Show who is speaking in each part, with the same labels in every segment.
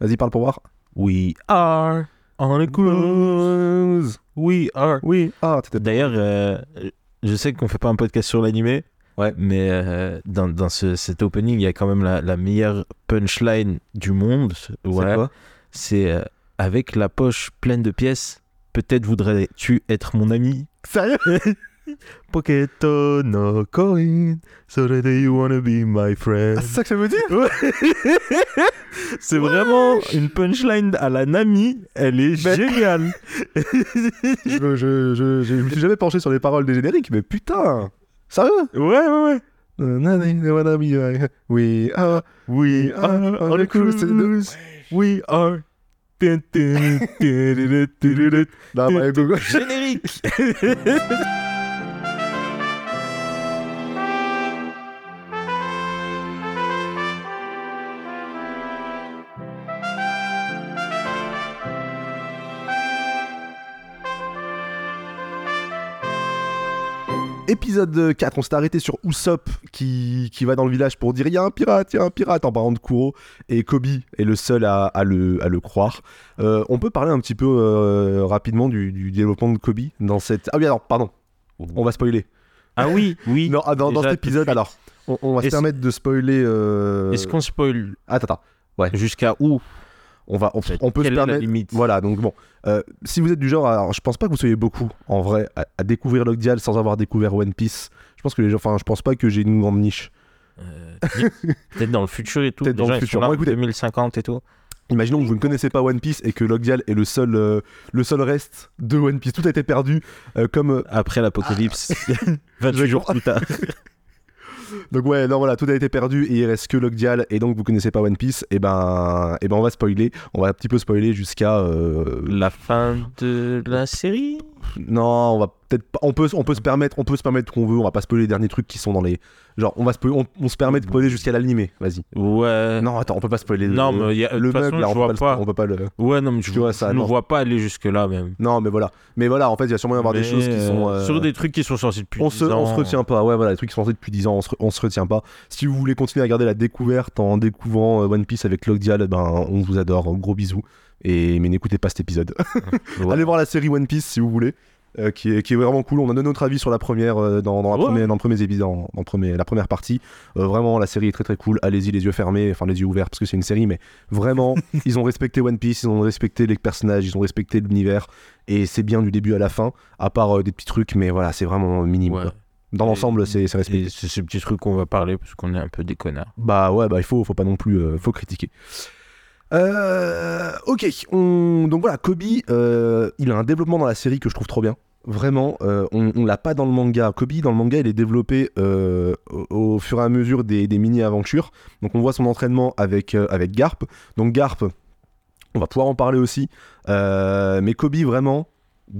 Speaker 1: Vas-y, parle pour voir.
Speaker 2: We are on a cruise. We are.
Speaker 1: Oui. Ah, t'étais.
Speaker 2: D'ailleurs, euh, je sais qu'on fait pas un podcast sur l'animé.
Speaker 1: Ouais.
Speaker 2: Mais euh, dans, dans ce- cet opening, il y a quand même la, la meilleure punchline du monde.
Speaker 1: C'est
Speaker 2: Ouais.
Speaker 1: quoi
Speaker 2: C'est euh, avec la poche pleine de pièces. Peut-être voudrais-tu être mon ami.
Speaker 1: Sérieux
Speaker 2: Poketo no coin, so that you wanna be my friend.
Speaker 1: Ah, C'est ça que ça veut dire
Speaker 2: C'est vraiment une punchline à la Nami, elle est
Speaker 1: Mais-
Speaker 2: géniale.
Speaker 1: je, je, je, je me suis jamais penché sur les paroles des génériques, mais putain Sérieux
Speaker 2: Ouais, ouais, ouais.
Speaker 1: Euh, Oui, ah,
Speaker 2: We are
Speaker 1: oh,
Speaker 2: on a cruise. We are. Générique.
Speaker 1: là, bah, Google. Épisode 4, on s'est arrêté sur Usopp qui, qui va dans le village pour dire il y a un pirate, il y a un pirate en parlant de Kuro et Kobe est le seul à, à le, à le croire. Euh, on peut parler un petit peu euh, rapidement du, du développement de Kobe dans cette... Ah oui alors, pardon, on va spoiler.
Speaker 2: Ah oui, oui.
Speaker 1: Non, ah, dans, dans
Speaker 2: Déjà,
Speaker 1: cet
Speaker 2: tout de
Speaker 1: épisode
Speaker 2: suite.
Speaker 1: alors, on, on va se
Speaker 2: Est-ce-
Speaker 1: permettre de spoiler... euh,
Speaker 2: Est-ce qu'on spoil
Speaker 1: Attends, attends,
Speaker 2: jusqu'à où
Speaker 1: on, va, on, on peut se
Speaker 2: Quelle est la
Speaker 1: permettre...
Speaker 2: limite
Speaker 1: Voilà, donc bon, euh, si vous êtes du genre, à- alors je pense pas que vous soyez beaucoup en vrai à, à découvrir Logdial sans avoir découvert One Piece. Je pense que les gens, enfin, je pense pas que j'ai une grande niche.
Speaker 2: Euh, Peut-être dans le futur et tout.
Speaker 1: Peut-être dans
Speaker 2: Déjà,
Speaker 1: le
Speaker 2: ils sont
Speaker 1: futur.
Speaker 2: là
Speaker 1: Bon,
Speaker 2: en
Speaker 1: écoutez.
Speaker 2: 2050 et tout.
Speaker 1: Imaginons que vous ne connaissez pas One Piece et que Logdial est le seul, euh, le seul reste de One Piece. Tout a été perdu, euh, comme euh,
Speaker 2: Après l'apocalypse,
Speaker 1: Ah.
Speaker 2: 28 jours plus tard.
Speaker 1: donc ouais, non voilà, tout a été perdu et il reste que Logdial et donc vous connaissez pas One Piece. Et ben, et ben, on va spoiler, on va un petit peu spoiler jusqu'à euh,
Speaker 2: La fin de la série
Speaker 1: Non, on va peut-être pas. On peut, on peut se permettre, on peut se permettre qu'on veut. On va pas spoiler les derniers trucs qui sont dans les. Genre, on va spoiler, on, on se permet de spoiler jusqu'à l'animé. Vas-y.
Speaker 2: Ouais.
Speaker 1: Non, attends, on peut pas spoiler. le-
Speaker 2: Euh. Non, mais y a, de
Speaker 1: le
Speaker 2: toute façon,
Speaker 1: mug, là,
Speaker 2: je
Speaker 1: on
Speaker 2: vois
Speaker 1: peut,
Speaker 2: pas.
Speaker 1: pas le- on peut pas le.
Speaker 2: Ouais, non, mais je,
Speaker 1: Tu vois ça,
Speaker 2: je ne
Speaker 1: non.
Speaker 2: vois pas aller jusque-là même.
Speaker 1: Non, mais voilà. Mais voilà, en fait, il va sûrement y avoir des
Speaker 2: Mais,
Speaker 1: choses qui sont.
Speaker 2: euh,
Speaker 1: euh,
Speaker 2: Sur des trucs qui sont sortis depuis
Speaker 1: on se,
Speaker 2: 10 ans.
Speaker 1: on se retient pas, ouais, voilà, les trucs qui sont sortis depuis 10 ans, on se, on se retient pas. Si vous voulez continuer à garder la découverte en découvrant euh, One Piece avec Logdial, ben on vous adore, gros bisous. Et, mais n'écoutez pas cet épisode.
Speaker 2: Ouais.
Speaker 1: Allez voir la série One Piece si vous voulez, euh, qui, est, qui est vraiment cool. On a donné notre avis sur la première euh, dans, dans la
Speaker 2: Ouais.
Speaker 1: première, dans le premier épisode, dans, dans le premier- la première partie. Euh, vraiment, la série est très très cool. Allez-y les yeux fermés, enfin les yeux ouverts parce que c'est une série, mais vraiment, ils ont respecté One Piece, ils ont respecté les personnages, ils ont respecté l'univers. Et c'est bien du début à la fin, à part euh, des petits trucs, mais voilà, c'est vraiment minime.
Speaker 2: Ouais.
Speaker 1: quoi. Dans l'ensemble, c'est c'est respecté.
Speaker 2: Et c'est ce petit truc qu'on va parler parce qu'on est un peu des connards.
Speaker 1: Bah ouais, bah il faut, faut pas non plus, euh, faut critiquer. Euh, ok, on- donc voilà, Kobe, euh, il a un développement dans la série que je trouve trop bien. Vraiment, euh, on, on l'a pas dans le manga. Kobe, dans le manga, il est développé euh, au, au fur et à mesure des, des mini-aventures. Donc on voit son entraînement avec, euh, avec Garp. Donc Garp, on va pouvoir en parler aussi. Euh, mais Kobe, vraiment,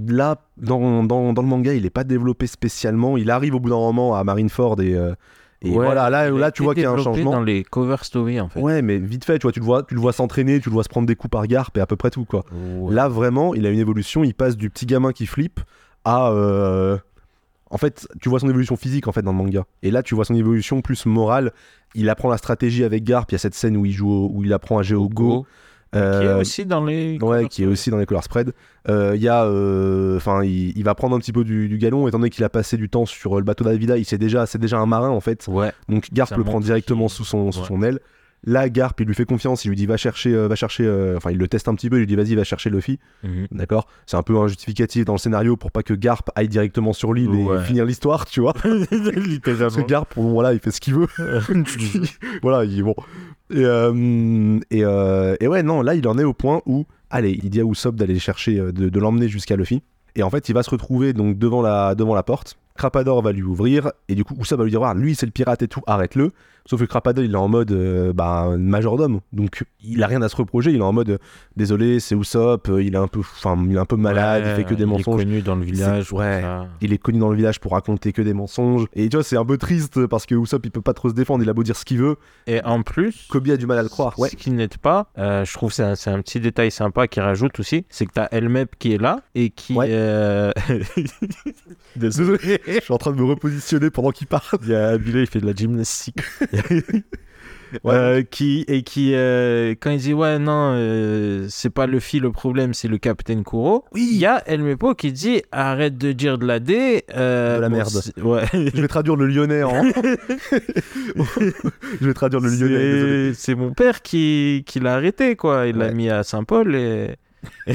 Speaker 1: là, dans, dans, dans le manga, il est pas développé spécialement. Il arrive au bout d'un moment à Marineford et, euh, et
Speaker 2: Ouais,
Speaker 1: voilà, Ah, là, là tu vois qu'il y a un
Speaker 2: Développé
Speaker 1: changement.
Speaker 2: dans les cover stories en fait.
Speaker 1: Ouais, mais vite fait, tu vois, tu le vois, tu le vois s'entraîner, tu le vois se prendre des coups par garpe et à peu près tout quoi.
Speaker 2: Ouais.
Speaker 1: Là vraiment, il a une évolution, il passe du petit gamin qui flippe à euh, en fait, tu vois son évolution physique en fait dans le manga. Et là, tu vois son évolution plus morale. Il apprend la stratégie avec Garp. Il y a cette scène où il joue, au- où il apprend à jouer au go.
Speaker 2: Qui est
Speaker 1: Euh,
Speaker 2: aussi dans les.
Speaker 1: Ouais,
Speaker 2: cover
Speaker 1: qui est
Speaker 2: stories.
Speaker 1: aussi dans les color spread. Euh, Il y a, euh, enfin, il, il va prendre un petit peu du, du galon étant donné qu'il a passé du temps sur euh, le bateau d'Avida. Il sait déjà, c'est déjà un marin en fait.
Speaker 2: Ouais.
Speaker 1: Donc Garp
Speaker 2: Ça
Speaker 1: le prend
Speaker 2: montre
Speaker 1: directement
Speaker 2: qu'il-
Speaker 1: sous son, sous
Speaker 2: Ouais.
Speaker 1: son aile. Là, Garp, il lui fait confiance, il lui dit va chercher, euh, va chercher. euh, Enfin, il le teste un petit peu, il lui dit vas-y, va chercher Luffy.
Speaker 2: Mhm.
Speaker 1: D'accord C'est un peu un justificatif dans le scénario pour pas que Garp aille directement sur l'île et
Speaker 2: Ouais.
Speaker 1: finir l'histoire, tu vois. Parce que Garp, bon, voilà, il fait ce qu'il veut. voilà, il bon. Et, euh, et, euh, et ouais, non, là, il en est au point où, allez, il dit à Usopp d'aller chercher, euh, de, de l'emmener jusqu'à Luffy. Et en fait, il va se retrouver donc devant la, devant la porte. Crapador va lui ouvrir et du coup Usopp va lui dire Ah, lui c'est le pirate et tout arrête-le sauf que Crapador il est en mode euh, bah, majordome donc il a rien à se reprocher il est en mode euh, désolé c'est Usopp euh, il est un peu enfin il est un peu malade il fait que des
Speaker 2: Il
Speaker 1: mensonges
Speaker 2: est connu dans le village.
Speaker 1: ouais.
Speaker 2: ça.
Speaker 1: il est connu dans le village pour raconter que des mensonges et tu vois c'est un peu triste parce que Usopp il peut pas trop se défendre il a beau dire ce qu'il veut
Speaker 2: Et en plus.
Speaker 1: Kobe a du mal à le croire ouais
Speaker 2: Ce qui n'aide pas, euh, je trouve que c'est un, c'est un petit détail sympa qui rajoute aussi, c'est que t'as Elmep qui est là et qui.
Speaker 1: Ouais.
Speaker 2: euh,
Speaker 1: Désolé, je suis en train de me repositionner pendant qu'il parle.
Speaker 2: il y a Abilé, il fait de la gymnastique.
Speaker 1: Ouais.
Speaker 2: euh, qui, et qui, euh, quand il dit ouais, non, euh, c'est pas Luffy le problème, c'est le capitaine Kuro,
Speaker 1: Oui.
Speaker 2: il y a El Mepo qui dit arrête de dire de la D. euh,
Speaker 1: De la merde.
Speaker 2: c'est- Ouais.
Speaker 1: Je vais traduire le lyonnais en. je vais traduire le lyonnais. désolé.
Speaker 2: C'est- C'est mon père qui, qui l'a arrêté, quoi. Il l'a
Speaker 1: Ouais.
Speaker 2: mis à Saint-Paul et.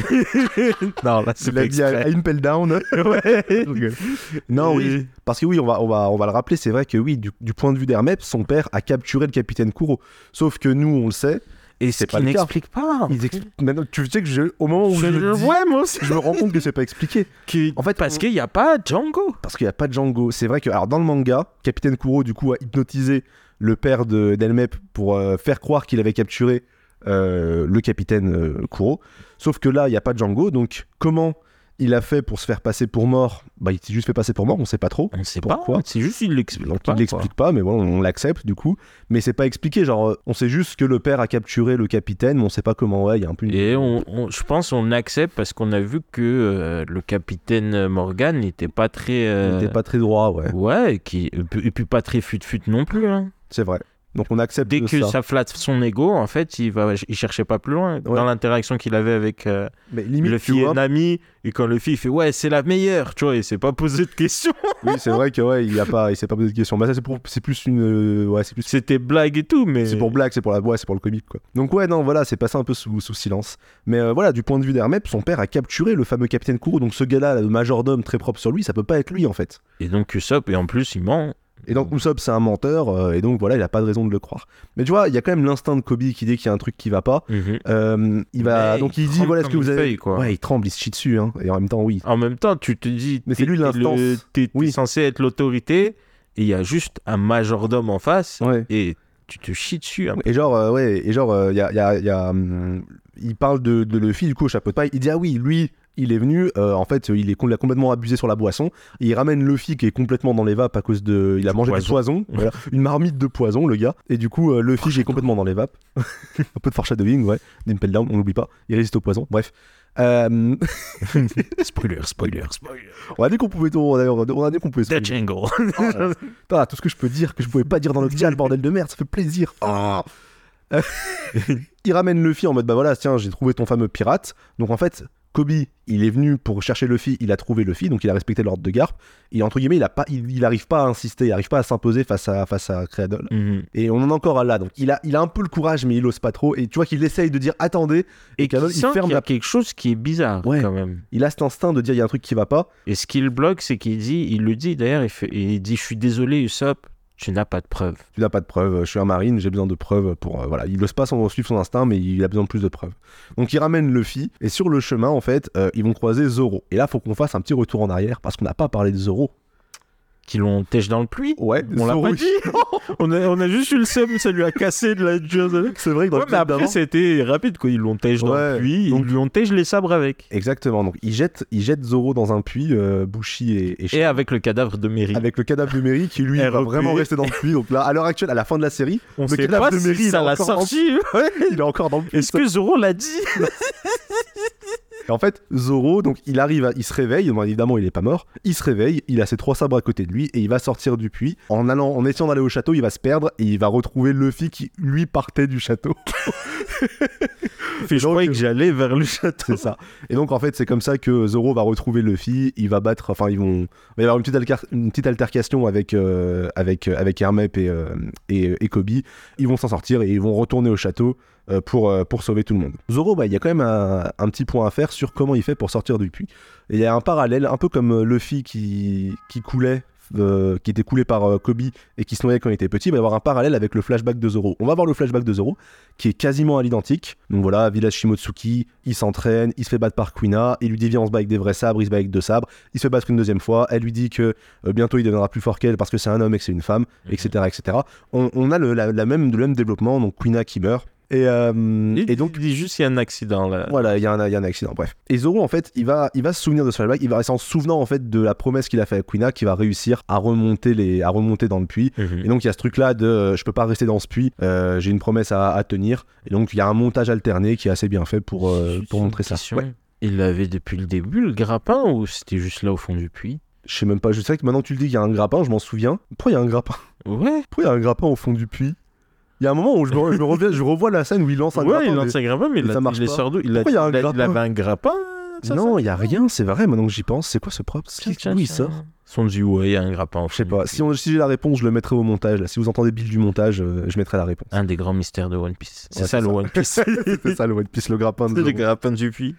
Speaker 2: non, là, c'est
Speaker 1: Il a
Speaker 2: pas
Speaker 1: dit à, à
Speaker 2: exprès.
Speaker 1: une pelle down. Je rigole. non, oui. Parce que oui, on va, on va, on va le rappeler, c'est vrai que oui, du, du point de vue d'Hermep, son père a capturé le capitaine Kuro. Sauf que nous, on le sait.
Speaker 2: Et ce
Speaker 1: pas
Speaker 2: qui
Speaker 1: le cas.
Speaker 2: n'explique pas.
Speaker 1: Ils expli- Maintenant, tu sais que je- au moment où je, le dis,
Speaker 2: Ouais, moi aussi.
Speaker 1: je me rends compte que c'est pas expliqué. En fait,
Speaker 2: parce
Speaker 1: on-
Speaker 2: qu'il n'y a pas Django.
Speaker 1: parce qu'il n'y a pas de Django. C'est vrai que, alors dans le manga, Capitaine Kuro du coup a hypnotisé le père de d'Elmep pour euh, faire croire qu'il avait capturé euh, le capitaine euh, Kuro. Sauf que là, il n'y a pas de Django, donc comment il a fait pour se faire passer pour mort Bah, il s'est juste fait passer pour mort, on ne sait pas trop.
Speaker 2: On ne sait
Speaker 1: Pourquoi
Speaker 2: pas. C'est juste qu'il
Speaker 1: Donc
Speaker 2: l'explique
Speaker 1: il
Speaker 2: pas.
Speaker 1: ne l'explique pas, mais bon, on l'accepte du coup. Mais c'est pas expliqué, genre euh, on sait juste que le père a capturé le capitaine, mais on sait pas comment. Ouais, il y a un peu.
Speaker 2: quoi.
Speaker 1: Une...
Speaker 2: Et on, on- je pense qu'on accepte parce qu'on a vu que euh, le capitaine Morgan n'était pas très.
Speaker 1: Il
Speaker 2: euh,
Speaker 1: était pas très droit, ouais.
Speaker 2: Ouais, et qui, et puis- et puis pas très fut-fut non plus. hein.
Speaker 1: C'est vrai. Donc on accepte
Speaker 2: Dès que
Speaker 1: ça.
Speaker 2: ça. flatte son ego, en fait, il va, il cherchait pas plus loin.
Speaker 1: Ouais.
Speaker 2: Dans l'interaction qu'il avait avec euh,
Speaker 1: Mais limite, tu
Speaker 2: Luffy et
Speaker 1: vois,
Speaker 2: Nami, et quand Luffy il fait ouais, c'est la meilleure, tu vois, il s'est pas posé de questions.
Speaker 1: Oui, c'est vrai que ouais, il y a pas, il s'est pas posé de questions. Bah ça c'est pour, c'est plus une, euh, ouais, c'est plus,
Speaker 2: C'était blague et tout, mais
Speaker 1: c'est pour blague, c'est pour la, ouais, c'est pour le comique quoi. Donc ouais, non, voilà, c'est passé un peu sous, sous silence. Mais euh, voilà, du point de vue d'Hermep, son père a capturé le fameux capitaine Kuro, donc ce gars-là, le majordome très propre sur lui, ça peut pas être lui en fait.
Speaker 2: Et donc Usopp, et en plus il ment.
Speaker 1: Et donc Usopp, c'est un menteur, euh, et donc voilà, il a pas de raison de le croire. Mais tu vois, il y a quand même l'instinct de Kobe qui dit qu'il y a un truc qui va pas. Euh, il va,
Speaker 2: Mais
Speaker 1: donc
Speaker 2: il
Speaker 1: il dit
Speaker 2: tremble
Speaker 1: voilà, est-ce que
Speaker 2: comme
Speaker 1: vous
Speaker 2: une
Speaker 1: avez,
Speaker 2: feuille, quoi.
Speaker 1: ouais, il tremble, il se chie dessus, hein. Et en même temps, oui,
Speaker 2: En même temps, tu te dis,
Speaker 1: Mais c'est lui
Speaker 2: t'es- t'es
Speaker 1: l'instance.
Speaker 2: le- T'es t'es
Speaker 1: Oui.
Speaker 2: censé être l'autorité, et il y a juste un majordome en face,
Speaker 1: ouais.
Speaker 2: et tu te chies dessus. hein. un peu.
Speaker 1: Et genre, euh, ouais, et genre, euh, y a, y a- y a, hum, il parle de, de Luffy, du coup, au chapeau de paille. Il dit, ah oui, lui, il est venu, euh, en fait, il, est, il a complètement abusé sur la boisson. Et il ramène Luffy qui est complètement dans les vapes à cause de. Il a
Speaker 2: Du
Speaker 1: mangé du
Speaker 2: poison.
Speaker 1: poison, voilà. une marmite de poison, le gars. Et du coup, euh, Luffy, j'ai complètement dans les vapes. Un peu de foreshadowing, ouais. Dimpel Down, on n'oublie pas. Il résiste au poison, bref. Euh,
Speaker 2: spoiler, spoiler, spoiler.
Speaker 1: on a dit qu'on pouvait tout, on a, on a dit qu'on pouvait.
Speaker 2: The Jungle.
Speaker 1: Putain, tout ce que je peux dire que je pouvais pas dire dans le dial, bordel de merde, ça fait plaisir. Ah. Euh, il ramène Luffy en mode bah voilà, tiens, j'ai trouvé ton fameux pirate. Donc en fait, Kobe, il est venu pour chercher Luffy, il a trouvé Luffy, donc il a respecté l'ordre de Garp. Et entre guillemets, il a pas, il, il arrive pas à insister, il arrive pas à s'imposer face à face à Cradle.
Speaker 2: Mhm.
Speaker 1: Et on en est encore à là. Donc il a, il a un peu le courage, mais il ose pas trop. Et tu vois qu'il essaye de dire attendez,
Speaker 2: Et,
Speaker 1: Et Cradle,
Speaker 2: qu'il
Speaker 1: il
Speaker 2: sent
Speaker 1: ferme
Speaker 2: qu'il y a
Speaker 1: la-
Speaker 2: quelque chose qui est bizarre
Speaker 1: Ouais.
Speaker 2: quand même.
Speaker 1: il a cet instinct de dire il y a un truc qui va pas.
Speaker 2: Et ce qu'il bloque, c'est qu'il dit, il le dit d'ailleurs, il, fait- il dit, je suis désolé Usopp, tu n'as pas de preuves.
Speaker 1: Tu n'as pas de preuves, je suis un marine, j'ai besoin de preuves pour. euh, voilà, il n'ose pas s'en- suivre son instinct, mais il a besoin de plus de preuves. Donc il ramène Luffy, et sur le chemin, en fait, euh, ils vont croiser Zoro. Et là, faut qu'on fasse un petit retour en arrière, parce qu'on n'a pas parlé de Zoro.
Speaker 2: Qui l'ont têche dans le pluie.
Speaker 1: Ouais,
Speaker 2: On l'a
Speaker 1: Zoro.
Speaker 2: pas dit. on, a, on a juste eu le seum, ça lui a cassé de la dure.
Speaker 1: C'est vrai que dans
Speaker 2: Ouais,
Speaker 1: le
Speaker 2: mais
Speaker 1: club
Speaker 2: après,
Speaker 1: d'avant-
Speaker 2: c'était rapide, quoi. Ils l'ont têche dans
Speaker 1: Ouais,
Speaker 2: le puits,
Speaker 1: donc-
Speaker 2: ils lui ont têche les sabres avec.
Speaker 1: Exactement, donc il jette, il jette Zoro dans un puits, euh, Bushi et, et Sh-
Speaker 2: Et avec le cadavre de Mary.
Speaker 1: Avec le cadavre de Mary qui lui va
Speaker 2: REP.
Speaker 1: vraiment rester dans le puits. Donc là, à l'heure actuelle, à la fin de la série,
Speaker 2: On
Speaker 1: le
Speaker 2: sait
Speaker 1: cadavre
Speaker 2: pas
Speaker 1: de
Speaker 2: si
Speaker 1: Mary, il
Speaker 2: ça
Speaker 1: est
Speaker 2: l'a
Speaker 1: encore en-
Speaker 2: sorti.
Speaker 1: il est encore dans le puits.
Speaker 2: Est-ce que Zoro l'a dit
Speaker 1: Et en fait, Zoro, donc il arrive, à- il se réveille, bon, évidemment il est pas mort, il se réveille, il a ses trois sabres à côté de lui et il va sortir du puits. En allant, en essayant d'aller au château, il va se perdre et il va retrouver Luffy qui lui partait du château.
Speaker 2: Fait, Je croyais que j'allais vers le château.
Speaker 1: C'est ça. Et donc en fait, c'est comme ça que Zoro va retrouver Luffy, il va battre, enfin ils vont, il va y avoir une petite, alca- une petite altercation avec, euh, avec, euh, avec Hermep et, euh, et, et Kobe. Ils vont s'en sortir et ils vont retourner au château euh, pour, euh, pour sauver tout le monde. Zoro, bah, il y a quand même un, un petit point à faire sur comment il fait pour sortir du puits. Et il y a un parallèle, un peu comme euh, Luffy qui, qui coulait. euh, qui était coulé par euh, Kobe et qui se noyait quand il était petit, il va y avoir un parallèle avec le flashback de Zoro. On va voir le flashback de Zoro qui est quasiment à l'identique. Donc voilà, village Shimotsuki, il s'entraîne, il se fait battre par Quina, il lui dit viens on se bat avec des vrais sabres, il se bat avec deux sabres, il se fait battre une deuxième fois, elle lui dit que euh, bientôt il deviendra plus fort qu'elle parce que c'est un homme et que c'est une femme, etc. etc. On, on a le, la, la même, le même développement, donc Quina qui meurt. Et, euh,
Speaker 2: Il-
Speaker 1: et donc
Speaker 2: il dit juste qu'il y a un accident là.
Speaker 1: voilà, il y, a un- il y a un accident, bref. Et Zoro, en fait, il va, il va se souvenir de ce flashback, il va rester en se souvenant, en fait, de la promesse qu'il a faite à Quina, qui va réussir à remonter, les, à remonter dans le puits,
Speaker 2: Mhm.
Speaker 1: et donc il y a ce truc là de euh, je peux pas rester dans ce puits, euh, j'ai une promesse à, à tenir. Et donc il y a un montage alterné qui est assez bien fait pour, euh,
Speaker 2: Juste
Speaker 1: pour
Speaker 2: une
Speaker 1: montrer ça.
Speaker 2: question.
Speaker 1: Ouais.
Speaker 2: Il l'avait depuis le début, le grappin, ou c'était juste là au fond du puits
Speaker 1: Je sais même pas, je sais que maintenant que tu le dis qu'il y a un grappin, je m'en souviens. Pourquoi il y a un grappin
Speaker 2: Ouais.
Speaker 1: Pourquoi il y a un grappin au fond du puits Il y a un moment où je me, je me reviens, je revois la scène où il lance un
Speaker 2: ouais, il
Speaker 1: grappin,
Speaker 2: lance un grappin, mais
Speaker 1: et
Speaker 2: il, a-
Speaker 1: ça marche
Speaker 2: il les
Speaker 1: pas.
Speaker 2: sort d'où il, a-
Speaker 1: Pourquoi il y a un
Speaker 2: il a- il
Speaker 1: grappin
Speaker 2: avait un grappin ça,
Speaker 1: non, il y a rien, c'est vrai, maintenant que j'y pense. C'est quoi ce propre
Speaker 2: ça
Speaker 1: Qu'est-ce- D'où il sort
Speaker 2: Son du ouais, il y a un grappin.
Speaker 1: Je sais pas. Si, on- si j'ai la réponse, je le mettrai au montage. Là. Si vous entendez Bill du montage, euh, je mettrai la réponse.
Speaker 2: Un des grands mystères de One Piece. C'est
Speaker 1: Ouais,
Speaker 2: ça
Speaker 1: c'est
Speaker 2: le
Speaker 1: ça.
Speaker 2: One Piece.
Speaker 1: c'est ça le One Piece, le grappin de
Speaker 2: C'est le
Speaker 1: Zoro.
Speaker 2: grappin du puits.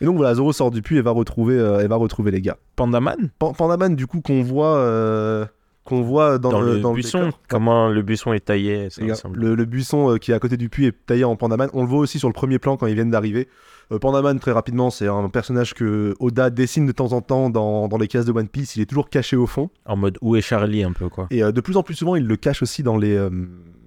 Speaker 1: Et donc voilà, Zoro sort du puits et va retrouver, euh, et va retrouver les gars.
Speaker 2: Pandaman
Speaker 1: Pan- Pandaman, du coup, qu'on voit, euh, qu'on voit dans,
Speaker 2: dans, le,
Speaker 1: dans
Speaker 2: buisson.
Speaker 1: décor.
Speaker 2: Comment le buisson est taillé ça
Speaker 1: Les gars,
Speaker 2: ressemble.
Speaker 1: le, le buisson euh, qui est à côté du puits est taillé en pandaman. On le voit aussi sur le premier plan quand ils viennent d'arriver. Euh, pandaman, très rapidement, c'est un personnage que Oda dessine de temps en temps dans, dans les cases de One Piece. Il est toujours caché au fond.
Speaker 2: En mode où est Charlie un peu quoi.
Speaker 1: Et euh, de plus en plus souvent, il le cache aussi dans les, euh,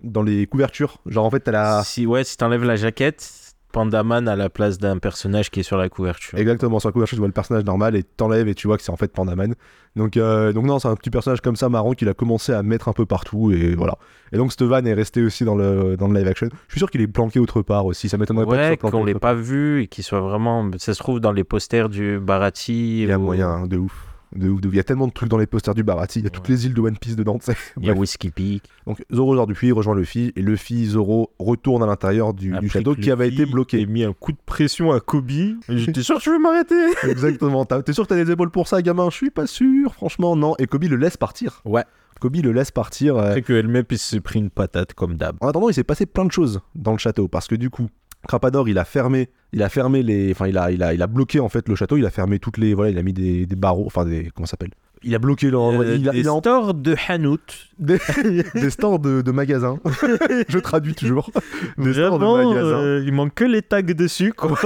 Speaker 1: dans les couvertures. Genre, en fait, t'as la.
Speaker 2: Si ouais, si t'enlèves la jaquette, Pandaman à la place d'un personnage qui est sur la couverture.
Speaker 1: Exactement, sur la couverture, tu vois le personnage normal et t'enlèves et tu vois que c'est en fait Pandaman. Donc, euh, donc non, c'est un petit personnage comme ça marrant qu'il a commencé à mettre un peu partout et voilà. Et donc, cette vanne est restée aussi dans le, dans le live action. Je suis sûr qu'il est planqué autre part aussi, ça m'étonnerait pas qu'il
Speaker 2: Ouais,
Speaker 1: soit planqué
Speaker 2: qu'on l'ait
Speaker 1: autre
Speaker 2: pas vu et qu'il soit vraiment. Ça se trouve dans les posters du Barati.
Speaker 1: Il y a
Speaker 2: ou-
Speaker 1: moyen, hein, de ouf. De ouf, de ouf. Il y a tellement de trucs dans les posters du Barati, il y a toutes
Speaker 2: Ouais.
Speaker 1: les îles de One Piece dedans, tu sais.
Speaker 2: Il y a
Speaker 1: Bref.
Speaker 2: Whiskey Peak.
Speaker 1: Donc Zoro sort du puits, rejoint Luffy, et Luffy, Zoro retourne à l'intérieur du, du
Speaker 2: Après
Speaker 1: château
Speaker 2: que
Speaker 1: qui avait
Speaker 2: Luffy
Speaker 1: été bloqué.
Speaker 2: ait mis un coup de pression à Kobe. J'étais sûr que tu veux m'arrêter.
Speaker 1: Exactement. T'as- T'es sûr que t'as les épaules pour ça, gamin Je suis pas sûr, franchement, non. Et Kobe le laisse partir.
Speaker 2: Ouais.
Speaker 1: Kobe le laisse partir. euh.
Speaker 2: Après que Helmep il s'est pris une patate comme d'hab.
Speaker 1: En attendant, il s'est passé plein de choses dans le château, parce que du coup, Crapador, il a fermé, il a fermé les, enfin, il a, il a, il a bloqué en fait le château. Il a fermé toutes les, voilà, il a mis des, des barreaux, enfin des, comment ça s'appelle Il a bloqué l'endroit.
Speaker 2: Euh,
Speaker 1: il a,
Speaker 2: des
Speaker 1: il a
Speaker 2: stores de Hanout.
Speaker 1: des, des stands de, de magasins. je traduis toujours. Des stands de
Speaker 2: Vraiment,
Speaker 1: magasins.
Speaker 2: euh, il manque que les tags dessus. Quoi.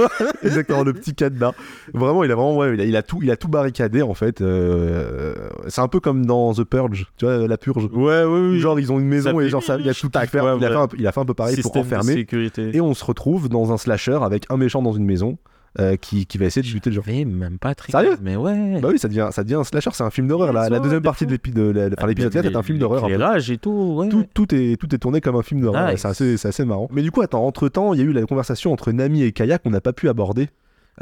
Speaker 1: Exactement, le petit cadenas. Vraiment, il a vraiment, ouais, il a, il a tout, il a tout barricadé en fait. euh, c'est un peu comme dans The Purge, tu vois, la purge.
Speaker 2: ouais, ouais, oui.
Speaker 1: Genre, ils ont une maison
Speaker 2: Ça
Speaker 1: et
Speaker 2: fait-
Speaker 1: genre, ça- il y a tout à faire.
Speaker 2: Ouais,
Speaker 1: il, a
Speaker 2: ouais.
Speaker 1: fait un, peu- il a fait un peu pareil pour
Speaker 2: Système de
Speaker 1: enfermer.
Speaker 2: sécurité.
Speaker 1: Et on se retrouve dans un slasher avec un méchant dans une maison euh, qui, qui va essayer de buter le genre.
Speaker 2: J'avais même pas très.
Speaker 1: Sérieux
Speaker 2: Mais ouais.
Speaker 1: Bah oui, ça devient, ça devient un slasher, c'est un film d'horreur. La, la
Speaker 2: Ouais,
Speaker 1: deuxième
Speaker 2: de
Speaker 1: partie de
Speaker 2: fou.
Speaker 1: l'épisode, de la- enfin, l'épisode 4 est un film d'horreur. un peu.
Speaker 2: L'éclairage et tout, ouais.
Speaker 1: tout, tout est, tout est tourné comme un film d'horreur.
Speaker 2: Nice.
Speaker 1: ouais, C'est assez, c'est assez marrant. Mais du coup, attends, entre temps, il y a eu la conversation entre Nami et Kaya qu'on n'a pas pu aborder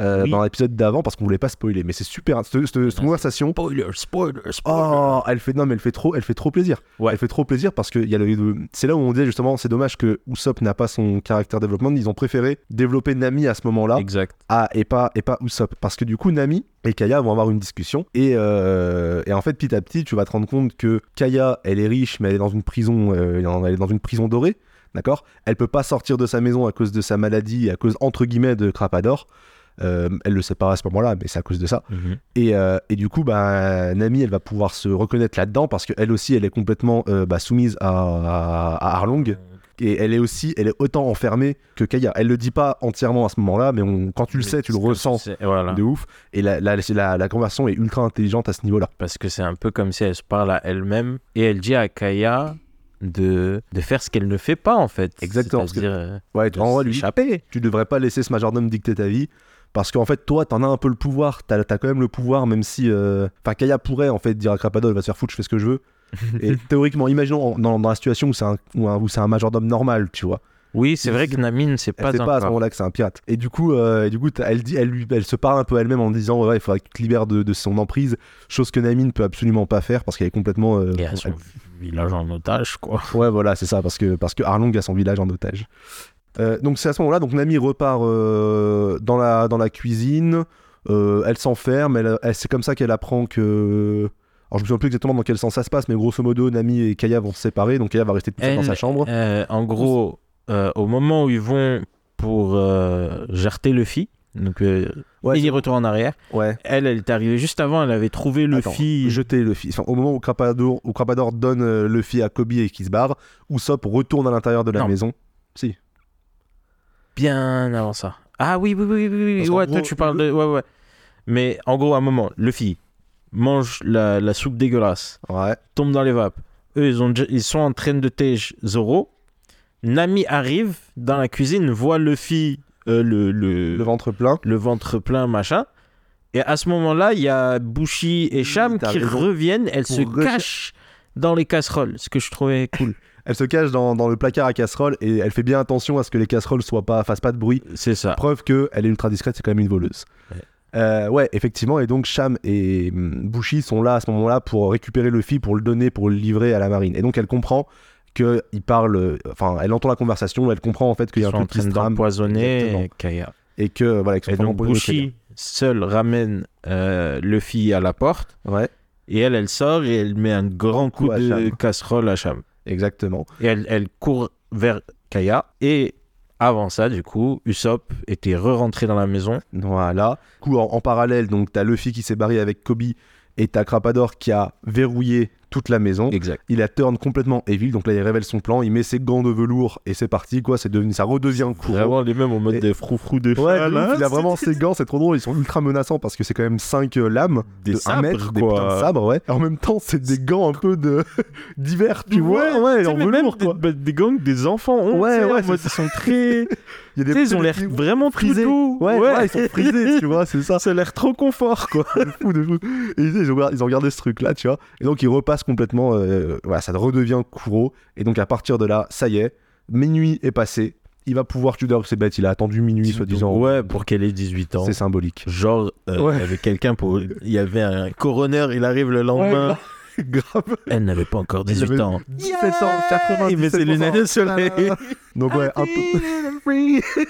Speaker 1: euh,
Speaker 2: Oui.
Speaker 1: dans l'épisode d'avant parce qu'on voulait pas spoiler. Mais c'est super. hein, Cette, cette- cette
Speaker 2: Ouais.
Speaker 1: conversation.
Speaker 2: Spoiler, spoiler,
Speaker 1: Oh, elle fait non, mais elle fait trop, elle fait trop plaisir.
Speaker 2: Ouais.
Speaker 1: Elle fait trop plaisir parce que il y a le- le- c'est là où on disait justement, c'est dommage que Usopp n'a pas son caractère développement. Ils ont préféré développer Nami à ce moment-là
Speaker 2: Exact.
Speaker 1: ah, et pas, et pas Usopp. Parce que du coup, Nami et Kaya vont avoir une discussion. Et, euh, et en fait, petit à petit, tu vas te rendre compte que Kaya, elle est riche, mais elle est dans une prison, euh, elle est dans une prison dorée. D'accord Elle peut pas sortir de sa maison à cause de sa maladie, et à cause, entre guillemets, de Crapador. Euh, elle le sait pas à ce moment-là, mais c'est à cause de ça. Et, euh, et du coup, bah, Nami, elle va pouvoir se reconnaître là-dedans parce qu'elle aussi, elle est complètement euh, bah, soumise à, à, à Arlong
Speaker 2: Euh,
Speaker 1: et elle est aussi, elle est autant enfermée que Kaya. Elle le dit pas entièrement à ce moment-là, mais on- quand tu le sais, tu le ressens
Speaker 2: Et Voilà.
Speaker 1: de ouf. Et la, la, c'est la, la conversation est ultra intelligente à ce niveau-là.
Speaker 2: Parce que c'est un peu comme si elle se parle à elle-même et elle dit à Kaya de, de faire ce qu'elle ne fait pas en fait.
Speaker 1: Exactement, parce que-
Speaker 2: C'est-à-dire euh,
Speaker 1: Ouais,
Speaker 2: de
Speaker 1: en vrai, lui,
Speaker 2: s'échapper.
Speaker 1: tu devrais pas laisser ce majordome dicter ta vie. Parce qu'en fait, toi, t'en as un peu le pouvoir, t'as as quand même le pouvoir, même si. euh, Enfin, Kaya pourrait en fait dire à Crapadol, va se faire foutre, je fais ce que je veux. Et théoriquement, imaginons en- dans, dans la situation où c'est un, où un, où c'est un majordome normal, tu vois.
Speaker 2: Oui, c'est vrai que Namine, c'est
Speaker 1: Elle
Speaker 2: pas
Speaker 1: sait
Speaker 2: un
Speaker 1: pas à ce moment-là que c'est un pirate. Et du coup, euh, et du coup t'as- elle, dit, elle, lui, elle se parle un peu elle-même en disant ouais, il faudrait que tu te libères de, de son emprise, chose que Nami ne peut absolument pas faire parce qu'elle est complètement. euh,
Speaker 2: Et à son
Speaker 1: elle-
Speaker 2: village en otage quoi.
Speaker 1: Ouais, voilà, c'est ça, parce que, parce que Arlong a son village en otage. Euh, donc c'est à ce moment-là, donc Nami repart euh, dans, la, dans la cuisine, euh, elle s'enferme, elle, elle- c'est comme ça qu'elle apprend que... Alors je me souviens plus exactement dans quel sens ça se passe, mais grosso modo, Nami et Kaya vont se séparer, donc Kaya va rester toute seule dans
Speaker 2: Elle-
Speaker 1: sa chambre.
Speaker 2: Euh, en gros, euh, au moment où ils vont pour euh, jarter Luffy, donc euh,
Speaker 1: Ouais,
Speaker 2: il y retourne en arrière,
Speaker 1: Ouais.
Speaker 2: elle, elle est arrivée juste avant, elle avait trouvé
Speaker 1: Attends,
Speaker 2: Luffy.
Speaker 1: jeter Luffy. Enfin, au moment où Crapador, où Crapador donne euh, Luffy à Kobe et qui se barre, Usopp retourne à l'intérieur de la
Speaker 2: Non.
Speaker 1: maison.
Speaker 2: Bien avant ça. Ah oui, oui, oui, oui, oui,
Speaker 1: Parce
Speaker 2: oui.
Speaker 1: qu'en
Speaker 2: Ouais,
Speaker 1: gros,
Speaker 2: toi, tu parles de. Ouais, ouais. Mais en gros, à un moment, Luffy mange la, la soupe dégueulasse,
Speaker 1: Ouais.
Speaker 2: tombe dans les vapes. Eux, ils, ont, déjà- ils sont en train de tège Zoro. Nami arrive dans la cuisine, voit Luffy, euh, le, le,
Speaker 1: Le ventre plein.
Speaker 2: le ventre plein, machin. Et à ce moment-là, il y a Bushi et Sham
Speaker 1: t'as
Speaker 2: qui
Speaker 1: raison.
Speaker 2: reviennent. Elles
Speaker 1: Pour
Speaker 2: se
Speaker 1: recher-
Speaker 2: cachent dans les casseroles, ce que je trouvais cool.
Speaker 1: Elle se cache dans, dans le placard à casseroles et elle fait bien attention à ce que les casseroles soient pas, fassent pas de bruit.
Speaker 2: C'est ça.
Speaker 1: Preuve que elle est ultra discrète, c'est quand même une voleuse.
Speaker 2: Ah. Ouais.
Speaker 1: Euh, ouais, effectivement. Et donc, Sham et hum, Bushi sont là à ce moment-là pour récupérer Luffy, pour le donner, pour le livrer à la marine. Et donc, elle comprend que il parle, euh, enfin, elle entend la conversation, elle comprend en fait qu'il y
Speaker 2: Ils
Speaker 1: a
Speaker 2: sont en
Speaker 1: un truc qui
Speaker 2: train
Speaker 1: se trame Exactement.
Speaker 2: d'empoisonner Kaya.
Speaker 1: et que euh, voilà, qu'ils sont
Speaker 2: Et
Speaker 1: en train
Speaker 2: donc
Speaker 1: d'empoisonner
Speaker 2: Bushi seul ramène euh, Luffy à la porte
Speaker 1: quelqu'un. Ouais,
Speaker 2: et elle, elle sort et elle met un grand coup
Speaker 1: Coup à
Speaker 2: de
Speaker 1: Cham.
Speaker 2: casserole à Cham.
Speaker 1: exactement.
Speaker 2: Et elle, elle court vers Kaya. Et avant ça, du coup, Usopp était re-rentré dans la maison.
Speaker 1: Voilà. Du coup, en, en parallèle, donc t'as Luffy qui s'est barré avec Kobe et t'as Crapador qui a verrouillé toute la maison.
Speaker 2: Exact.
Speaker 1: Il a turn complètement Evil, donc là il révèle son plan, il met ses gants de velours et c'est parti quoi, c'est devenu, ça redevient court.
Speaker 2: Vraiment les mêmes en mode
Speaker 1: Et-
Speaker 2: des froufrous de
Speaker 1: Ouais, de
Speaker 2: cheval,
Speaker 1: ouf,
Speaker 2: hein,
Speaker 1: il a
Speaker 2: c'est-
Speaker 1: vraiment ses gants, c'est trop drôle, ils sont ultra menaçants parce que c'est quand même 5 lames
Speaker 2: des
Speaker 1: de 1
Speaker 2: sabres,
Speaker 1: mètre, des
Speaker 2: quoi.
Speaker 1: putains de sabres, ouais. Et en même temps, c'est des gants un peu de divers, tu vois, ouais,
Speaker 2: tu sais,
Speaker 1: en
Speaker 2: mais
Speaker 1: velours
Speaker 2: même
Speaker 1: quoi.
Speaker 2: Des, des gangs des enfants ont,
Speaker 1: Ouais,
Speaker 2: tu sais,
Speaker 1: ouais,
Speaker 2: en mode, ils sont très tu
Speaker 1: Il y a
Speaker 2: sais, ils ont l'air
Speaker 1: petits-
Speaker 2: vraiment
Speaker 1: frisés.
Speaker 2: frisés
Speaker 1: Ouais, ouais, ils sont frisés, tu vois, c'est ça.
Speaker 2: ça a l'air trop confort quoi
Speaker 1: de fou, de fou. Et ils, ils ont, regardé- ils ont regardé ce truc-là, tu vois. Et donc, ils repassent complètement. euh, voilà, ça redevient Kuro. Et donc, à partir de là, ça y est, minuit est passé. Il va pouvoir tuer. D'ailleurs, c'est bête, il a attendu minuit, soi-disant.
Speaker 2: ouais pour qu'elle ait 18 ans
Speaker 1: C'est symbolique.
Speaker 2: genre euh,
Speaker 1: Ouais.
Speaker 2: il y avait quelqu'un pour il y avait un coroner il arrive le lendemain
Speaker 1: Grave.
Speaker 2: elle n'avait pas encore 18
Speaker 1: avait-
Speaker 2: ans
Speaker 1: 1797%.
Speaker 2: il met ses lunettes de soleil
Speaker 1: Donc, ouais, un peu.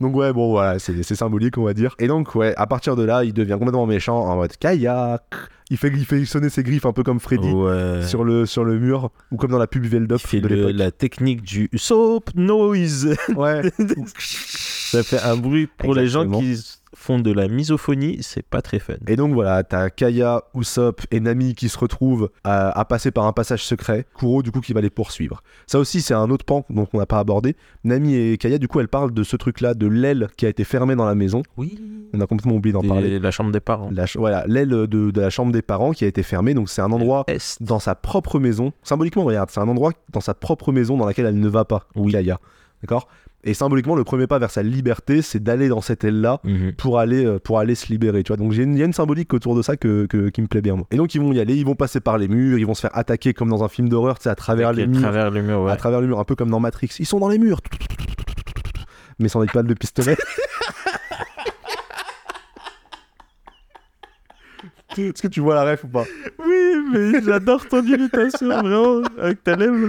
Speaker 1: Donc ouais, bon voilà, c'est c'est symbolique, on va dire. Et donc ouais, à partir de là, il devient complètement méchant en mode kayak. Il fait, il fait sonner ses griffes un peu comme Freddy
Speaker 2: ouais
Speaker 1: sur, le, sur le mur ou comme dans la pub Veldop
Speaker 2: il fait
Speaker 1: de
Speaker 2: le-
Speaker 1: l'époque.
Speaker 2: la technique du soap noise
Speaker 1: Ouais.
Speaker 2: ça fait un bruit pour les gens
Speaker 1: Exactement.
Speaker 2: qui s- font de la misophonie c'est pas très fun
Speaker 1: Et donc voilà, t'as Kaya, Usopp et Nami qui se retrouvent à, à passer par un passage secret. Kuro, du coup, qui va les poursuivre. Ça aussi, c'est un autre pan donc on n'a pas abordé. Nami et Kaya, du coup, elles parlent de ce truc-là, de l'aile qui a été fermée dans la maison.
Speaker 2: oui
Speaker 1: On a complètement oublié d'en parler.
Speaker 2: la chambre des parents
Speaker 1: La ch- voilà, l'aile de, de la chambre des parents qui a été fermée. Donc c'est un endroit
Speaker 2: Est.
Speaker 1: dans sa propre maison. Symboliquement, regarde, c'est un endroit dans sa propre maison dans laquelle elle ne va pas,
Speaker 2: Oui.
Speaker 1: Kaya. D'accord Et symboliquement, le premier pas vers sa liberté, c'est d'aller dans cette aile-là
Speaker 2: Mhm.
Speaker 1: pour aller euh, pour aller se libérer tu vois donc j'ai une, il y a une symbolique autour de ça que, que- qui me plaît bien moi. et donc ils vont y aller ils vont passer par les murs ils vont se faire attaquer comme dans un film d'horreur tu sais à travers
Speaker 2: Avec
Speaker 1: les
Speaker 2: le
Speaker 1: murs
Speaker 2: travers le mur, ouais.
Speaker 1: à travers le mur un peu comme dans Matrix ils sont dans les murs mais sans des balles de pistolet est-ce que tu vois la ref ou pas
Speaker 2: Oui, mais j'adore ton imitation, vraiment, avec ta lèvre.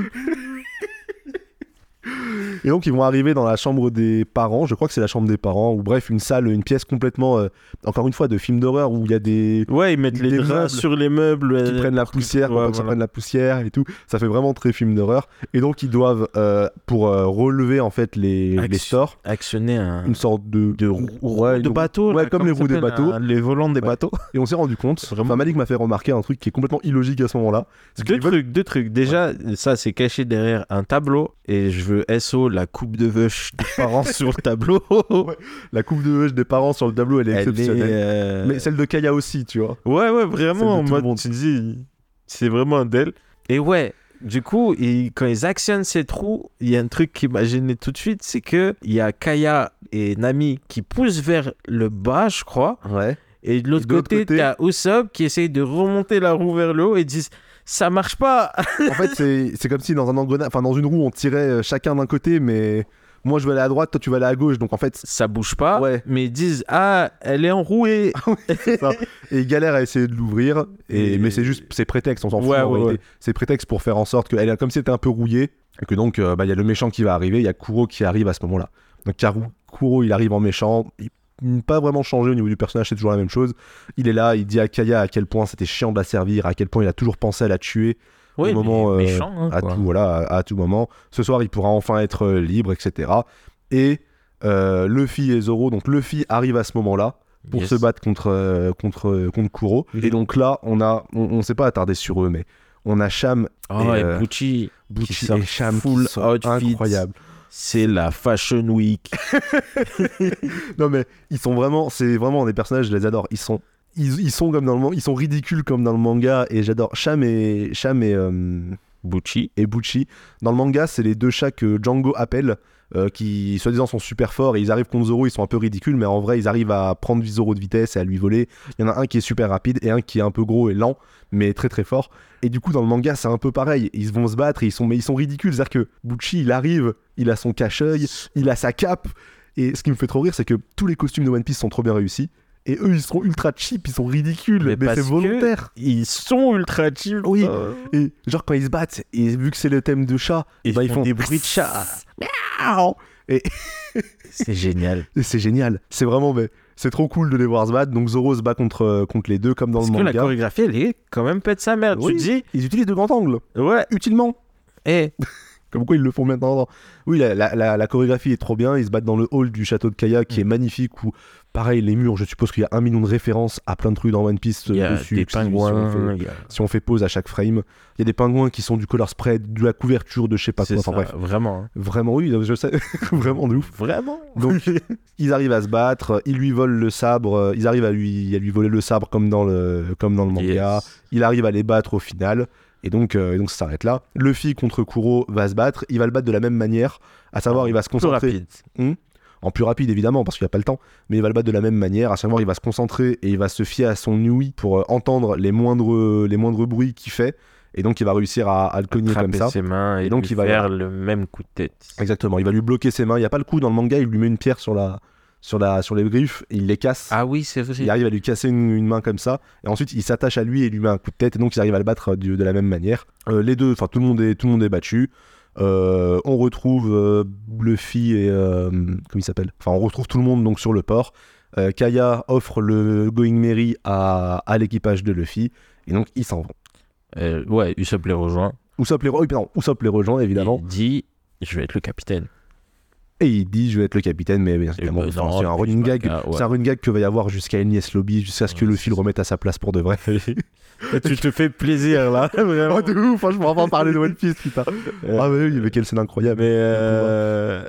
Speaker 1: et donc ils vont arriver dans la chambre des parents je crois que c'est la chambre des parents ou bref une salle une pièce complètement euh, encore une fois de film d'horreur où il y a des
Speaker 2: Ouais, ils mettent les
Speaker 1: Des
Speaker 2: draps
Speaker 1: meubles.
Speaker 2: sur les meubles.
Speaker 1: qui
Speaker 2: euh,
Speaker 1: prennent la poussière, pour
Speaker 2: Ouais,
Speaker 1: pas que ça
Speaker 2: voilà.
Speaker 1: prenne la poussière et tout. Ça fait vraiment très film d'horreur. Et donc ils doivent, euh, pour euh, relever en fait les,
Speaker 2: Action.
Speaker 1: les stores,
Speaker 2: Actionner un...
Speaker 1: une sorte de,
Speaker 2: Ah, de rou- roues
Speaker 1: Ouais,
Speaker 2: de
Speaker 1: une-
Speaker 2: bateau.
Speaker 1: ouais,
Speaker 2: là,
Speaker 1: comme les
Speaker 2: ça
Speaker 1: roues des
Speaker 2: s'appelle,
Speaker 1: bateaux.
Speaker 2: un- les volants des
Speaker 1: Ouais.
Speaker 2: bateaux.
Speaker 1: Et on s'est rendu compte.
Speaker 2: Vraiment.
Speaker 1: Enfin, Malik m'a fait remarquer un truc qui est complètement illogique à ce moment-là. C'est
Speaker 2: Deux
Speaker 1: qu'ils veulent-
Speaker 2: trucs, deux trucs. Déjà, ça, c'est caché derrière un tableau. Et je veux SO, la coupe de veuche des parents sur le tableau.
Speaker 1: la coupe de veuge des parents sur le tableau, elle est
Speaker 2: Elle est,
Speaker 1: exceptionnelle.
Speaker 2: euh,
Speaker 1: Mais celle de Kaya aussi, tu vois.
Speaker 2: Ouais, ouais,
Speaker 1: Celle de
Speaker 2: vraiment. En
Speaker 1: tout le
Speaker 2: mode,
Speaker 1: monde.
Speaker 2: tu dis, c'est vraiment un d'elle. Et ouais, du coup, ils- quand ils actionnent ces trous, il y a un truc qui m'a gêné tout de suite, c'est que il y a Kaya et Nami qui poussent vers le bas, je crois.
Speaker 1: Ouais.
Speaker 2: Et de l'autre
Speaker 1: de l'autre
Speaker 2: côté,
Speaker 1: côté-
Speaker 2: t'as Usopp qui essaye de remonter la roue vers le haut et disent ça marche pas.
Speaker 1: En fait, c'est c'est comme si dans un engrenage, enfin dans une roue, on tirait euh, chacun d'un côté, mais moi je vais aller à droite, toi tu vas aller à gauche. Donc en fait,
Speaker 2: Ça bouge pas.
Speaker 1: Ouais.
Speaker 2: Mais ils disent ah elle est enrouée.
Speaker 1: et ils galèrent à essayer de l'ouvrir et
Speaker 2: Et-
Speaker 1: mais c'est juste c'est prétexte on s'en fout
Speaker 2: Ouais,
Speaker 1: en
Speaker 2: ouais,
Speaker 1: réalité. c'est prétexte pour faire en sorte qu'elle a comme si elle était un peu rouillée et que donc euh, bah, il y a le méchant qui va arriver il y a Kuro qui arrive à ce moment là donc Karu- Kuro il arrive en méchant il il n'a pas vraiment changé au niveau du personnage c'est toujours la même chose il est là il dit à Kaya à quel point c'était chiant de la servir à quel point il a toujours pensé à la tuer
Speaker 2: Ouais, mais
Speaker 1: moment, euh,
Speaker 2: méchant. hein,
Speaker 1: à
Speaker 2: quoi.
Speaker 1: tout voilà à, à tout moment ce soir il pourra enfin être euh, libre etc et euh, Luffy et Zoro donc Luffy arrive à ce moment là pour
Speaker 2: Yes.
Speaker 1: se battre contre, euh, contre, euh, contre Kuro.
Speaker 2: Mhm.
Speaker 1: Et donc là, on a, on, on s'est pas attardé sur eux, mais on a Sham,
Speaker 2: Oh,
Speaker 1: Et,
Speaker 2: et
Speaker 1: euh,
Speaker 2: Gucci,
Speaker 1: Bucci
Speaker 2: sort
Speaker 1: et Sham
Speaker 2: full
Speaker 1: qui sont
Speaker 2: outfits.
Speaker 1: incroyables.
Speaker 2: c'est la Fashion Week.
Speaker 1: Non mais ils sont vraiment, c'est vraiment des personnages, je les adore. Ils sont, ils, ils sont comme dans le, man- ils sont ridicules comme dans le manga et j'adore Sham et Sham et euh,
Speaker 2: Gucci.
Speaker 1: et Bucci. Dans le manga, c'est les deux chats que Django appelle, euh, qui soi-disant sont super forts et ils arrivent contre Zoro, ils sont un peu ridicules, mais en vrai, ils arrivent à prendre Zoro de vitesse et à lui voler. Il y en a un qui est super rapide et un qui est un peu gros et lent, mais très très fort. Et du coup, dans le manga, c'est un peu pareil. Ils vont se battre, et ils sont, mais ils sont ridicules. C'est-à-dire que Bucci, il arrive, il a son cache-œil, il a sa cape. Et ce qui me fait trop rire, c'est que tous les costumes de One Piece sont trop bien réussis. Et eux, ils sont ultra cheap, ils sont ridicules, mais,
Speaker 2: Mais parce
Speaker 1: c'est
Speaker 2: que-
Speaker 1: volontaire.
Speaker 2: Ils sont ultra chill.
Speaker 1: Oui.
Speaker 2: euh,
Speaker 1: Et genre, quand ils se battent, et vu que c'est le thème de chat,
Speaker 2: Ils,
Speaker 1: bah, ils
Speaker 2: font
Speaker 1: font
Speaker 2: des bruits de chat.
Speaker 1: Aouh
Speaker 2: C'est génial.
Speaker 1: Et c'est génial. C'est vraiment, mais c'est trop cool de les voir se battre. Donc Zoro se bat contre, euh, contre les deux, comme dans
Speaker 2: Parce
Speaker 1: le
Speaker 2: que la
Speaker 1: manga.
Speaker 2: chorégraphie, elle est quand même pète sa mère.
Speaker 1: Oui.
Speaker 2: Tu te dis,
Speaker 1: Ils utilisent de grands angles,
Speaker 2: ouais,
Speaker 1: utilement.
Speaker 2: eh,
Speaker 1: Comme quoi ils le font maintenant. Oui, la, la- la- la chorégraphie est trop bien. Ils se battent dans le hall du château de Kaya, qui
Speaker 2: Mm.
Speaker 1: est magnifique. Où, pareil, les murs, je suppose qu'il y a un million de références à plein de trucs dans One Piece euh,
Speaker 2: il y a
Speaker 1: dessus.
Speaker 2: des
Speaker 1: que si- si on fait-
Speaker 2: pingouins. il y a-
Speaker 1: si on fait pause à chaque frame. Il y a des pingouins qui sont du color spread, de la couverture, de je sais pas
Speaker 2: C'est
Speaker 1: quoi. Enfin
Speaker 2: ça,
Speaker 1: bref,
Speaker 2: Vraiment. hein.
Speaker 1: vraiment oui, je sais, vraiment de ouf.
Speaker 2: Vraiment.
Speaker 1: Donc ils arrivent à se battre, euh, ils lui volent le sabre, euh, ils arrivent à lui, à lui voler le sabre comme dans le, comme dans le manga.
Speaker 2: Yes.
Speaker 1: Il arrive à les battre au final. Et donc, euh, et donc ça s'arrête là. Luffy contre Kuro va se battre. Il va le battre de la même manière. À savoir, il va se
Speaker 2: Plus
Speaker 1: concentrer
Speaker 2: rapide.
Speaker 1: en plus rapide évidemment parce qu'il n'y a pas le temps, mais il va le battre de la même manière, à savoir il va se concentrer et il va se fier à son ouïe pour euh, entendre les moindres, les moindres bruits qu'il fait, et donc il va réussir à, à le cogner comme
Speaker 2: Attraper
Speaker 1: ça.
Speaker 2: ses mains et,
Speaker 1: Et donc,
Speaker 2: lui
Speaker 1: il va-
Speaker 2: faire le même coup de tête.
Speaker 1: Exactement, il va lui bloquer ses mains, il n'y a pas le coup dans le manga, il lui met une pierre sur, la, sur, la, sur les griffes, et il les casse.
Speaker 2: Ah oui, c'est vrai.
Speaker 1: Il arrive à lui casser une, une main comme ça, et ensuite il s'attache à lui et lui met un coup de tête, et donc ils arrivent à le battre euh, du- de la même manière. Euh, les deux, enfin tout le monde est, tout le monde est battu. Euh, on retrouve euh, Bluffy et euh, comment il s'appelle Enfin, on retrouve tout le monde donc sur le port. Euh, Kaya offre le Going Merry à, à l'équipage de Luffy, et donc ils s'en vont.
Speaker 2: Euh, ouais, Usopp les rejoint.
Speaker 1: Usopp les, re- oui, pardon, Usopp les rejoint évidemment,
Speaker 2: Il dit, je vais être le capitaine.
Speaker 1: et il dit je vais être le capitaine, mais bien
Speaker 2: Et
Speaker 1: évidemment,
Speaker 2: bah,
Speaker 1: enfin,
Speaker 2: non,
Speaker 1: c'est un
Speaker 2: plus
Speaker 1: running
Speaker 2: pas le
Speaker 1: gag.
Speaker 2: cas, Ah, ouais.
Speaker 1: C'est un running gag que va y avoir jusqu'à Enies Lobby, jusqu'à ce que
Speaker 2: Ouais,
Speaker 1: Luffy le remette à sa place pour de vrai.
Speaker 2: tu te fais plaisir là, vraiment.
Speaker 1: Oh, de ouf, hein, je pourrais pas parler de One Piece, putain. Ah, mais oui, mais quelle scène incroyable.
Speaker 2: Mais euh,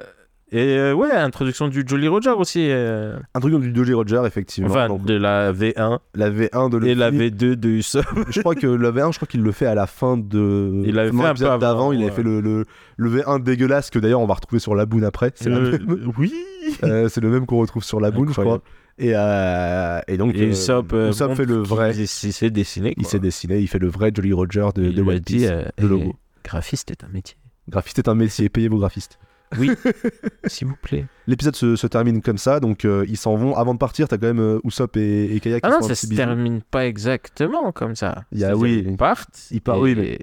Speaker 2: et euh, ouais, introduction du Jolly Roger aussi. euh,
Speaker 1: Un truc du Jolly Roger, effectivement.
Speaker 2: enfin,
Speaker 1: Donc,
Speaker 2: de la V1
Speaker 1: la V1 de Luffy.
Speaker 2: et la V2 de Usopp.
Speaker 1: Je crois que la V1, je crois qu'il le fait à la fin de.
Speaker 2: Il l'avait
Speaker 1: non,
Speaker 2: fait un
Speaker 1: l'épisode
Speaker 2: peu avant,
Speaker 1: d'avant. Il avait
Speaker 2: ouais.
Speaker 1: fait le, le, le V1 dégueulasse que d'ailleurs on va retrouver sur la boune après. C'est la
Speaker 2: Euh,
Speaker 1: même-
Speaker 2: oui.
Speaker 1: euh, c'est le même qu'on retrouve sur la boune, je crois.
Speaker 2: Incroyable.
Speaker 1: Et, euh, et donc.
Speaker 2: Et
Speaker 1: euh,
Speaker 2: Usopp, euh,
Speaker 1: Usopp fait le
Speaker 2: montre
Speaker 1: vrai.
Speaker 2: qu'il s'est- s'est dessiné.
Speaker 1: Il
Speaker 2: quoi.
Speaker 1: s'est dessiné, il fait le vrai Jolly Roger de,
Speaker 2: Il
Speaker 1: de
Speaker 2: lui a
Speaker 1: One
Speaker 2: dit,
Speaker 1: Piece.
Speaker 2: euh,
Speaker 1: le
Speaker 2: eh,
Speaker 1: logo.
Speaker 2: Graphiste est un métier.
Speaker 1: Graphiste est un métier, payez vos graphistes.
Speaker 2: S'il vous plaît.
Speaker 1: L'épisode se, se termine comme ça, donc euh, ils s'en vont. Avant de partir, t'as quand même euh, Usopp et, et Kaya qui
Speaker 2: Ah
Speaker 1: se
Speaker 2: non,
Speaker 1: font un
Speaker 2: ça
Speaker 1: petit
Speaker 2: se
Speaker 1: bisou.
Speaker 2: termine pas exactement comme ça.
Speaker 1: Il y a-
Speaker 2: C'est-à-dire,
Speaker 1: oui.
Speaker 2: Ils partent.
Speaker 1: Ils partent,
Speaker 2: et-
Speaker 1: oui, mais-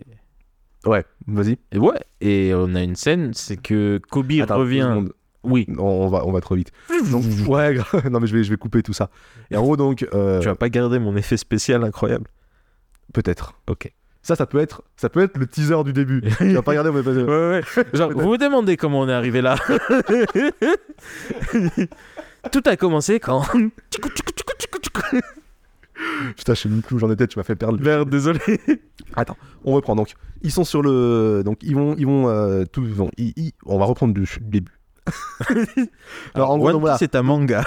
Speaker 1: Ouais, vas-y.
Speaker 2: et ouais. Et on a une scène, c'est que Kobe
Speaker 1: Attends, deux
Speaker 2: revient.
Speaker 1: secondes.
Speaker 2: Oui.
Speaker 1: On, on va, on va trop vite. Donc, ouais, grave. non mais je vais, je vais couper tout ça. Et en gros donc, euh,
Speaker 2: Tu vas pas garder mon effet spécial incroyable.
Speaker 1: peut-être.
Speaker 2: Ok.
Speaker 1: Ça, ça peut être, ça peut être le teaser du début. tu vas pas regarder, mais pas-
Speaker 2: Ouais, ouais. Genre, vous vous demandez comment on est arrivé là. Tout a commencé quand.
Speaker 1: putain, je sais même plus où j'en étais. Tu m'as fait perdre.
Speaker 2: Merde, désolé.
Speaker 1: On reprend donc. Ils sont sur le, donc ils vont, ils vont, euh, tout, ils vont- ils- ils- on va reprendre du, du début. Alors, en gros,
Speaker 2: One
Speaker 1: donc, voilà.
Speaker 2: Piece est un manga.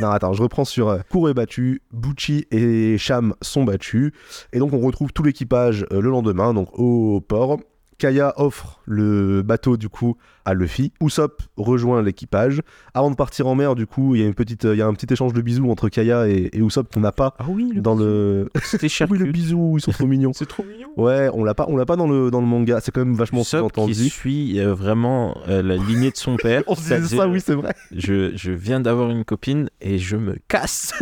Speaker 1: Non, attends, je reprends sur euh, Kuro est battu, Bucci et Sham sont battus. Et donc, on retrouve tout l'équipage euh, le lendemain, donc au port. Kaya offre le bateau, du coup, à Luffy. Usopp rejoint l'équipage. Avant de partir en mer, du coup, il y a, une petite, euh, il y a un petit échange de bisous entre Kaya et, et Usopp qu'on n'a pas
Speaker 2: Ah oui,
Speaker 1: dans le.
Speaker 2: C'était
Speaker 1: Oui, le bisou, ils sont trop mignons.
Speaker 2: C'est trop mignon.
Speaker 1: Ouais, on l'a pas, on l'a pas dans le, dans le manga. C'est quand même vachement
Speaker 2: Usopp qui
Speaker 1: sous-entendu.
Speaker 2: suit euh, vraiment euh, la lignée de son père.
Speaker 1: On se disait ça, oui, c'est vrai.
Speaker 2: Je, je viens d'avoir une copine et je me casse.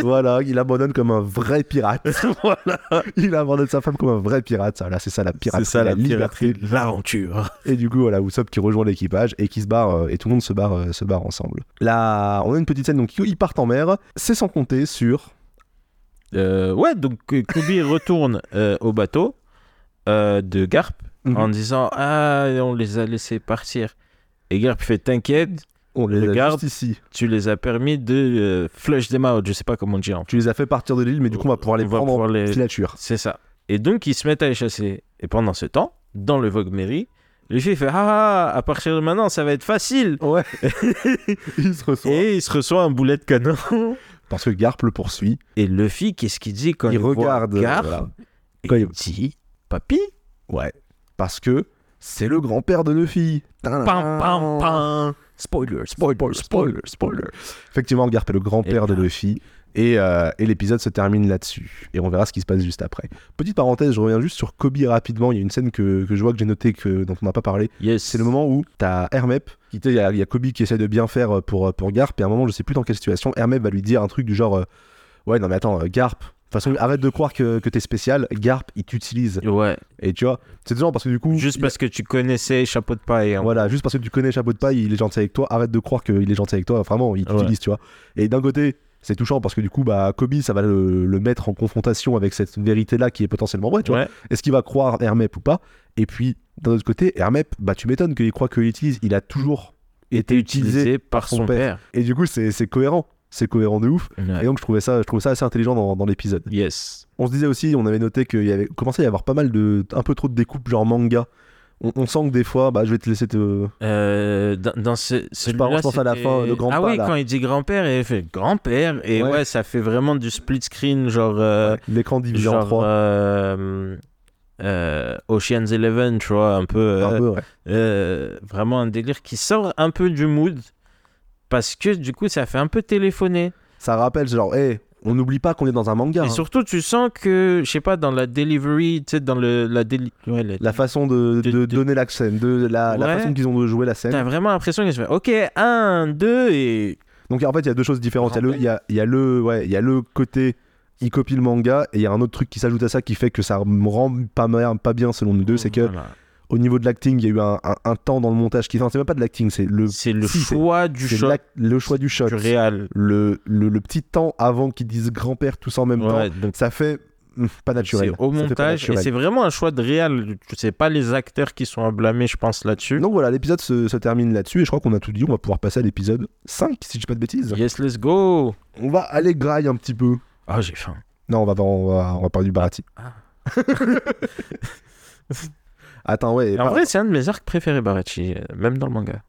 Speaker 1: voilà, il abandonne comme un vrai pirate.
Speaker 2: voilà.
Speaker 1: Il abandonne sa femme comme un vrai pirate. Ça, là, c'est ça la piraterie.
Speaker 2: C'est ça la
Speaker 1: liberté.
Speaker 2: piraterie, l'aventure.
Speaker 1: Et du coup, voilà, Usopp qui rejoint l'équipage et qui se barre, euh, et tout le monde se barre, euh, se barre ensemble. Là, on a une petite scène, donc ils partent en mer, c'est sans compter sur.
Speaker 2: Euh, ouais, donc euh, Kobe retourne euh, au bateau euh, de Garp
Speaker 1: Mhm.
Speaker 2: en disant Ah, on les a laissés partir. Et Garp fait T'inquiète,
Speaker 1: On les a
Speaker 2: Regarde.
Speaker 1: juste ici.
Speaker 2: tu les as permis de euh, flush them out. Je sais pas comment dire. en fait.
Speaker 1: Tu les as fait partir de l'île, mais du coup, on va pouvoir les
Speaker 2: On va
Speaker 1: prendre
Speaker 2: pouvoir
Speaker 1: en
Speaker 2: les-
Speaker 1: filature.
Speaker 2: C'est ça. Et donc, ils se mettent à les chasser. Et pendant ce temps, dans le Vogue Mary, le chef fait Ah, ah, à partir de maintenant, ça va être facile.
Speaker 1: Ouais. ils se reçoivent.
Speaker 2: Et il se reçoit un boulet de canon.
Speaker 1: Parce que Garp le poursuit.
Speaker 2: Et Luffy, qu'est-ce qu'il dit quand
Speaker 1: il,
Speaker 2: il, voit
Speaker 1: regarde.
Speaker 2: Garp
Speaker 1: voilà.
Speaker 2: Et
Speaker 1: Quand il-
Speaker 2: il dit Papy
Speaker 1: Ouais. Parce que c'est le grand-père de Luffy. Tadam.
Speaker 2: Pam, pam, Ah. pam. Spoiler, spoiler, spoiler, spoiler.
Speaker 1: Effectivement, Garp est le grand-père
Speaker 2: Et
Speaker 1: de
Speaker 2: ben.
Speaker 1: Luffy. Et, euh, et l'épisode se termine là-dessus. Et on verra ce qui se passe juste après. Petite parenthèse, je reviens juste sur Kobe rapidement. Il y a une scène que, que je vois que j'ai notée que dont on n'a pas parlé.
Speaker 2: Yes.
Speaker 1: C'est le moment où t'as Hermep, qui tu sais, il y, a- il y a Kobe qui essaie de bien faire euh, pour, pour Garp, et à un moment, je sais plus dans quelle situation, Hermep va lui dire un truc du genre euh, Ouais, non, mais attends, euh, Garp, de toute façon, arrête de croire que, que t'es spécial, Garp, il t'utilise.
Speaker 2: Ouais.
Speaker 1: Et tu vois, c'est toujours parce que du coup.
Speaker 2: Juste parce que tu connaissais Chapeau de paille. hein.
Speaker 1: Voilà, juste parce que tu connais Chapeau de Paille, il est gentil avec toi, arrête de croire qu'il est gentil avec toi, vraiment, il t'utilise, tu vois. Et d'un côté, c'est touchant parce que du coup, bah, Kobe, ça va le, le mettre en confrontation avec cette vérité-là qui est potentiellement vraie, tu vois.
Speaker 2: Ouais.
Speaker 1: Est-ce qu'il va croire Hermep ou pas Et puis, d'un autre côté, Hermep, bah, tu m'étonnes qu'il croit qu'il utilise, il a toujours été utilisé.
Speaker 2: Utilisé par son père.
Speaker 1: Et du coup, c'est c'est cohérent, c'est cohérent de ouf.
Speaker 2: Ouais.
Speaker 1: Et donc, je trouvais ça, je trouvais ça assez intelligent dans, dans l'épisode.
Speaker 2: Yes.
Speaker 1: On se disait aussi, on avait noté qu'il y avait commencé à y avoir pas mal de. un peu trop de découpes, genre manga. On, on sent que des fois, bah, je vais te laisser te.
Speaker 2: Euh, dans, dans ce, celui-là,
Speaker 1: je pense à la
Speaker 2: c'était-
Speaker 1: fin, euh, le grand
Speaker 2: Ah
Speaker 1: pas,
Speaker 2: oui,
Speaker 1: là.
Speaker 2: quand il dit grand-père, il fait grand-père. Et
Speaker 1: Ouais.
Speaker 2: ouais. ça fait vraiment du split screen, genre. euh,
Speaker 1: L'écran divisé en
Speaker 2: genre.
Speaker 1: 3.
Speaker 2: euh, euh, Ocean's Eleven, tu vois, un peu. euh,
Speaker 1: un peu, ouais.
Speaker 2: euh, vraiment un délire qui sort un peu du mood. Parce que du coup, ça fait un peu téléphoner.
Speaker 1: Ça rappelle, genre, hey, on n'oublie pas qu'on est dans un manga.
Speaker 2: Et
Speaker 1: hein.
Speaker 2: surtout, tu sens que, je sais pas, dans la delivery, tu sais, dans le, la, déli- ouais, la-
Speaker 1: La façon de, de,
Speaker 2: de- de-
Speaker 1: donner la scène, de la, la
Speaker 2: Ouais.
Speaker 1: façon qu'ils ont de jouer la scène.
Speaker 2: T'as vraiment l'impression que je fais OK, un, deux et.
Speaker 1: Donc en fait, il y a deux choses différentes. Il y a le- Il y a, il y a le, ouais, il y a le côté il copie le manga et il y a un autre truc qui s'ajoute à ça qui fait que ça me rend pas, ma- pas bien selon nous deux, c'est que
Speaker 2: Voilà.
Speaker 1: au niveau de l'acting, il y a eu un, un- un temps dans le montage qui, non, c'est même pas de l'acting, c'est le,
Speaker 2: C'est le
Speaker 1: Si, c'est-
Speaker 2: choix du
Speaker 1: c'est
Speaker 2: choix
Speaker 1: l'ac- le choix du shot,
Speaker 2: du réal.
Speaker 1: le, le, le petit temps avant qu'ils disent grand-père tous en même
Speaker 2: Ouais,
Speaker 1: temps,
Speaker 2: donc
Speaker 1: ça fait mm, pas
Speaker 2: c'est
Speaker 1: naturel.
Speaker 2: au
Speaker 1: Ça fait pas
Speaker 2: montage et
Speaker 1: naturel.
Speaker 2: c'est vraiment un choix de réal. Tu sais pas les acteurs qui sont à blâmer, je pense là-dessus.
Speaker 1: Donc voilà, l'épisode se, se termine là-dessus et je crois qu'on a tout dit. On va pouvoir passer à l'épisode 5, si je dis pas de bêtises.
Speaker 2: Yes, let's go.
Speaker 1: On va aller graille un petit peu.
Speaker 2: Ah, j'ai faim.
Speaker 1: Non, on va, on va, on va parler du Barati.
Speaker 2: Ah.
Speaker 1: Attends, ouais.
Speaker 2: en
Speaker 1: par-
Speaker 2: vrai, c'est un de mes arcs préférés, Barachi, euh, même dans le manga.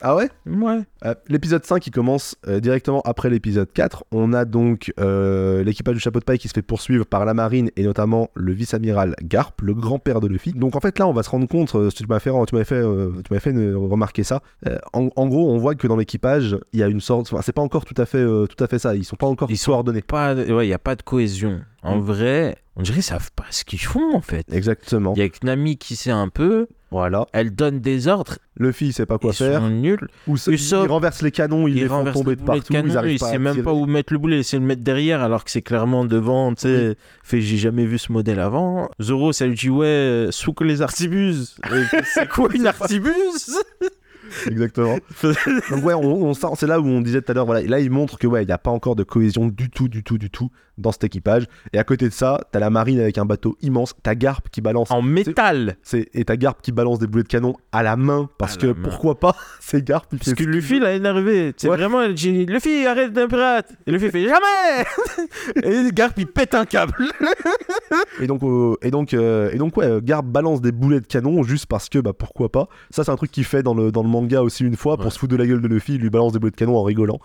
Speaker 1: Ah ouais
Speaker 2: Ouais.
Speaker 1: Euh, L'épisode 5, il commence euh, directement après l'épisode 4. On a donc euh, l'équipage du chapeau de paille qui se fait poursuivre par la marine et notamment le vice-amiral Garp, le grand-père de Luffy. Donc en fait là, on va se rendre compte, euh, tu m'as fait, tu m'avais fait, euh, tu m'avais fait euh, remarquer ça. Euh, en, en gros, on voit que dans l'équipage, il y a une sorte, enfin, c'est pas encore tout à fait, euh, tout à fait ça. Ils sont pas encore
Speaker 2: Ils sont-
Speaker 1: coordonnés.
Speaker 2: Pas, ouais, il y a pas de cohésion. En
Speaker 1: Mm.
Speaker 2: vrai, on dirait qu'ils savent pas ce qu'ils font en fait.
Speaker 1: Exactement.
Speaker 2: Il y a que Nami qui sait un peu.
Speaker 1: Voilà.
Speaker 2: Elle donne des ordres.
Speaker 1: Luffy, il sait pas quoi
Speaker 2: ils
Speaker 1: faire.
Speaker 2: sont nuls.
Speaker 1: Ou ça-
Speaker 2: Usopp,
Speaker 1: il renverse les canons, il,
Speaker 2: ils
Speaker 1: les font
Speaker 2: renversent
Speaker 1: tomber
Speaker 2: le
Speaker 1: de
Speaker 2: boulet de
Speaker 1: partout. ils
Speaker 2: canon,
Speaker 1: arrivent
Speaker 2: il
Speaker 1: pas à
Speaker 2: sait même
Speaker 1: tirer.
Speaker 2: pas où mettre le boulet, il essaie de le mettre derrière alors que c'est clairement devant, tu sais. Fait, j'ai jamais vu ce modèle avant. Zoro, ça lui dit, ouais, euh, souk les artibuses. Et c'est quoi une artibuse
Speaker 1: Exactement. Donc ouais, on, on sent- c'est là où on disait tout à l'heure, voilà, là il montre que ouais, il n'y a pas encore de cohésion du tout, du tout, du tout dans cet équipage. Et à côté de ça, t'as la marine avec un bateau immense, t'as Garp qui balance,
Speaker 2: En métal.
Speaker 1: c'est, et t'as Garp qui balance des boulets de canon à la main, parce
Speaker 2: À
Speaker 1: que
Speaker 2: la main.
Speaker 1: pourquoi pas, c'est Garp. il
Speaker 2: Parce
Speaker 1: fait-
Speaker 2: que Luffy, là, il est arrivé. C'est
Speaker 1: Ouais.
Speaker 2: vraiment, elle dit, Luffy, arrête d'un pirate. Et Luffy fait, jamais Et Garp, il pète un câble.
Speaker 1: Et donc, euh, et donc, euh, et donc ouais, euh, Garp balance des boulets de canon juste parce que bah pourquoi pas. Ça c'est un truc qu'il fait dans le dans le manga aussi une fois pour
Speaker 2: Ouais.
Speaker 1: se foutre de la gueule de Luffy, il lui balance des boulets de canon en rigolant.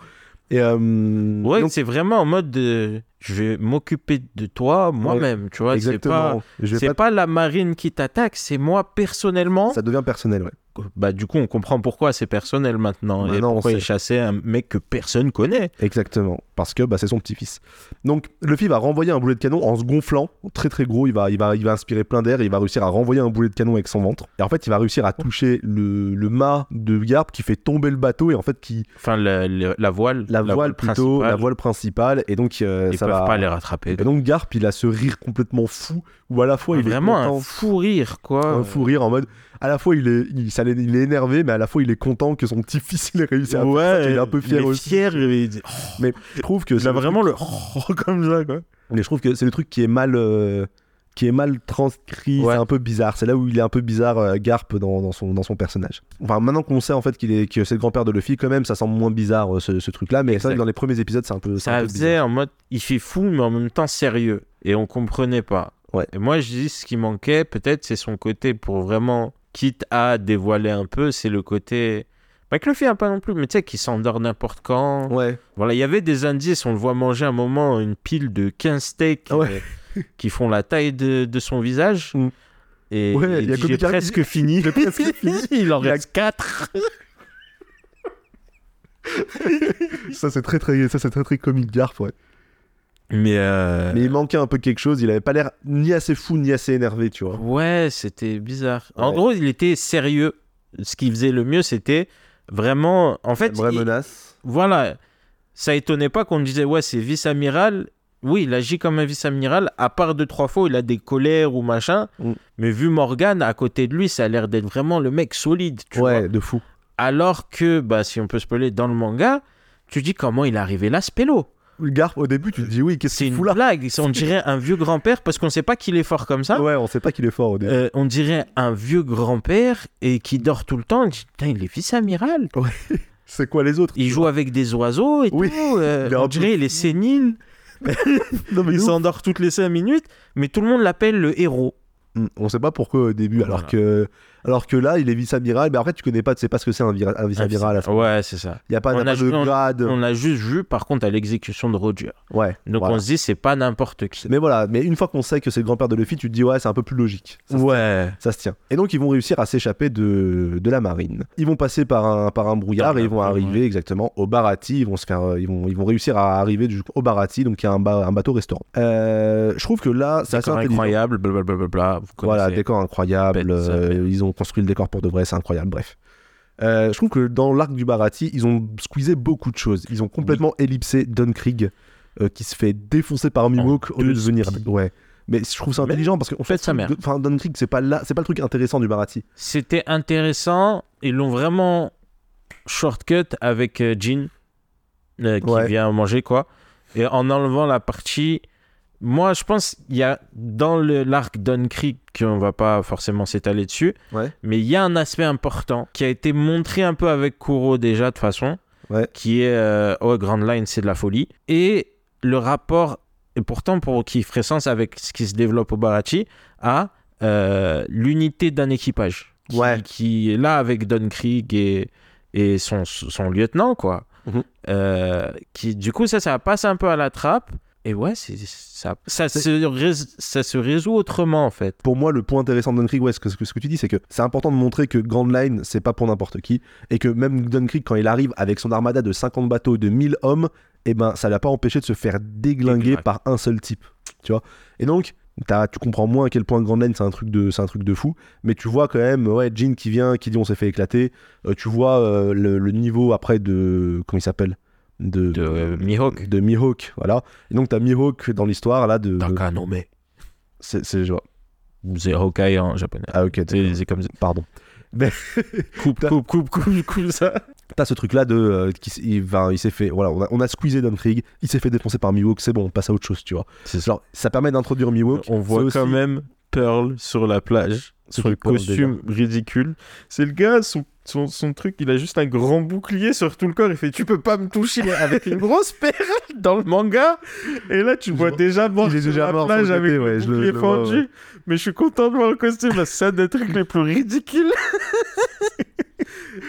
Speaker 1: Et euh,
Speaker 2: Ouais,
Speaker 1: donc,
Speaker 2: c'est vraiment en mode, de, je vais m'occuper de toi moi-même, tu vois. c'est pas-
Speaker 1: exactement. Je vais
Speaker 2: C'est
Speaker 1: pas-
Speaker 2: pas la marine qui t'attaque, c'est moi personnellement.
Speaker 1: Ça devient personnel, ouais.
Speaker 2: Bah du coup, on comprend pourquoi c'est personnel maintenant et
Speaker 1: Maintenant, on
Speaker 2: pourquoi
Speaker 1: sait.
Speaker 2: il chassait un mec que personne connaît.
Speaker 1: Exactement, parce que bah, c'est son petit-fils. Donc Luffy va renvoyer un boulet de canon en se gonflant, très très gros, il va, il va, il va inspirer plein d'air, et il va réussir à renvoyer un boulet de canon avec son ventre. Et en fait, il va réussir à toucher le, le mât de Garp qui fait tomber le bateau, et en fait qui
Speaker 2: Enfin, le- le- la voile,
Speaker 1: la, voile plutôt,
Speaker 2: principale,
Speaker 1: la voile principale, et donc euh,
Speaker 2: ils
Speaker 1: ça
Speaker 2: peuvent
Speaker 1: va...
Speaker 2: pas les rattraper.
Speaker 1: Et donc Garp, il a ce rire complètement fou, où à la fois il
Speaker 2: vraiment
Speaker 1: est
Speaker 2: un
Speaker 1: content,
Speaker 2: fou hein. rire quoi.
Speaker 1: un fou rire en mode, à la fois il est, il, ça l'est- il est énervé, mais à la fois il est content que son petit-fils il ait
Speaker 2: Oh.
Speaker 1: réussi à... faire ça,
Speaker 2: ouais,
Speaker 1: qu'il est un peu fier
Speaker 2: il est
Speaker 1: aussi.
Speaker 2: fier, il,
Speaker 1: Mais je trouve que
Speaker 2: il
Speaker 1: c'est
Speaker 2: a
Speaker 1: le truc
Speaker 2: vraiment le comme ça quoi.
Speaker 1: Mais je trouve que c'est le truc qui est mal, euh, qui est mal transcrit,
Speaker 2: Ouais.
Speaker 1: c'est un peu bizarre. C'est là où il est un peu bizarre, euh, Garp, dans, dans son, dans son personnage. Enfin, maintenant qu'on sait en fait qu'il est, que c'est le grand-père de Luffy, quand même, ça semble moins bizarre euh, ce, ce truc-là. Mais c'est vrai
Speaker 2: Exact.
Speaker 1: que dans les premiers épisodes, c'est un peu. c'est un
Speaker 2: Ça
Speaker 1: peu
Speaker 2: faisait en mode, il fait fou mais en même temps sérieux et on comprenait pas.
Speaker 1: Ouais.
Speaker 2: Et moi je dis ce qui manquait peut-être c'est son côté pour vraiment quitte à dévoiler un peu, c'est le côté bah, que le fait pas non plus, mais tu sais qui s'endort n'importe quand.
Speaker 1: bizarre. Ouais.
Speaker 2: Voilà, il y avait des indices, on le voit manger un moment une pile de 15 steaks
Speaker 1: Ouais.
Speaker 2: euh, qui font la taille de, de son visage.
Speaker 1: Mm.
Speaker 2: Et
Speaker 1: Ouais,
Speaker 2: il
Speaker 1: y a
Speaker 2: dit,
Speaker 1: Kobe
Speaker 2: j'ai
Speaker 1: Garnier-
Speaker 2: presque fini.
Speaker 1: J'ai presque fini.
Speaker 2: il en
Speaker 1: Il a-
Speaker 2: reste 4.
Speaker 1: ça c'est très très, ça c'est très très comique Garp, ouais.
Speaker 2: Mais, euh,
Speaker 1: Mais il manquait un peu quelque chose, il avait pas l'air ni assez fou ni assez énervé, tu vois.
Speaker 2: ouais, c'était bizarre. En
Speaker 1: Ouais.
Speaker 2: gros, il était sérieux. Ce qu'il faisait le mieux, c'était vraiment. En fait,
Speaker 1: Vraie
Speaker 2: il-
Speaker 1: menace.
Speaker 2: voilà, ça étonnait pas qu'on disait ouais c'est vice-amiral. Oui, il agit comme un vice-amiral. À part deux trois fois, où il a des colères ou machin.
Speaker 1: Mm.
Speaker 2: Mais vu Morgan à côté de lui, ça a l'air d'être vraiment le mec solide. Tu
Speaker 1: ouais,
Speaker 2: vois.
Speaker 1: de fou.
Speaker 2: Alors que bah si on peut spoiler dans le manga, tu dis comment il est arrivé là, Spello.
Speaker 1: Le gars, au début, tu te dis oui, qu'est-ce
Speaker 2: C'est
Speaker 1: qu'il
Speaker 2: une
Speaker 1: fout là
Speaker 2: blague. On dirait un vieux grand-père parce qu'on sait pas qu'il est fort comme ça.
Speaker 1: Ouais, on sait pas qu'il est fort au début.
Speaker 2: hein? Euh, on dirait un vieux grand-père et qui dort tout le temps. On dit, Putain, il est vice-amiral.
Speaker 1: C'est quoi les autres
Speaker 2: Il joue avec des oiseaux et
Speaker 1: Oui,
Speaker 2: tout. euh,
Speaker 1: il est un peu
Speaker 2: on dirait il est sénile.
Speaker 1: Non, mais
Speaker 2: Il
Speaker 1: nous,
Speaker 2: s'endort toutes les 5 minutes, mais tout le monde l'appelle le héros.
Speaker 1: Mm, On sait pas pourquoi au début, alors
Speaker 2: Voilà.
Speaker 1: que alors que là, il est vice-amiral, mais après tu connais pas, tu sais pas ce que c'est un, vira- un vice-amiral. à ce moment.
Speaker 2: Ouais, Ah, c'est ça. Euh.
Speaker 1: Il y a pas, il y a
Speaker 2: On
Speaker 1: pas
Speaker 2: a-
Speaker 1: de grade.
Speaker 2: On l'a juste vu, par contre, à l'exécution de Roger.
Speaker 1: Ouais.
Speaker 2: Donc
Speaker 1: voilà.
Speaker 2: on se dit, c'est pas n'importe qui.
Speaker 1: Mais voilà, mais une fois qu'on sait que c'est le grand-père de Luffy, tu te dis ouais, c'est un peu plus logique. Ça,
Speaker 2: ouais.
Speaker 1: ça se tient. Et donc ils vont réussir à s'échapper de, de la marine. Ils vont passer par un, par un brouillard
Speaker 2: Dans
Speaker 1: et
Speaker 2: la
Speaker 1: ils vont
Speaker 2: brume,
Speaker 1: arriver exactement au Barati. Ils vont se faire, euh, ils vont, ils vont réussir à arriver du, au Barati, donc il y a un, ba- un bateau restaurant. Euh, je trouve que là, c'est assez
Speaker 2: Décor
Speaker 1: intelligent.
Speaker 2: incroyable, blablabla. Vous
Speaker 1: Voilà,
Speaker 2: connaissez.
Speaker 1: décor incroyable.
Speaker 2: Bête, ça.
Speaker 1: euh, ils ont construit le décor pour de vrai, c'est incroyable. Bref. Euh, je trouve que dans l'arc du Barati, ils ont squeezé beaucoup de choses. Ils ont complètement ellipsé Don Krieg, euh, qui se fait défoncer par Mimok au
Speaker 2: deux
Speaker 1: lieu de venir.
Speaker 2: skis.
Speaker 1: Ouais. Mais je trouve ça
Speaker 2: Mais
Speaker 1: intelligent parce que
Speaker 2: faites sa mère.
Speaker 1: Enfin, Don Krieg, c'est pas là, c'est pas le truc intéressant du Barati.
Speaker 2: C'était intéressant. Ils l'ont vraiment shortcut avec euh, Jean, euh, qui
Speaker 1: Ouais.
Speaker 2: vient manger, quoi. Et en enlevant la partie. Moi, je pense il y a dans le- l'arc Don Creek, qu'on va pas forcément s'étaler dessus,
Speaker 1: Ouais.
Speaker 2: mais il y a un aspect important qui a été montré un peu avec Kuro déjà, de toute façon,
Speaker 1: Ouais.
Speaker 2: qui est euh, Oh, Grand Line, c'est de la folie. Et le rapport, et pourtant, pour, qui ferait sens avec ce qui se développe au Barachi, à euh, l'unité d'un équipage. Qui,
Speaker 1: Ouais.
Speaker 2: qui est là avec Don Krieg et, et son, son lieutenant, quoi.
Speaker 1: Mhm.
Speaker 2: Euh, qui, du coup, ça, ça passe un peu à la trappe. Et ouais, c'est, ça, ça,
Speaker 1: C'est-
Speaker 2: se rés- ça se résout autrement, en fait.
Speaker 1: Pour moi, le point intéressant de Don Krieg, ouais, ce que, ce que- ce que tu dis, c'est que c'est important de montrer que Grand Line, c'est pas pour n'importe qui, et que même Don Krieg, quand il arrive avec son armada de 50 bateaux, de 1000 hommes, eh ben, ça l'a pas empêché de se faire déglinguer
Speaker 2: Déglingue.
Speaker 1: par un seul type, tu vois. Et donc, t'as- tu comprends moins à quel point Grand Line, c'est un truc de, c'est un truc de fou, mais tu vois quand même, ouais, Jean qui vient, qui dit on s'est fait éclater, Euh, tu vois euh, le, le niveau après de, comment il s'appelle, de,
Speaker 2: De euh, Mihawk.
Speaker 1: de Mihawk, voilà. Et donc t'as Mihawk dans l'histoire là de,
Speaker 2: Taka no me.
Speaker 1: c'est, c'est- je vois.
Speaker 2: C'est Hawkeye en japonais.
Speaker 1: ah ok,
Speaker 2: C'est
Speaker 1: d'accord.
Speaker 2: c'est comme ça.
Speaker 1: pardon.
Speaker 2: Coupe,
Speaker 1: T'as-
Speaker 2: coupe, coupe, coupe, coupe ça.
Speaker 1: T'as ce truc là de euh, qui s- il, va- il s'est fait voilà on a, on a squeezé Don Krieg il s'est fait défoncer par Miwok c'est bon on passe à autre chose tu vois
Speaker 2: C'est ça.
Speaker 1: genre ça permet d'introduire Miwok
Speaker 2: Euh, On voit
Speaker 1: c'est aussi-
Speaker 2: quand même Pearl sur la plage.
Speaker 1: C'est
Speaker 2: Son
Speaker 1: qui Pearl,
Speaker 2: costume ridicule. C'est le gars, son, son, son truc, il a juste un grand bouclier sur tout le corps. Il fait Tu peux pas me toucher avec une grosse perle dans le manga. Et là, tu le vois
Speaker 1: Je-
Speaker 2: déjà mort
Speaker 1: il est
Speaker 2: sur
Speaker 1: déjà
Speaker 2: la
Speaker 1: mort sur le
Speaker 2: plage avec
Speaker 1: côté,
Speaker 2: le
Speaker 1: ouais, je le-
Speaker 2: bouclier
Speaker 1: je le vois,
Speaker 2: fendu.
Speaker 1: ouais.
Speaker 2: Mais je suis content de voir le costume. là. C'est un des trucs les plus ridicules.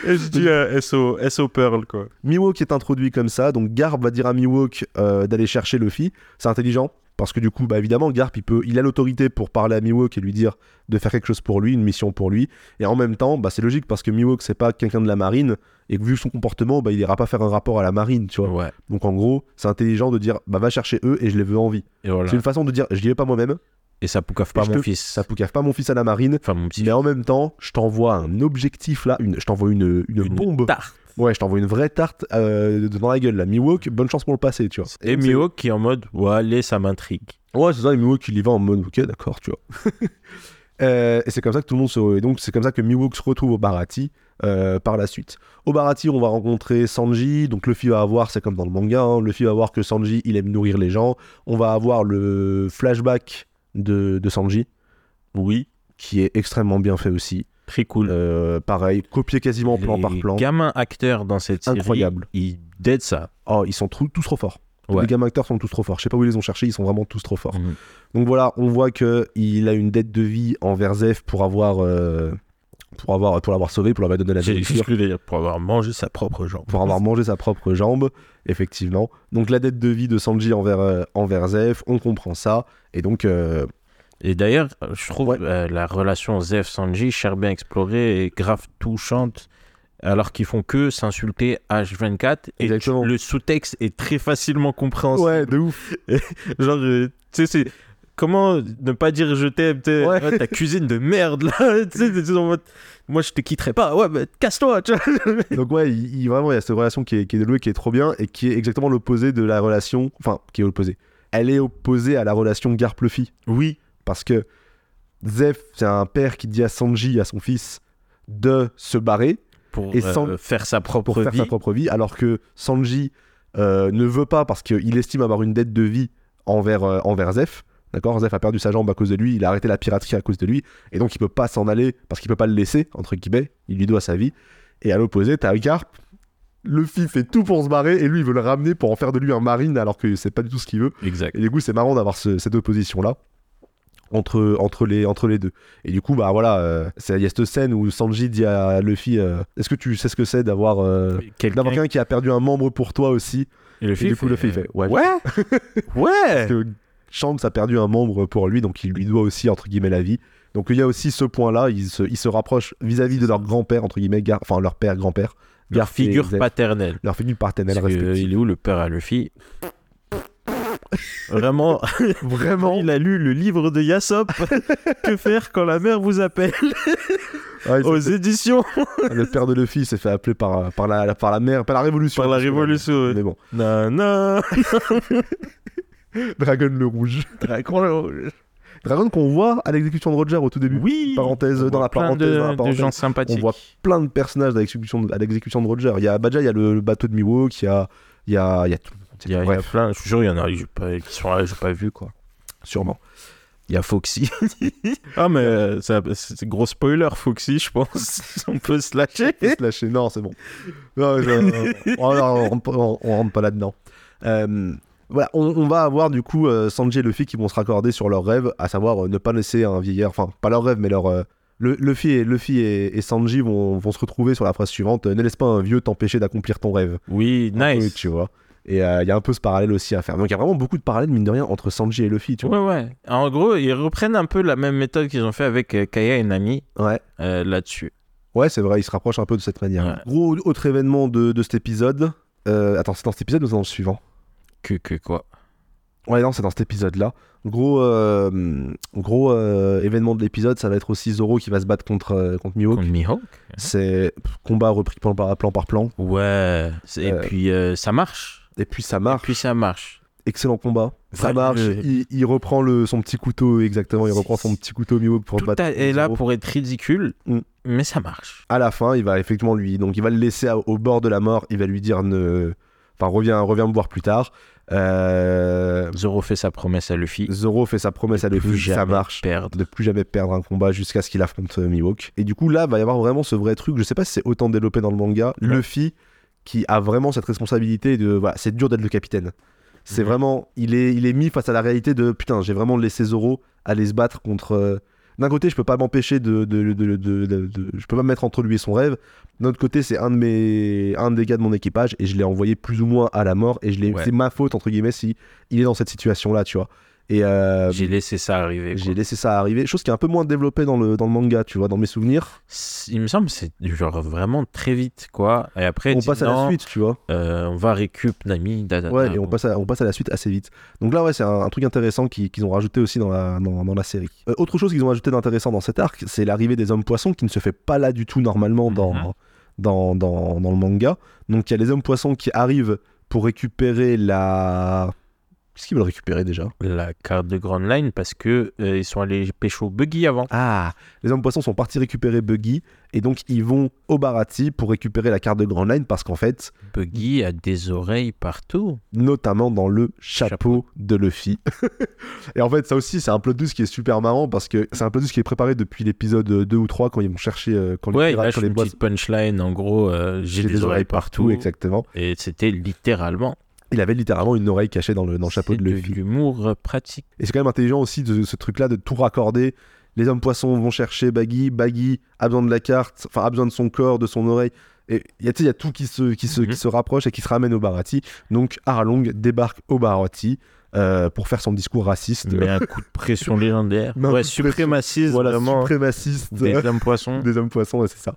Speaker 2: Et je dis euh, SO, SO Pearl, quoi.
Speaker 1: Miwok est introduit comme ça donc Garp va dire à Miwok euh, d'aller chercher Luffy c'est intelligent parce que du coup bah évidemment Garp il peut il a l'autorité pour parler à Miwok et lui dire de faire quelque chose pour lui une mission pour lui et en même temps bah c'est logique parce que Miwok c'est pas quelqu'un de la marine et que vu son comportement bah il ira pas faire un rapport à la marine tu vois
Speaker 2: Ouais.
Speaker 1: donc en gros c'est intelligent de dire bah va chercher eux et je les veux en vie
Speaker 2: Et voilà.
Speaker 1: c'est une façon de dire je n'y vais pas moi-même
Speaker 2: Et ça poucave
Speaker 1: Et je te-
Speaker 2: fils.
Speaker 1: ça poucave pas mon fils à la marine,
Speaker 2: Enfin, mon petit
Speaker 1: mais en même temps, je t'envoie un objectif là, une, je t'envoie une, une,
Speaker 2: Une
Speaker 1: bombe.
Speaker 2: tarte.
Speaker 1: Ouais, je t'envoie une vraie tarte euh, dans la gueule là. Miwok, bonne chance pour le passer, tu vois.
Speaker 2: Et
Speaker 1: C'est-
Speaker 2: Mihawk qui est en mode Ouais, allez, ça m'intrigue.
Speaker 1: Ouais, c'est ça, et Miwok il y va en mode ok, d'accord, tu vois. Euh, et c'est comme ça que tout le monde se. Et donc, c'est comme ça que Miwok se retrouve au Barati euh, par la suite. Au Barati, on va rencontrer Sanji. Donc, Luffy va avoir, c'est comme dans le manga, hein, Luffy va voir que Sanji il aime nourrir les gens. On va avoir le flashback de, de Sanji
Speaker 2: Oui,
Speaker 1: qui est extrêmement bien fait aussi.
Speaker 2: très cool.
Speaker 1: Euh, pareil, copié quasiment plan
Speaker 2: Mmh. Les
Speaker 1: par plan.
Speaker 2: gamins acteurs dans cette série,
Speaker 1: Incroyable.
Speaker 2: ils dead ça.
Speaker 1: Oh, ils sont tous, tous trop forts.
Speaker 2: Ouais.
Speaker 1: Les gamins acteurs sont tous trop forts. Je sais pas où ils les ont cherchés, ils sont vraiment tous trop forts.
Speaker 2: Mhm.
Speaker 1: Donc voilà, on voit que il a une dette de vie envers Zef pour avoir, euh, pour avoir, pour l'avoir sauvé, pour l'avoir donné la
Speaker 2: J'ai
Speaker 1: nourriture,
Speaker 2: juste pour avoir mangé sa propre jambe.
Speaker 1: pour avoir mangé sa propre jambe, effectivement. Donc la dette de vie de Sanji envers, euh, envers Zef, on comprend ça. Et donc, euh,
Speaker 2: Et d'ailleurs, euh, je trouve
Speaker 1: Ouais.
Speaker 2: euh, la relation Zef Sanji, cher bien explorée et grave touchante alors qu'ils font que s'insulter H24 et
Speaker 1: Exactement.
Speaker 2: le sous-texte est très facilement compréhensible.
Speaker 1: Ouais, de ouf.
Speaker 2: Genre, euh, tu sais, c'est. Comment ne pas dire je t'aime, tu sais,
Speaker 1: Ouais.
Speaker 2: ouais, ta cuisine de merde là, tu sais, t'es en mode, moi je te quitterai pas, ouais, bah, casse-toi, tu vois.
Speaker 1: Donc ouais, il, il- vraiment, il y a cette relation qui est, qui est développée, qui est trop bien, et qui est exactement l'opposé de la relation... Enfin, qui est opposée. Elle est opposée à la relation Garpluffy.
Speaker 2: Oui,
Speaker 1: Parce que Zef, c'est un père qui dit à Sanji, à son fils, de se barrer
Speaker 2: pour
Speaker 1: Et
Speaker 2: euh,
Speaker 1: sans-
Speaker 2: faire sa propre
Speaker 1: pour faire
Speaker 2: vie.
Speaker 1: sa propre vie, alors que Sanji euh, ne veut pas parce qu'il estime avoir une dette de vie envers, euh, envers Zef. D'accord Zef a perdu sa jambe à cause de lui, il a arrêté la piraterie à cause de lui, et donc il peut pas s'en aller parce qu'il peut pas le laisser, entre guillemets, il lui doit sa vie. Et à l'opposé, t'as Garp, Luffy fait tout pour se barrer, et lui il veut le ramener pour en faire de lui un marine alors que c'est pas du tout ce qu'il veut.
Speaker 2: Exact.
Speaker 1: Et du coup, c'est marrant d'avoir ce- cette opposition-là entre, entre, les, entre les deux. Et du coup, bah voilà, euh, c'est- il y a cette scène où Sanji dit à Luffy euh, Est-ce que tu sais ce que c'est d'avoir euh,
Speaker 2: Quelqu'un
Speaker 1: d'avoir quelqu'un qui a perdu un membre pour toi aussi
Speaker 2: Et le
Speaker 1: Et du coup, Luffy il
Speaker 2: euh,
Speaker 1: fait Ouais.
Speaker 2: Ouais Ouais
Speaker 1: Parce que Shanks a perdu un membre pour lui, donc il lui doit aussi, entre guillemets, la vie. Donc il y a aussi ce point-là, ils se, ils se rapprochent vis-à-vis de leur grand-père, entre guillemets, Gar- enfin leur père, grand-père,
Speaker 2: Leur
Speaker 1: Garp et
Speaker 2: figure
Speaker 1: Zef.
Speaker 2: paternelle.
Speaker 1: leur figure partenaire
Speaker 2: Parce que, euh,
Speaker 1: respective.
Speaker 2: il est où le père à Luffy Vraiment,
Speaker 1: Vraiment
Speaker 2: il a lu le livre de Yasop. que faire quand la mère vous appelle
Speaker 1: Ah, il-
Speaker 2: aux éditions
Speaker 1: Le père de Luffy s'est fait appeler par, par, la, par la mère, par la révolution.
Speaker 2: Par la révolution, ouais.
Speaker 1: Mais bon.
Speaker 2: Nana
Speaker 1: Dragon le rouge.
Speaker 2: Dragon le rouge.
Speaker 1: Dragon qu'on voit à l'exécution de Roger au tout début.
Speaker 2: Oui
Speaker 1: Parenthèse
Speaker 2: On
Speaker 1: dans la
Speaker 2: voit plein
Speaker 1: parenthèse,
Speaker 2: de,
Speaker 1: dans la
Speaker 2: de
Speaker 1: parenthèse.
Speaker 2: gens sympathiques.
Speaker 1: On voit plein de personnages à l'exécution de, à l'exécution de Roger. Il y a bah déjà, il y a le, le bateau de Miwok, il y a il y a il y a tout.
Speaker 2: Il y a, il y a
Speaker 1: Bref,
Speaker 2: plein, je te jure, il y en a que j'ai pas- qui sont là, que j'ai pas vu quoi.
Speaker 1: sûrement.
Speaker 2: Il y a Foxy. ah, mais euh, ça- c'est gros spoiler, Foxy, je pense. On peut se lâcher.
Speaker 1: Faut se lâcher. Non, c'est bon. Non, je- euh, on, on- on- on- on rentre pas là-dedans. Euh, voilà, on, on va avoir du coup euh, Sanji et Luffy qui vont se raccorder sur leur rêve, à savoir euh, ne pas laisser un vieillard, enfin pas leur rêve, mais leur... euh, le, Luffy, et, Luffy et, et Sanji vont, vont se retrouver sur la phrase suivante, euh, ne laisse pas un vieux t'empêcher d'accomplir ton rêve.
Speaker 2: Oui,
Speaker 1: un peu,
Speaker 2: nice.
Speaker 1: tu vois. Et euh, il y a un peu ce parallèle aussi à faire. Donc il y a vraiment beaucoup de parallèles, mine de rien, entre Sanji et Luffy, tu vois.
Speaker 2: Ouais, ouais. En gros, ils reprennent un peu la même méthode qu'ils ont fait avec euh, Kaya et Nami
Speaker 1: Ouais.
Speaker 2: euh, là-dessus.
Speaker 1: Ouais, c'est vrai, ils se rapprochent un peu de cette manière.
Speaker 2: Ouais.
Speaker 1: Gros autre événement de, de cet épisode. Euh, attends, c'est dans cet épisode ou c'est dans le suivant
Speaker 2: Que, que quoi
Speaker 1: Ouais, non, c'est dans cet épisode-là. Gros, euh, gros euh, événement de l'épisode, ça va être aussi Zoro qui va se battre contre, euh, contre Mihawk.
Speaker 2: Contre Mihawk
Speaker 1: C'est pff, combat repris plan par plan par plan.
Speaker 2: Ouais. C'est- Et
Speaker 1: Euh.
Speaker 2: puis euh, ça marche.
Speaker 1: Et puis ça
Speaker 2: Et
Speaker 1: marche.
Speaker 2: puis ça marche.
Speaker 1: Excellent combat. Ça
Speaker 2: Ouais,
Speaker 1: marche.
Speaker 2: le-
Speaker 1: Il, il reprend le, son petit couteau, exactement. Il
Speaker 2: C'est-
Speaker 1: reprend son petit couteau Mihawk pour
Speaker 2: Tout
Speaker 1: battre.
Speaker 2: a- est là
Speaker 1: Zoro.
Speaker 2: pour être ridicule,
Speaker 1: Mm.
Speaker 2: mais ça marche.
Speaker 1: à la fin, il va effectivement lui, donc il va le laisser à- au bord de la mort. Il va lui dire ne, enfin reviens, reviens me voir plus tard. Euh,
Speaker 2: Zoro fait sa promesse à Luffy.
Speaker 1: Zoro fait sa promesse à
Speaker 2: De plus
Speaker 1: Luffy, ça
Speaker 2: jamais
Speaker 1: marche.
Speaker 2: Perdre.
Speaker 1: De plus jamais perdre un combat jusqu'à ce qu'il affronte euh, Mihawk. Et du coup là, va y avoir vraiment ce vrai truc. Je sais pas si c'est autant développé dans le manga.
Speaker 2: Ouais.
Speaker 1: Luffy qui a vraiment cette responsabilité de, voilà, c'est dur d'être le capitaine. C'est
Speaker 2: Mhm.
Speaker 1: vraiment, il est, il est mis face à la réalité de putain, j'ai vraiment laissé Zoro aller se battre contre. euh, D'un côté, je peux pas m'empêcher de, de, de- de- de- de- je peux pas me mettre entre lui et son rêve. D'un autre côté, c'est un de mes, un des gars de mon équipage et je l'ai envoyé plus ou moins à la mort et je l'ai,
Speaker 2: Ouais.
Speaker 1: c'est ma faute entre guillemets si il est dans cette situation là, tu vois. Et euh,
Speaker 2: J'ai laissé ça arriver. quoi.
Speaker 1: j'ai laissé ça arriver, chose qui est un peu moins développée dans le, dans le manga, tu vois, dans mes souvenirs.
Speaker 2: C'est- Il me semble que c'est genre vraiment très vite, quoi. Et après,
Speaker 1: on
Speaker 2: Eh, dis Ah,
Speaker 1: passe à la
Speaker 2: non,
Speaker 1: suite, tu vois.
Speaker 2: euh, on va récup Nami. da, da,
Speaker 1: Ouais,
Speaker 2: da.
Speaker 1: et on passe, à, on passe à la suite assez vite. Donc là, ouais, c'est un, un truc intéressant qui- qu'ils ont rajouté aussi dans la, dans, dans la série. Euh, autre chose qu'ils ont ajouté d'intéressant dans cet arc, c'est l'arrivée des hommes-poissons qui ne se fait pas là du tout normalement dans,
Speaker 2: Mhm.
Speaker 1: dans, dans, dans le manga. Donc il y a les hommes-poissons qui arrivent pour récupérer la. Qu'est-ce qu'ils veulent récupérer déjà
Speaker 2: La carte de Grand Line parce que euh, ils sont allés pécho Buggy avant.
Speaker 1: Ah Les hommes-poissons sont partis récupérer Buggy et donc ils vont au Barati pour récupérer la carte de Grand Line parce qu'en fait,
Speaker 2: Buggy a des oreilles partout.
Speaker 1: notamment dans le chapeau,
Speaker 2: Chapeau.
Speaker 1: de Luffy. et en fait, ça aussi, c'est un plot douce qui est super marrant parce que c'est un plot douce qui est préparé depuis l'épisode 2 ou 3 quand ils vont chercher euh, quand
Speaker 2: ouais,
Speaker 1: les
Speaker 2: il
Speaker 1: pirates,
Speaker 2: lâche
Speaker 1: quand les
Speaker 2: une
Speaker 1: bois
Speaker 2: petite punchline. En gros, euh, j'ai des, oreilles partout.
Speaker 1: exactement.
Speaker 2: Et c'était littéralement.
Speaker 1: Il avait littéralement une oreille cachée dans le, dans le chapeau
Speaker 2: c'est
Speaker 1: de Luffy.
Speaker 2: l'humour euh, pratique.
Speaker 1: Et c'est quand même intelligent aussi de ce truc-là de tout raccorder. Les hommes poissons vont chercher Baggy, Baggy a besoin de la carte, enfin a besoin de son corps, de son oreille. Et il y a tu sais, il y a tout qui se, qui, se,
Speaker 2: Mhm.
Speaker 1: qui se rapproche et qui se ramène au Barati. Donc Arlong débarque au Barati euh, pour faire son discours raciste.
Speaker 2: Mais un coup de pression légendaire.
Speaker 1: Mais un coup de
Speaker 2: ouais,
Speaker 1: pression.
Speaker 2: suprémaciste,
Speaker 1: voilà,
Speaker 2: vraiment.
Speaker 1: suprémaciste
Speaker 2: Des hommes poissons.
Speaker 1: des hommes poissons, ouais, c'est ça.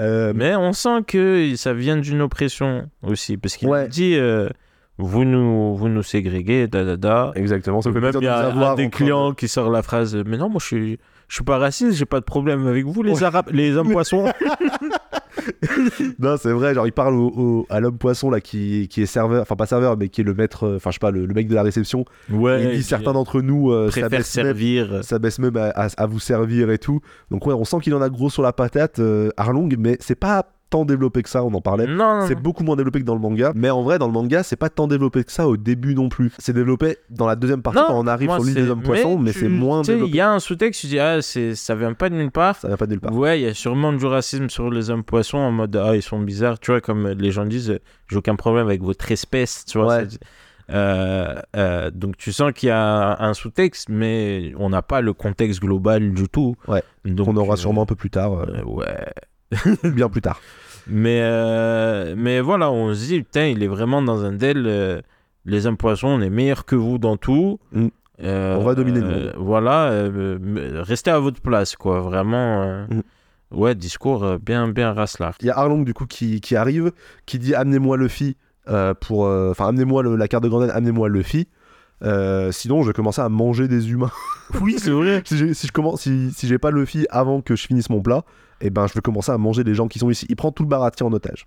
Speaker 1: Euh,
Speaker 2: Mais on sent que ça vient d'une oppression aussi, parce qu'il
Speaker 1: Ouais.
Speaker 2: dit euh, vous nous vous nous ségrégez, da da da.
Speaker 1: Exactement, ça fait
Speaker 2: Même
Speaker 1: plaisir de
Speaker 2: il y
Speaker 1: nous
Speaker 2: a
Speaker 1: avoir
Speaker 2: un des
Speaker 1: en train de-
Speaker 2: clients qui sort la phrase mais non moi je suis je suis pas raciste, j'ai pas de problème avec vous les
Speaker 1: Ouais.
Speaker 2: arabes, les hommes poissons.
Speaker 1: Non, c'est vrai, genre il parle au, au- à l'homme poisson là qui, qui est serveur, enfin pas serveur, mais qui est le maître, euh, enfin je sais pas, le, le mec de la réception.
Speaker 2: ouais.
Speaker 1: il dit certains d'entre nous, euh, ça
Speaker 2: préfèrent
Speaker 1: baisse même,
Speaker 2: servir.
Speaker 1: ça baisse même à, à- à vous servir et tout. Donc ouais, on sent qu'il en a gros sur la patate, euh, Arlong, mais c'est pas tant développé que ça, on en parlait.
Speaker 2: Non, non,
Speaker 1: C'est
Speaker 2: non.
Speaker 1: beaucoup moins développé que dans le manga, mais en vrai, dans le manga, c'est pas tant développé que ça au début non plus. C'est développé dans la deuxième partie
Speaker 2: Non,
Speaker 1: quand on arrive
Speaker 2: Moi,
Speaker 1: sur l'île
Speaker 2: c'est-
Speaker 1: des hommes poissons, mais,
Speaker 2: tu-
Speaker 1: c'est moins
Speaker 2: tu sais, Il
Speaker 1: développé.
Speaker 2: y a un sous-texte, tu dis ah c'est ça vient pas de nulle part.
Speaker 1: Ça vient pas de nulle part.
Speaker 2: Ouais, il y a sûrement du racisme sur les hommes poissons en mode ah ils sont bizarres, tu vois comme les gens disent euh, j'ai aucun problème avec votre espèce, tu vois.
Speaker 1: Ouais.
Speaker 2: ça dit- Euh, euh, donc tu sens qu'il y a un sous-texte, mais on n'a pas le contexte global du tout.
Speaker 1: Ouais.
Speaker 2: Donc
Speaker 1: qu'on aura
Speaker 2: euh,
Speaker 1: sûrement un peu plus tard, euh,
Speaker 2: euh, ouais.
Speaker 1: bien plus tard.
Speaker 2: Mais euh, mais voilà, on se dit putain il est vraiment dans un del. euh, les hommes poissons, on est meilleurs que vous dans tout.
Speaker 1: Mm.
Speaker 2: Euh,
Speaker 1: On va dominer le
Speaker 2: euh,
Speaker 1: monde.
Speaker 2: voilà, euh, euh, restez à votre place, quoi. Vraiment. euh,
Speaker 1: Mm.
Speaker 2: Ouais, discours euh, bien, bien racelard.
Speaker 1: Il y a Arlong du coup qui, qui arrive, qui dit amenez-moi Luffy euh, pour, euh, enfin amenez-moi le- la carte de grenade, amenez-moi Luffy. Euh, sinon, je vais commencer à manger des humains.
Speaker 2: Oui, c'est vrai.
Speaker 1: si, j'ai- si je commence, si, si j'ai pas Luffy avant que je finisse mon plat, eh ben je vais commencer à manger les gens qui sont ici. Il prend tout le baratin en otage.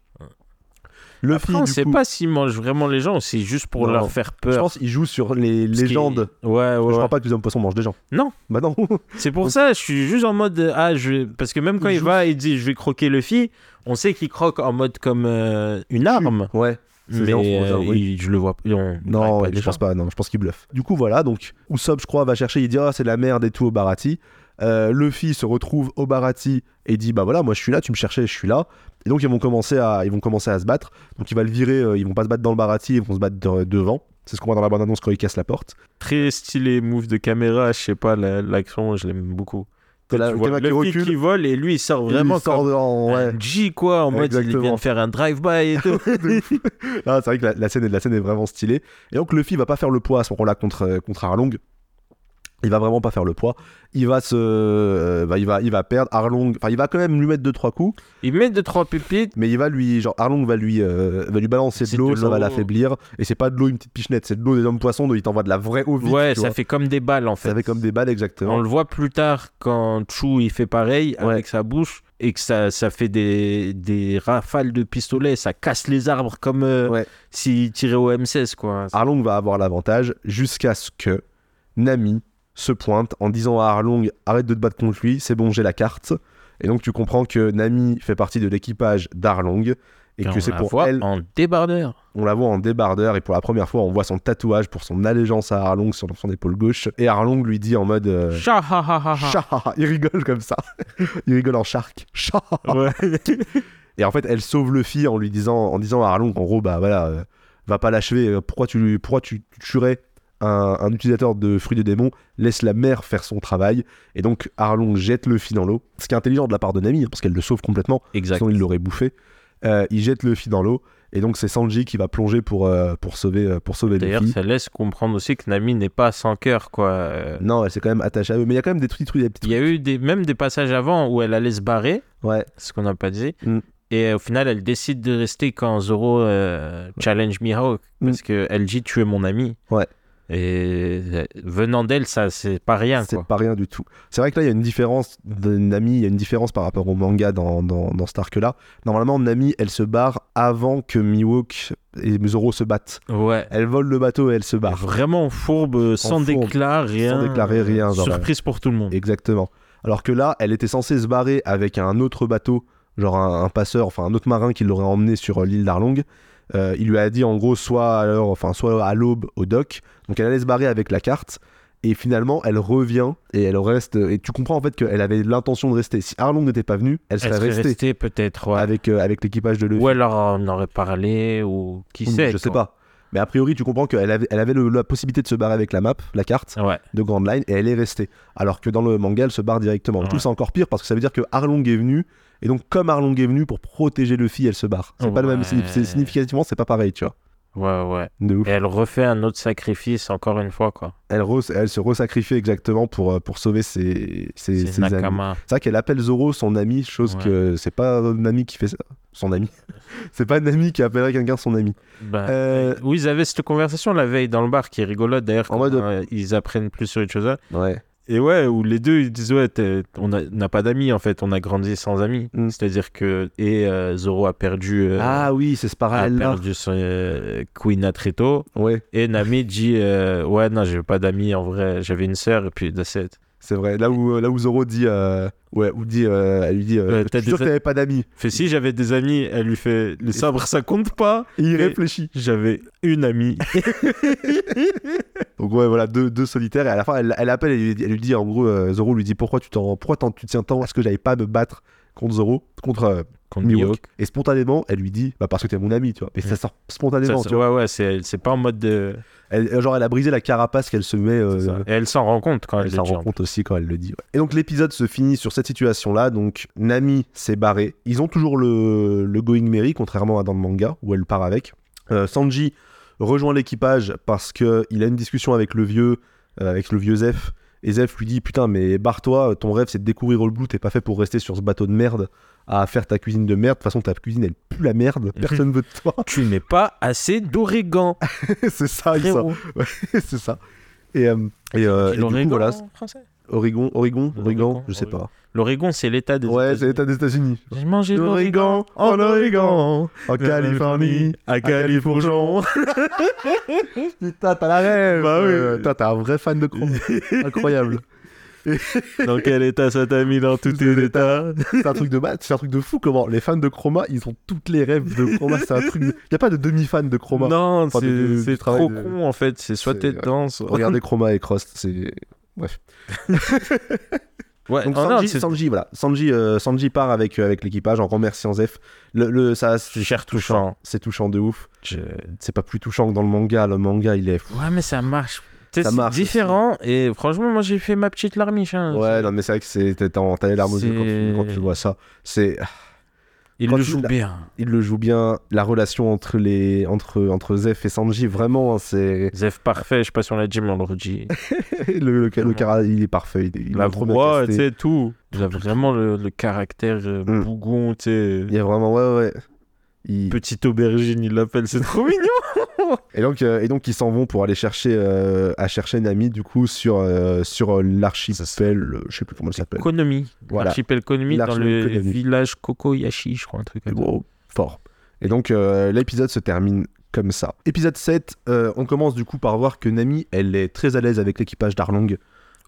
Speaker 1: Luffy,
Speaker 2: Après, on
Speaker 1: du
Speaker 2: sait
Speaker 1: coup,
Speaker 2: pas s'ils mangent vraiment les gens ou c'est juste pour
Speaker 1: Non.
Speaker 2: leur faire
Speaker 1: je
Speaker 2: peur.
Speaker 1: pense qu'il joue sur les
Speaker 2: Parce qu'il-
Speaker 1: légendes.
Speaker 2: Ouais,
Speaker 1: Je
Speaker 2: ouais. ouais.
Speaker 1: crois pas que les hommes poissons mangent des gens.
Speaker 2: Non.
Speaker 1: Bah non.
Speaker 2: C'est pour ça, je suis juste en mode. euh, Ah, je... vais- Parce que même quand
Speaker 1: Il
Speaker 2: il,
Speaker 1: joue-
Speaker 2: va, il dit je vais croquer Luffy, on sait qu'il croque en mode comme euh, une arme.
Speaker 1: ouais. C'est
Speaker 2: Mais
Speaker 1: bien, c'est pour ça,
Speaker 2: euh,
Speaker 1: oui.
Speaker 2: il- je le vois. on-
Speaker 1: Non,
Speaker 2: ouais, pas
Speaker 1: je
Speaker 2: les
Speaker 1: pense
Speaker 2: gens.
Speaker 1: pas. Non, je pense qu'il bluffe. Du coup, voilà. Donc, Usopp, je crois, va chercher. Il dit, ah, c'est de la merde et tout au Barati. Euh, Luffy se retrouve au Barati et dit, bah voilà, moi je suis là, tu me cherchais, je suis là. Et donc, ils vont commencer à, ils vont commencer à se battre. Donc, il va le virer. euh, ils vont pas se battre dans le Barati, ils vont se battre de- devant. C'est ce qu'on voit dans la bande annonce quand il casse la porte.
Speaker 2: Très stylé move de caméra, je sais pas, la- l'action, je l'aime beaucoup.
Speaker 1: Que la-
Speaker 2: Tu vois,
Speaker 1: quelqu'un qui
Speaker 2: Luffy
Speaker 1: recule.
Speaker 2: qui vole et lui il sort vraiment
Speaker 1: Il sort
Speaker 2: comme
Speaker 1: de- en- ouais.
Speaker 2: un G quoi, en mode il vient
Speaker 1: Exactement.
Speaker 2: de faire un drive-by et tout.
Speaker 1: Ah, c'est vrai que la, la scène est, la scène est vraiment stylée. Et donc Luffy va pas faire le poids à ce moment-là contre, euh, contre Arlong. Il va vraiment pas faire le poids. Il va se, euh, bah, il va, il va perdre Arlong. Enfin, il va quand même lui mettre deux trois coups,
Speaker 2: il met deux trois pépites.
Speaker 1: mais il va lui, genre Arlong va lui, euh, va lui balancer
Speaker 2: C'est
Speaker 1: de l'eau,
Speaker 2: de
Speaker 1: ça va
Speaker 2: l'eau.
Speaker 1: l'affaiblir. Et c'est pas de l'eau une petite pichenette, c'est de l'eau des hommes poissons. Donc il t'envoie de la vraie eau vite.
Speaker 2: Ouais,
Speaker 1: tu
Speaker 2: ça
Speaker 1: vois.
Speaker 2: fait comme des balles en fait.
Speaker 1: ça fait comme des balles
Speaker 2: On
Speaker 1: exactement.
Speaker 2: le voit plus tard quand Chu il fait pareil
Speaker 1: Ouais.
Speaker 2: avec sa bouche et que ça, ça fait des, des rafales de pistolet, ça casse les arbres comme euh,
Speaker 1: Ouais. Ah,
Speaker 2: s'il tirait au M16 quoi.
Speaker 1: Arlong va avoir l'avantage jusqu'à ce que Nami se pointe en disant à Arlong arrête de te battre contre lui, c'est bon j'ai la carte. Et donc tu comprends que Nami fait partie de l'équipage d'Arlong et
Speaker 2: Quand
Speaker 1: que
Speaker 2: on
Speaker 1: c'est
Speaker 2: la
Speaker 1: pour
Speaker 2: voit
Speaker 1: elle,
Speaker 2: en débardeur.
Speaker 1: on la voit en débardeur et pour la première fois on voit son tatouage pour son allégeance à Arlong sur son épaule gauche. Et Arlong lui dit en mode... euh,
Speaker 2: Cha, ha, ha, ha, ha.
Speaker 1: Chat, il rigole comme ça. Il rigole en shark. Chat. Et en fait, elle sauve Luffy en lui disant, en disant à Arlong qu'en gros, bah voilà, euh, va pas l'achever. euh, Pourquoi tu, pourquoi tu, tu tuerais un, un utilisateur de fruits de démon Laisse la mer faire son travail. Et donc, Arlong jette Luffy dans l'eau. Ce qui est intelligent de la part de Nami, hein, parce qu'elle le sauve complètement.
Speaker 2: Exact.
Speaker 1: Sinon, il l'aurait bouffé. Euh, il jette Luffy dans l'eau. Et donc, c'est Sanji qui va plonger pour, euh, pour sauver, euh, pour sauver
Speaker 2: D'ailleurs,
Speaker 1: Luffy.
Speaker 2: ça laisse comprendre aussi que Nami n'est pas sans cœur, quoi. Euh,
Speaker 1: Non, elle s'est quand même attachée à eux. Mais il y a quand même des petits trucs, des petits
Speaker 2: Il y a eu des, même des passages avant où elle allait se barrer,
Speaker 1: trucs. Ouais.
Speaker 2: ce qu'on n'a pas dit.
Speaker 1: Mm.
Speaker 2: Et au final, elle décide de rester quand Zoro euh, challenge Mihawk, parce qu'elle dit tu es mon ami.
Speaker 1: Mm. Ouais.
Speaker 2: Et euh, venant d'elle, ça, c'est pas rien,
Speaker 1: C'est
Speaker 2: quoi.
Speaker 1: pas rien du tout. C'est vrai que là, il y a une différence de Nami, il y a une différence par rapport au manga dans, dans, dans cet arc-là. Normalement, Nami, elle se barre avant que Miwok et Zoro se battent.
Speaker 2: Ouais.
Speaker 1: Elle vole le bateau et elle se barre.
Speaker 2: Vraiment fourbe, euh, sans
Speaker 1: Bah, fourbe.
Speaker 2: déclarer rien.
Speaker 1: déclarer rien, genre,
Speaker 2: Surprise pour tout le monde.
Speaker 1: Exactement. Alors que là, elle était censée se barrer avec un autre bateau, genre un, un passeur, enfin un autre marin qui l'aurait emmené sur euh, l'île d'Arlong. Euh, il lui a dit en gros soit à l'heure- enfin soit à l'aube au dock. Donc elle allait se barrer avec la carte. Et finalement, elle revient et elle reste. Et tu comprends en fait qu'elle avait l'intention de rester. Si Arlong n'était pas venu, elle serait,
Speaker 2: Elle serait
Speaker 1: restée,
Speaker 2: restée, peut-être, ouais.
Speaker 1: avec, euh, avec l'équipage de Luffy.
Speaker 2: Ou alors on aurait parlé, ou qui sait.
Speaker 1: Je sais
Speaker 2: quoi.
Speaker 1: pas. Mais a priori, tu comprends qu'elle avait, elle avait le- la possibilité de se barrer avec la map, la carte
Speaker 2: Ouais.
Speaker 1: de Grand Line et elle est restée. Alors que dans le manga, elle se barre directement. Je trouve
Speaker 2: Ah Ouais.
Speaker 1: ça encore pire parce que ça veut dire que Arlong est venu et donc comme Arlong est venu pour protéger Luffy, elle se barre. C'est pas le même
Speaker 2: Oh, Ouais.
Speaker 1: signif- c'est- significativement, c'est pas pareil, tu vois.
Speaker 2: Ouais, ouais.
Speaker 1: De ouf.
Speaker 2: Et elle refait un autre sacrifice encore une fois, quoi.
Speaker 1: Elle, re- elle se resacrifie exactement pour, euh, pour sauver ses, ses,
Speaker 2: C'est
Speaker 1: ses amis.
Speaker 2: Nakama.
Speaker 1: C'est vrai qu'elle appelle Zoro son ami, chose
Speaker 2: Ouais.
Speaker 1: que c'est pas un ami qui fait ça. Son ami. c'est pas un ami qui appellerait quelqu'un son ami.
Speaker 2: Ben,
Speaker 1: Euh,
Speaker 2: Oui, ils avaient cette conversation la veille dans le bar qui est rigolote d'ailleurs.
Speaker 1: En
Speaker 2: quand,
Speaker 1: mode-
Speaker 2: euh, ils apprennent plus sur each other.
Speaker 1: ouais.
Speaker 2: Et ouais, où les deux ils disent ouais, t'es- on a- n'a pas d'amis en fait, on a grandi sans amis.
Speaker 1: Mm.
Speaker 2: C'est-à-dire que et euh, Zoro a perdu, euh,
Speaker 1: ah oui, c'est ce
Speaker 2: a
Speaker 1: parallèle-là.
Speaker 2: perdu son, euh, Queen très tôt.
Speaker 1: Ouais,
Speaker 2: Et Nami dit euh, ouais non j'ai pas d'amis en vrai, j'avais une sœur et puis that's it.
Speaker 1: c'est vrai. Là où, là où Zoro dit. euh, Ouais, ou dit. euh, elle lui dit.
Speaker 2: Euh,
Speaker 1: Euh,
Speaker 2: t'as
Speaker 1: je suis sûr
Speaker 2: des-
Speaker 1: que t'avais pas d'amis.
Speaker 2: Fait si j'avais des amis, elle lui fait le sabre ça compte pas.
Speaker 1: Et il
Speaker 2: Mais-
Speaker 1: réfléchit.
Speaker 2: J'avais une amie.
Speaker 1: Donc ouais, voilà, deux, deux solitaires. Et à la fin, elle, elle appelle, elle, lui dit- elle lui dit, en gros, euh, Zoro lui dit, pourquoi tu t'en, pourquoi t'en- tu tiens tant à ce que j'avais pas à me battre contre Zoro, contre euh,
Speaker 2: Contre
Speaker 1: Mihawk. Et spontanément, elle lui dit, bah parce que t'es mon ami, tu vois. Mais ça sort
Speaker 2: Ça,
Speaker 1: spontanément,
Speaker 2: ça-
Speaker 1: tu vois.
Speaker 2: ouais ouais c'est c'est pas en mode de
Speaker 1: Elle- genre, elle a brisé la carapace qu'elle se met. euh,
Speaker 2: Ça. Et elle s'en rend compte quand elle,
Speaker 1: elle
Speaker 2: le
Speaker 1: s'en
Speaker 2: dit, en
Speaker 1: rend compte aussi quand elle le dit. ouais. Et donc l'épisode se finit sur cette situation-là. Donc Nami s'est barrée. Ils ont toujours le, le Going Merry, contrairement à dans le manga, où elle part avec. Euh, Sanji rejoint l'équipage parce que il a une discussion avec le vieux, euh, avec le vieux Zef. Et Zef lui dit Putain, mais barre-toi, ton rêve c'est de découvrir All Blue, t'es pas fait pour rester sur ce bateau de merde à faire ta cuisine de merde. De toute façon, ta cuisine elle pue la merde,
Speaker 2: Mhm.
Speaker 1: personne veut de toi.
Speaker 2: Tu n'es pas assez d'origan,
Speaker 1: c'est ça, Ah, il sort.
Speaker 2: frérot.
Speaker 1: c'est ça. Et, euh, et, euh, et du coup,
Speaker 2: L'origan
Speaker 1: voilà,
Speaker 2: en français
Speaker 1: Oregon, Oregon, Oregon,
Speaker 2: Oregon,
Speaker 1: je sais
Speaker 2: Oregon.
Speaker 1: pas.
Speaker 2: L'origan, c'est l'état des.
Speaker 1: Ouais, c'est
Speaker 2: États-Unis.
Speaker 1: l'État des États-Unis.
Speaker 2: J'ai mangé de l'origan
Speaker 1: en Oregon, en Californie.
Speaker 2: à Califourgeon.
Speaker 1: Putain, t'as la rêve.
Speaker 2: Bah oui.
Speaker 1: Euh, Putain, t'es un vrai fan de Chrome. Incroyable.
Speaker 2: Dans quel état ça t'a mis dans tous tes états
Speaker 1: C'est un truc de mal- c'est un truc de fou comment les fans de Chroma, ils ont toutes les rêves de Chroma. C'est un truc. De... Y a pas de demi-fan de Chroma.
Speaker 2: Non,
Speaker 1: Enfin,
Speaker 2: c'est-
Speaker 1: du- du- du
Speaker 2: c'est
Speaker 1: travail
Speaker 2: trop
Speaker 1: de-
Speaker 2: con en fait. C'est soit
Speaker 1: C'est-
Speaker 2: t'es dedans, soit.
Speaker 1: Regardez Chroma et Cross, c'est.
Speaker 2: Ouais,
Speaker 1: Donc
Speaker 2: oh non,
Speaker 1: Sanji,
Speaker 2: c'est-
Speaker 1: Sanji, voilà. Sanji, euh, Sanji part avec, euh, avec l'équipage en remerciant Zef. Le, le- ça,
Speaker 2: c'est cher touchant.
Speaker 1: c'est touchant de ouf.
Speaker 2: Je-
Speaker 1: C'est pas plus touchant que dans le manga. Le manga, il est.
Speaker 2: Ouais, mais ça marche. Tu sais,
Speaker 1: Ça
Speaker 2: C'est
Speaker 1: marche
Speaker 2: différent et franchement, moi j'ai fait ma petite larmiche. hein.
Speaker 1: Ouais, non, mais c'est vrai que c'est- t'as t'as les larmes aux yeux quand tu-
Speaker 2: C'est-
Speaker 1: quand tu vois ça. C'est.
Speaker 2: Il
Speaker 1: quand
Speaker 2: le
Speaker 1: il
Speaker 2: joue
Speaker 1: l'a-
Speaker 2: bien.
Speaker 1: il le joue bien. La relation entre les entre entre Zef et Sanji, vraiment, hein, c'est
Speaker 2: Zef parfait, je sais pas si on l'a dit, mais on le redit.
Speaker 1: le, le, le cara- il est parfait. Il, est- il est
Speaker 2: la
Speaker 1: trop bien
Speaker 2: voix, tu
Speaker 1: casté.
Speaker 2: sais, tout. Il a vraiment le, le caractère euh,
Speaker 1: Mm.
Speaker 2: bougon, tu sais.
Speaker 1: Il y a vraiment ouais ouais. Il-
Speaker 2: Petite aubergine, il l'appelle, c'est trop mignon.
Speaker 1: Et donc euh, et donc ils s'en vont pour aller chercher euh, à chercher Nami du coup sur euh, sur euh, l'archipel, euh, je sais plus comment il s'appelle.
Speaker 2: Konomi,
Speaker 1: Voilà.
Speaker 2: l'archipel Konomi dans
Speaker 1: L'archipel
Speaker 2: le
Speaker 1: Konomi.
Speaker 2: village Kokoyashi, je crois, un truc
Speaker 1: Et
Speaker 2: comme ça.
Speaker 1: bon, fort. Et donc euh, l'épisode se termine comme ça. Épisode 7, euh, on commence du coup par voir que Nami, elle est très à l'aise avec l'équipage d'Arlong.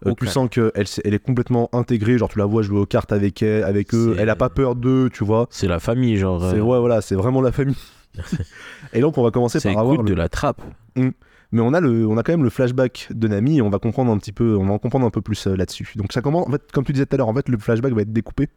Speaker 1: Euh,
Speaker 2: Ok.
Speaker 1: Tu sens qu'elle elle est complètement intégrée, genre tu la vois jouer aux cartes avec, elle, avec eux,
Speaker 2: C'est-
Speaker 1: elle a pas peur d'eux, tu vois.
Speaker 2: C'est la famille, genre.
Speaker 1: C'est
Speaker 2: euh,
Speaker 1: ouais, voilà, c'est vraiment la famille. et donc on va commencer
Speaker 2: ça
Speaker 1: par avoir
Speaker 2: écoute
Speaker 1: le-
Speaker 2: de la trappe.
Speaker 1: mais on a le on a quand même le flashback de Nami et on va comprendre un petit peu on va en comprendre un peu plus euh, là-dessus. Donc ça commence en fait comme tu disais tout à l'heure en fait le flashback va être découpé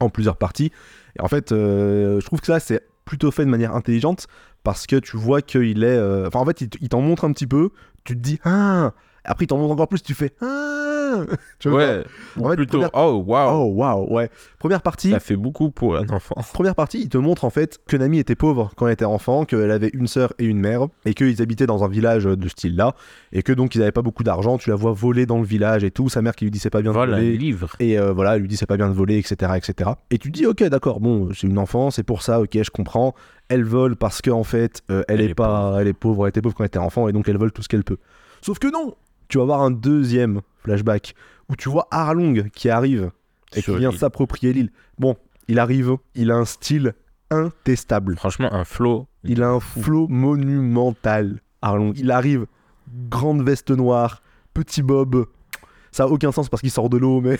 Speaker 1: en plusieurs parties et en fait euh, je trouve que ça c'est plutôt fait de manière intelligente parce que tu vois qu'il est euh, enfin en fait il, t- il t'en montre un petit peu, tu te dis ah après il t'en montre encore plus, tu fais ah Tu vois,
Speaker 2: Ouais,
Speaker 1: en fait,
Speaker 2: plutôt.
Speaker 1: première-
Speaker 2: Oh, waouh.
Speaker 1: Oh waouh, ouais. Première partie,
Speaker 2: Ça fait beaucoup pour un enfant.
Speaker 1: Première partie, il te montre en fait que Nami était pauvre quand elle était enfant, qu'elle avait une sœur et une mère, et qu'ils habitaient dans un village de ce style-là, et que donc ils n'avaient pas beaucoup d'argent, tu la vois voler dans le village et tout, sa mère qui lui dit c'est pas bien de
Speaker 2: Voilà, un
Speaker 1: voler,
Speaker 2: livre.
Speaker 1: et euh, voilà, elle lui dit c'est pas bien de voler, etc., etc. Et tu dis ok, d'accord, bon, c'est une enfant, c'est pour ça, ok, je comprends. Elle vole parce qu'en fait, euh, elle,
Speaker 2: Elle
Speaker 1: est,
Speaker 2: est
Speaker 1: pas, elle est pauvre, elle était pauvre quand elle était enfant, et donc elle vole tout ce qu'elle peut. Sauf que non, tu vas voir un deuxième flashback où tu vois Arlong qui arrive et qui
Speaker 2: Sur
Speaker 1: vient
Speaker 2: l'île.
Speaker 1: s'approprier l'île. Bon, il arrive, il a un style intestable,
Speaker 2: Franchement, un flow.
Speaker 1: il a un flow monumental. Arlong, il arrive, grande veste noire, petit bob. Ça a aucun sens parce qu'il sort de l'eau, mais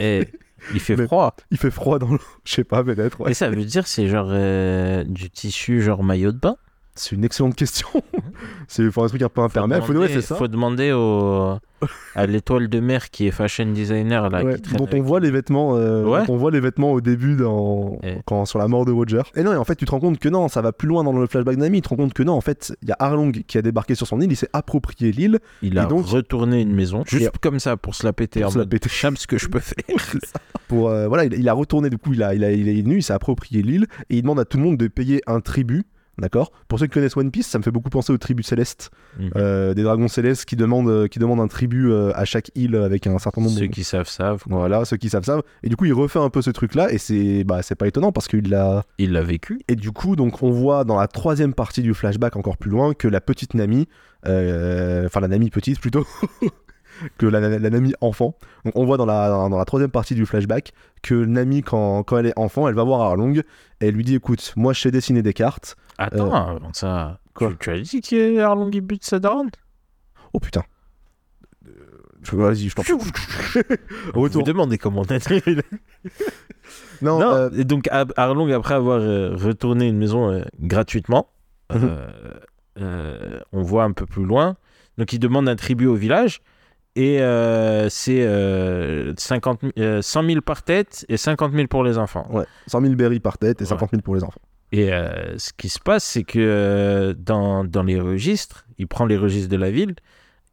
Speaker 2: Et il fait
Speaker 1: Mais-
Speaker 2: froid.
Speaker 1: il fait froid dans l'eau, je sais pas, peut-être. ouais.
Speaker 2: Et ça veut dire c'est genre euh, du tissu, genre maillot de bain
Speaker 1: C'est une excellente question. c'est faut un truc un peu imperméable. Faut, ouais,
Speaker 2: demander-
Speaker 1: c'est ça.
Speaker 2: faut demander au, à l'étoile de mer qui est fashion designer là,
Speaker 1: Ouais,
Speaker 2: qui traîne
Speaker 1: dont on
Speaker 2: avec-
Speaker 1: voit les vêtements, euh,
Speaker 2: Ouais.
Speaker 1: dont on voit les vêtements au début dans
Speaker 2: Eh.
Speaker 1: quand sur la mort de Roger. Et non, et en fait, tu te rends compte que non, ça va plus loin dans le flashback d'Ami. Tu te rends compte que non, en fait, il y a Arlong qui a débarqué sur son île, il s'est approprié l'île.
Speaker 2: Il a
Speaker 1: et donc-
Speaker 2: retourné une maison juste
Speaker 1: Et-
Speaker 2: comme ça pour se la péter.
Speaker 1: Pour
Speaker 2: en
Speaker 1: se la
Speaker 2: mode,
Speaker 1: péter.
Speaker 2: Chame ce que je peux faire.
Speaker 1: Pour euh, voilà, il, il a retourné du coup, il a, il a, il est venu, il s'est approprié l'île et il demande à tout le monde de payer un tribut D'accord Pour ceux qui connaissent One Piece, ça me fait beaucoup penser aux tribus célestes,
Speaker 2: Mhm.
Speaker 1: euh, des dragons célestes qui demandent, euh, qui demandent un tribut euh, à chaque île avec un certain nombre de.
Speaker 2: Ceux qui savent savent. quoi.
Speaker 1: Voilà, ceux qui savent savent. Et du coup, il refait un peu ce truc-là, et c'est bah, c'est pas étonnant parce qu'il l'a.
Speaker 2: Il l'a vécu.
Speaker 1: Et du coup, donc, on voit dans la troisième partie du flashback, encore plus loin, que la petite Nami, euh, enfin la Nami petite plutôt, que la, la- la Nami enfant. Donc, on voit dans la, dans la troisième partie du flashback que Nami, quand, quand elle est enfant, elle va voir Arlong et elle lui dit Écoute, moi je sais dessiner des cartes.
Speaker 2: Attends, avant ça.
Speaker 1: Euh, quoi
Speaker 2: tu, tu as dit que Arlong il bute sa daronne
Speaker 1: Oh putain. Euh, je- Vas-y, je t'en
Speaker 2: Vous
Speaker 1: Retour.
Speaker 2: vous demandez comment on est arrivé là.
Speaker 1: Non,
Speaker 2: Non,
Speaker 1: euh,
Speaker 2: et donc Ab- Arlong, après avoir euh, retourné une maison euh, gratuitement,
Speaker 1: Mhm.
Speaker 2: euh, euh, on voit un peu plus loin, donc il demande un tribut au village, et euh, c'est euh, 50 000 euh, 100 000 par tête et 50 000 pour les enfants.
Speaker 1: ouais, 100 000 berries par tête et
Speaker 2: Ouais.
Speaker 1: 50 000 pour les enfants.
Speaker 2: Et euh, ce qui se passe, c'est que euh, dans, dans les registres, il prend les registres de la ville.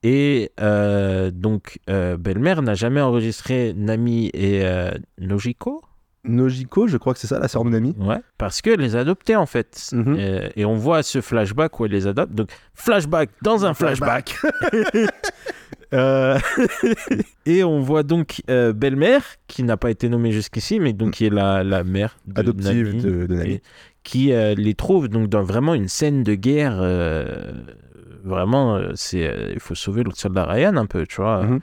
Speaker 2: Et euh, donc, euh, Belle-Mère n'a jamais enregistré Nami et euh, Nojiko.
Speaker 1: Nojiko, je crois que c'est ça, la sœur de Nami.
Speaker 2: Ouais. Parce qu'elle les a adoptés, en fait.
Speaker 1: Mhm.
Speaker 2: Euh, et on voit ce flashback où elle les adopte. Donc, flashback dans un flashback.
Speaker 1: Euh,
Speaker 2: Et on voit donc euh, Belle-Mère, qui n'a pas été nommée jusqu'ici, mais donc qui est la, la mère de
Speaker 1: adoptive
Speaker 2: Nami.
Speaker 1: de, de Nami.
Speaker 2: Et- qui euh, les trouve donc dans vraiment une scène de guerre. euh, vraiment, euh, c'est euh, il faut sauver le soldat Ryan un peu, tu vois.
Speaker 1: Mhm.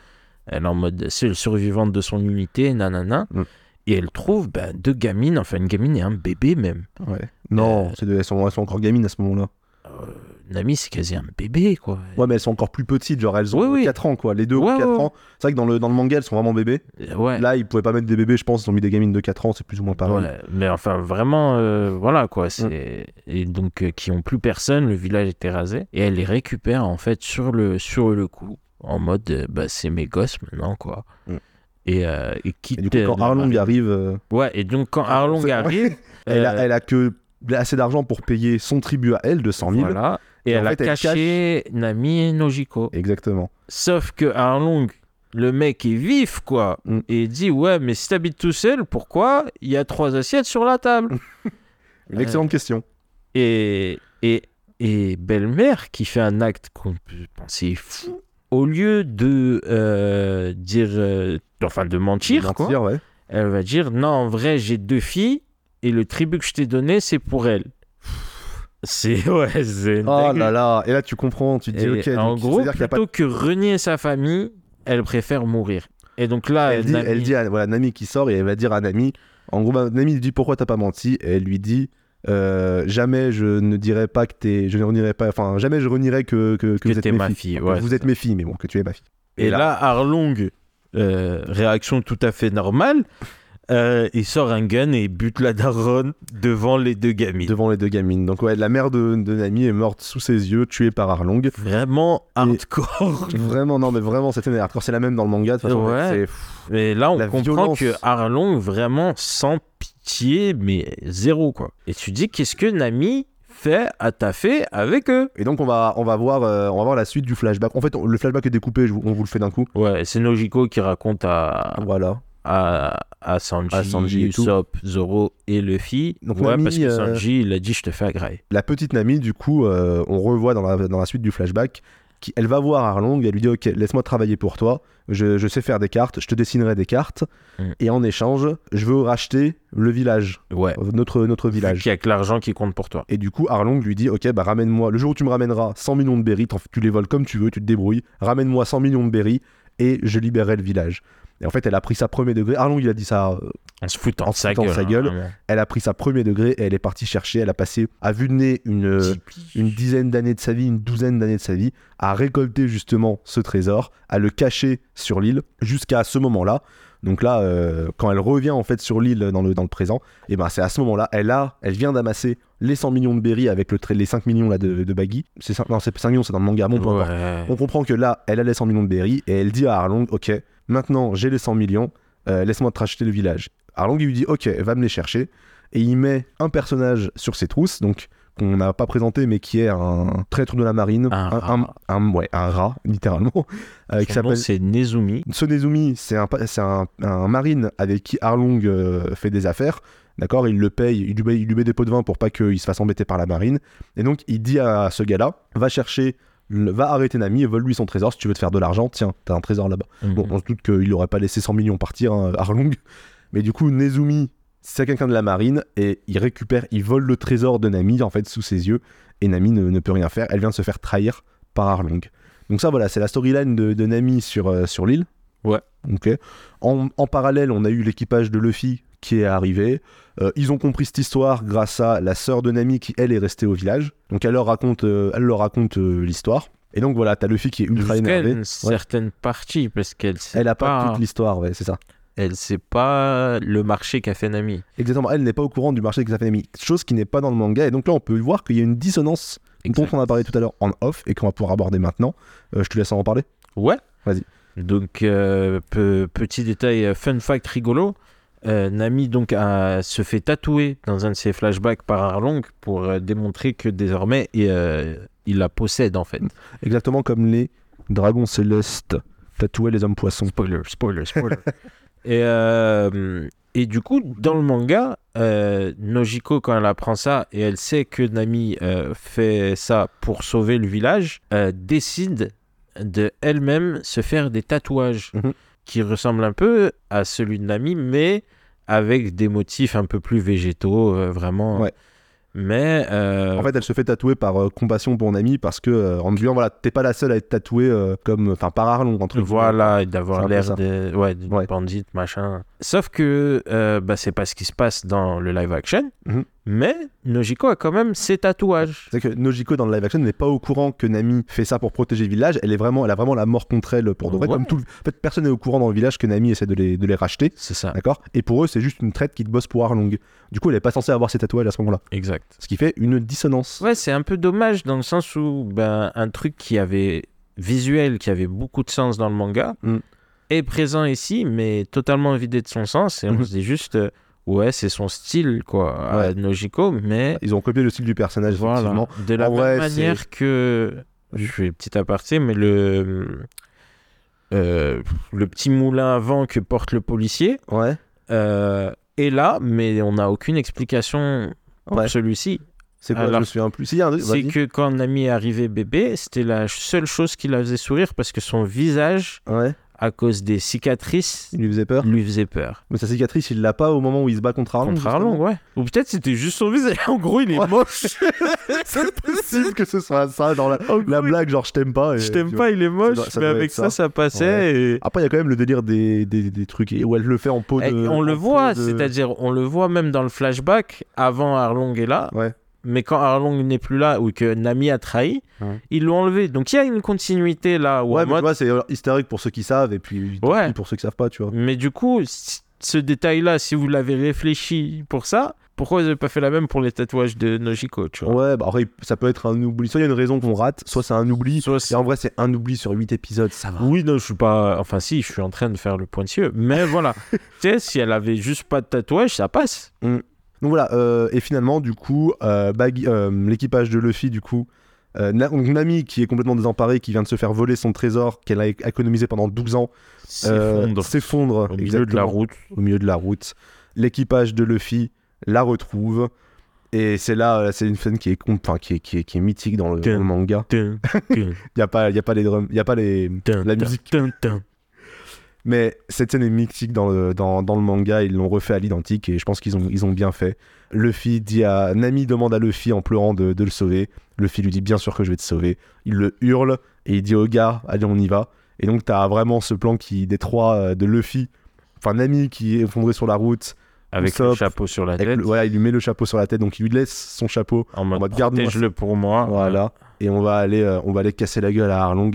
Speaker 2: Elle est en mode seule survivante de son unité, nanana.
Speaker 1: Mhm.
Speaker 2: Et elle trouve bah, deux gamines, enfin une gamine et un bébé même.
Speaker 1: Ouais. Non, c'est de- elles, sont, elles sont encore gamines à ce moment-là.
Speaker 2: Euh, Nami, c'est quasi un bébé, quoi.
Speaker 1: Ouais, mais elles sont encore plus petites, genre elles ont
Speaker 2: Oui, oui.
Speaker 1: 4 ans, quoi. Les deux
Speaker 2: Ouais,
Speaker 1: ont 4
Speaker 2: ouais.
Speaker 1: ans. C'est vrai que dans le, dans le manga, elles sont vraiment bébés.
Speaker 2: Euh, ouais.
Speaker 1: Là, ils pouvaient pas mettre des bébés, je pense. Ils ont mis des gamines de 4 ans, c'est plus ou moins pareil.
Speaker 2: Ouais, mais enfin, vraiment, euh, voilà
Speaker 1: Mm.
Speaker 2: quoi. c'est Et donc, euh, qui ont plus personne, le village était rasé. Et elle les récupère en fait sur le, sur le coup, en mode euh, bah, c'est mes gosses maintenant quoi.
Speaker 1: Mm.
Speaker 2: Et, euh, et quitte.
Speaker 1: Et du coup, quand
Speaker 2: euh,
Speaker 1: Arlong arrive, euh,
Speaker 2: Ouais, et donc quand Arlong
Speaker 1: C'est-
Speaker 2: arrive.
Speaker 1: elle, a,
Speaker 2: euh,
Speaker 1: elle a que assez d'argent pour payer son tribut à elle de 100 000.
Speaker 2: voilà, et,
Speaker 1: Et en
Speaker 2: elle a
Speaker 1: fait, elle
Speaker 2: caché Nami et Nojiko.
Speaker 1: Exactement.
Speaker 2: Sauf que Arlong, le mec est vif, quoi.
Speaker 1: Mm.
Speaker 2: Et il dit Ouais, mais si t'habites tout seul, pourquoi il y a trois assiettes sur la table
Speaker 1: Une
Speaker 2: Euh,
Speaker 1: excellente question.
Speaker 2: et, et, et belle-mère qui fait un acte qu'on peut penser fou, au lieu de euh, dire, euh, enfin de mentir, quoi,
Speaker 1: Mentir, ouais.
Speaker 2: elle va dire non, en vrai, j'ai deux filles et le tribut que je t'ai donné, c'est pour elle. C'est ouais, c'est une
Speaker 1: Oh
Speaker 2: dinguerie.
Speaker 1: là là. Et là, tu comprends, tu te dis,
Speaker 2: Et
Speaker 1: ok.
Speaker 2: en
Speaker 1: donc,
Speaker 2: gros,
Speaker 1: c'est-à-dire qu'il y a pas
Speaker 2: plutôt que renier sa famille, elle préfère mourir. Et donc là,
Speaker 1: elle dit,
Speaker 2: Ah, Nami-
Speaker 1: elle dit à voilà, Nami qui sort et elle va dire à Nami, en gros, bah, Nami lui dit pourquoi t'as pas menti et elle lui dit euh, jamais je ne dirai pas que t'es, je ne renierai pas, enfin jamais je renierai que, que, que
Speaker 2: Que
Speaker 1: vous êtes
Speaker 2: t'es
Speaker 1: mes
Speaker 2: ma
Speaker 1: filles.
Speaker 2: fille,
Speaker 1: Que
Speaker 2: ouais,
Speaker 1: vous
Speaker 2: c'est
Speaker 1: êtes mes filles, mais bon, que tu es ma fille.
Speaker 2: Et là, Arlong, euh, réaction tout à fait normale, euh, il sort un gun et bute la daronne devant les deux gamins.
Speaker 1: devant les deux gamines. Donc ouais, la mère de, de Nami est morte sous ses yeux, tuée par Arlong.
Speaker 2: Vraiment hardcore.
Speaker 1: vraiment, non, mais vraiment, cette scène est hardcore. C'est la même dans le manga. De toute façon, en fait,
Speaker 2: Ouais.
Speaker 1: c'est- pff,
Speaker 2: Et là, on
Speaker 1: La
Speaker 2: comprend
Speaker 1: violence.
Speaker 2: que Arlong, vraiment sans pitié, mais zéro quoi. Et tu dis, qu'est-ce que Nami fait à taffer avec eux
Speaker 1: Et donc on va, on va voir, euh, on va voir la suite du flashback. En fait, on- le flashback est découpé. je vous- on vous le fait d'un coup.
Speaker 2: Ouais, c'est Nojiko qui raconte à,
Speaker 1: Voilà.
Speaker 2: à, à Sanji,
Speaker 1: À Sanji et tout.
Speaker 2: Usopp, Zoro et Luffy.
Speaker 1: Donc
Speaker 2: ouais,
Speaker 1: Nami,
Speaker 2: parce que
Speaker 1: euh,
Speaker 2: Sanji, il a dit, je te fais agrailler.
Speaker 1: la petite Nami, du coup, euh, on revoit dans la, dans la suite du flashback, qui, elle va voir Arlong et elle lui dit Ok, laisse-moi travailler pour toi, je, je sais faire des cartes, je te dessinerai des cartes,
Speaker 2: Mm.
Speaker 1: et en échange, je veux racheter le village,
Speaker 2: Ouais.
Speaker 1: euh, notre, notre village.
Speaker 2: Qui a que l'argent qui compte pour toi.
Speaker 1: Et du coup, Arlong lui dit Ok, bah ramène-moi, le jour où tu me ramèneras 100 millions de berries, t'en- tu les voles comme tu veux, tu te débrouilles, ramène-moi 100 millions de berries, et je libérerai le village. Et en fait, elle a pris ça premier degré. Arlong, il a dit ça euh,
Speaker 2: En se foutant
Speaker 1: En
Speaker 2: de
Speaker 1: se
Speaker 2: sa
Speaker 1: foutant de
Speaker 2: gueule.
Speaker 1: sa
Speaker 2: hein,
Speaker 1: gueule.
Speaker 2: vraiment.
Speaker 1: elle a pris ça premier degré et elle est partie chercher. Elle a passé à vue de nez une, euh, une dizaine d'années de sa vie, une douzaine d'années de sa vie, à récolter justement ce trésor, à le cacher sur l'île jusqu'à ce moment-là. Donc là, euh, quand elle revient en fait sur l'île dans le, dans le présent, et ben c'est à ce moment-là, elle a, elle vient d'amasser les 100 millions de berries avec le trait- les 5 millions là de, de Baggy. C'est cin- non, c'est 5 millions, c'est dans le manga, bon, bah, peu importe.
Speaker 2: Ouais.
Speaker 1: On comprend que là, elle a les 100 millions de berries et elle dit à Arlong, ok, maintenant j'ai les 100 millions, euh, laisse-moi te racheter le village. Arlong il lui dit, ok, va me les chercher. Et il met un personnage sur ses trousses, donc qu'on n'a pas présenté, mais qui est un traître de la marine,
Speaker 2: Un rat.
Speaker 1: un- ouais, un rat, littéralement, euh, qui
Speaker 2: Son nom,
Speaker 1: s'appelle...
Speaker 2: c'est Nezumi.
Speaker 1: Sonezumi, c'est un, pa- c'est un- un marine avec qui Arlong euh, fait des affaires. D'accord Il le paye, il lui, met, il lui met des pots de vin pour pas qu'il se fasse embêter par la marine. Et donc, il dit à ce gars-là va chercher, le- va arrêter Nami et vole-lui son trésor. Si tu veux te faire de l'argent, tiens, t'as un trésor là-bas.
Speaker 2: Mhm.
Speaker 1: Bon, on se doute qu'il aurait pas laissé 100 millions partir, hein, Arlong. Mais du coup, Nezumi, c'est quelqu'un de la marine et il récupère, il vole le trésor de Nami en fait sous ses yeux. Et Nami ne, ne peut rien faire. Elle vient de se faire trahir par Arlong. Donc, ça, voilà, c'est la storyline de, de Nami sur, euh, sur l'île.
Speaker 2: Ouais.
Speaker 1: Ok. En, en parallèle, on a eu l'équipage de Luffy qui est arrivé. Euh, ils ont compris cette histoire grâce à la sœur de Nami qui, elle, est restée au village. Donc, elle leur raconte, euh, elle leur raconte euh, l'histoire. Et donc, voilà, t'as Luffy qui est ultra
Speaker 2: Jusqu'à
Speaker 1: énervé.
Speaker 2: une
Speaker 1: Ouais.
Speaker 2: certaine partie, parce qu'elle sait
Speaker 1: Elle a pas
Speaker 2: pas,
Speaker 1: toute l'histoire, ouais, c'est ça.
Speaker 2: elle sait pas le marché qu'a fait Nami.
Speaker 1: Exactement, elle n'est pas au courant du marché des Nami, chose qui n'est pas dans le manga. Et donc là, on peut voir qu'il y a une dissonance dont on a parlé tout à l'heure en off et qu'on va pouvoir aborder maintenant. Euh, je te laisse en parler.
Speaker 2: Ouais.
Speaker 1: Vas-y.
Speaker 2: Donc, euh, pe- petit détail, euh, fun fact rigolo. euh, Nami donc a- se fait tatouer dans un de ses flashbacks par Arlong pour euh, démontrer que désormais et, euh, il la possède en fait.
Speaker 1: Exactement comme les dragons célestes tatouaient les hommes poissons.
Speaker 2: Spoiler, spoiler, spoiler. et, euh, et du coup, dans le manga, euh, Nojiko, quand elle apprend ça et elle sait que Nami euh, fait ça pour sauver le village, euh, décide de elle-même se faire des tatouages
Speaker 1: Mhm.
Speaker 2: qui ressemblent un peu à celui de Nami, mais avec des motifs un peu plus végétaux, euh, vraiment.
Speaker 1: Ouais.
Speaker 2: Mais euh,
Speaker 1: En fait, elle se fait tatouer par euh, compassion pour Nami parce que euh, en disant voilà, t'es pas la seule à être tatouée euh, comme, enfin, par Arlong entre guillemets.
Speaker 2: Voilà, et
Speaker 1: C'est
Speaker 2: d'avoir
Speaker 1: un peu
Speaker 2: l'air
Speaker 1: ça.
Speaker 2: de, ouais, d'une
Speaker 1: Ouais.
Speaker 2: bandite, machin. Sauf que euh, bah, c'est pas ce qui se passe dans le live action,
Speaker 1: Mhm.
Speaker 2: mais Nojiko a quand même ses tatouages.
Speaker 1: C'est que Nojiko dans le live action n'est pas au courant que Nami fait ça pour protéger le village. Elle est vraiment, elle a vraiment la mort contre elle pour de vrai.
Speaker 2: Ouais.
Speaker 1: Comme tout, le- en fait, personne n'est au courant dans le village que Nami essaie de les, de les racheter.
Speaker 2: C'est ça,
Speaker 1: D'accord Et pour eux, c'est juste une traite qui te bosse pour Arlong. Du coup, elle est pas censée avoir ses tatouages à ce moment-là.
Speaker 2: exact.
Speaker 1: Ce qui fait une dissonance.
Speaker 2: Ouais, c'est un peu dommage dans le sens où ben, un truc qui avait visuel, qui avait beaucoup de sens dans le manga,
Speaker 1: Mhm.
Speaker 2: est présent ici, mais totalement vidé de son sens. Et on
Speaker 1: Mhm.
Speaker 2: se dit juste, euh, ouais, c'est son style, quoi, à
Speaker 1: Ouais.
Speaker 2: Nojiko, mais.
Speaker 1: Ils ont copié le style du personnage,
Speaker 2: Voilà.
Speaker 1: effectivement.
Speaker 2: De la
Speaker 1: En
Speaker 2: même
Speaker 1: vrai,
Speaker 2: manière que. Je fais une petite aparté, mais le. euh, le petit moulin à vent que porte le policier
Speaker 1: Ouais.
Speaker 2: euh, est là, mais on n'a aucune explication pour
Speaker 1: Ouais.
Speaker 2: celui-ci.
Speaker 1: C'est quoi
Speaker 2: Alors,
Speaker 1: Je me souviens plus. Si, il y a un truc,
Speaker 2: C'est
Speaker 1: vas-y.
Speaker 2: que quand Nami est arrivé bébé, c'était la seule chose qui la faisait sourire parce que son visage,
Speaker 1: Ouais,
Speaker 2: à cause des cicatrices,
Speaker 1: il lui faisait peur.
Speaker 2: lui faisait peur.
Speaker 1: Mais sa cicatrice, il l'a pas au moment où il se bat contre Arlong.
Speaker 2: Contre Arlong, ouais. Ou peut-être c'était juste son visage. En gros, il est
Speaker 1: Ouais.
Speaker 2: moche.
Speaker 1: justement. C'est possible que ce soit ça dans la,
Speaker 2: En
Speaker 1: la
Speaker 2: gros,
Speaker 1: blague, genre je t'aime pas. et-
Speaker 2: Oh, Je t'aime
Speaker 1: tu vois.
Speaker 2: pas, il est moche,
Speaker 1: doit- ça
Speaker 2: mais
Speaker 1: doit
Speaker 2: avec
Speaker 1: être
Speaker 2: ça,
Speaker 1: ça.
Speaker 2: ça, passait. Et...
Speaker 1: Après, il y a quand même le délire des, des, des trucs et où elle le fait en peau de.
Speaker 2: Et Eh, on le
Speaker 1: en peau
Speaker 2: voit,
Speaker 1: de-
Speaker 2: c'est-à-dire, on le voit même dans le flashback avant Arlong est là.
Speaker 1: Ouais.
Speaker 2: Mais quand Arlong n'est plus là ou que Nami a trahi,
Speaker 1: Ouais.
Speaker 2: ils l'ont enlevé. Donc il y a une continuité là. où
Speaker 1: Ouais, mais
Speaker 2: en
Speaker 1: tu
Speaker 2: mode-
Speaker 1: vois, c'est euh, historique pour ceux qui savent et puis tant
Speaker 2: Ouais.
Speaker 1: pis pour ceux qui savent pas, tu vois.
Speaker 2: mais du coup, c- ce détail-là, si vous l'avez réfléchi pour ça, pourquoi vous n'avez pas fait la même pour les tatouages de Nojiko tu vois
Speaker 1: Ouais, bah après, ça peut être un oubli. Soit il y a une raison qu'on rate, soit c'est un oubli.
Speaker 2: Soit
Speaker 1: Et
Speaker 2: c'est-
Speaker 1: en vrai, c'est un oubli sur 8 épisodes,
Speaker 2: Ah
Speaker 1: ça va.
Speaker 2: Oui, non, je suis pas. Enfin, si, je suis en train de faire le pointilleux. Mais voilà. tu sais, si elle avait juste pas de tatouage, ça passe.
Speaker 1: Donc voilà, euh, et finalement, du coup, euh, Baggy- euh, l'équipage de Luffy, du coup, euh, Na- donc Nami, qui est complètement désemparée, qui vient de se faire voler son trésor qu'elle a é- économisé pendant 12 ans, euh,
Speaker 2: S'effondre
Speaker 1: s'effondre
Speaker 2: au milieu de la
Speaker 1: exactement,
Speaker 2: route.
Speaker 1: au milieu de la route. L'équipage de Luffy la retrouve. Et c'est là, euh, c'est une scène qui est, com- enfin, qui est, qui est, qui est mythique dans le,
Speaker 2: Tiens.
Speaker 1: dans le manga.
Speaker 2: Dun, dun,
Speaker 1: Il n'y a, pas- y a pas les drums, il n'y a pas les,
Speaker 2: dun,
Speaker 1: La
Speaker 2: dun,
Speaker 1: musique.
Speaker 2: dun, dun.
Speaker 1: Mais cette scène est mythique dans le, dans, dans le manga, ils l'ont refait à l'identique et je pense qu'ils ont, ils ont bien fait. Luffy dit à Nami demande à Luffy en pleurant de, de le sauver. Luffy lui dit bien sûr que je vais te sauver. Il le hurle et il dit au gars allez on y va. Et donc t'as vraiment ce plan qui des trois euh, de Luffy, enfin Nami qui est effondré sur la route.
Speaker 2: Avec
Speaker 1: Usopp,
Speaker 2: le chapeau sur la
Speaker 1: Avec
Speaker 2: tête.
Speaker 1: le- voilà il lui met le chapeau sur la tête donc il lui laisse son chapeau.
Speaker 2: En mode,
Speaker 1: en mode, garde-moi
Speaker 2: protège-le pour moi.
Speaker 1: Voilà et on va aller euh, on va aller casser la gueule à Arlong.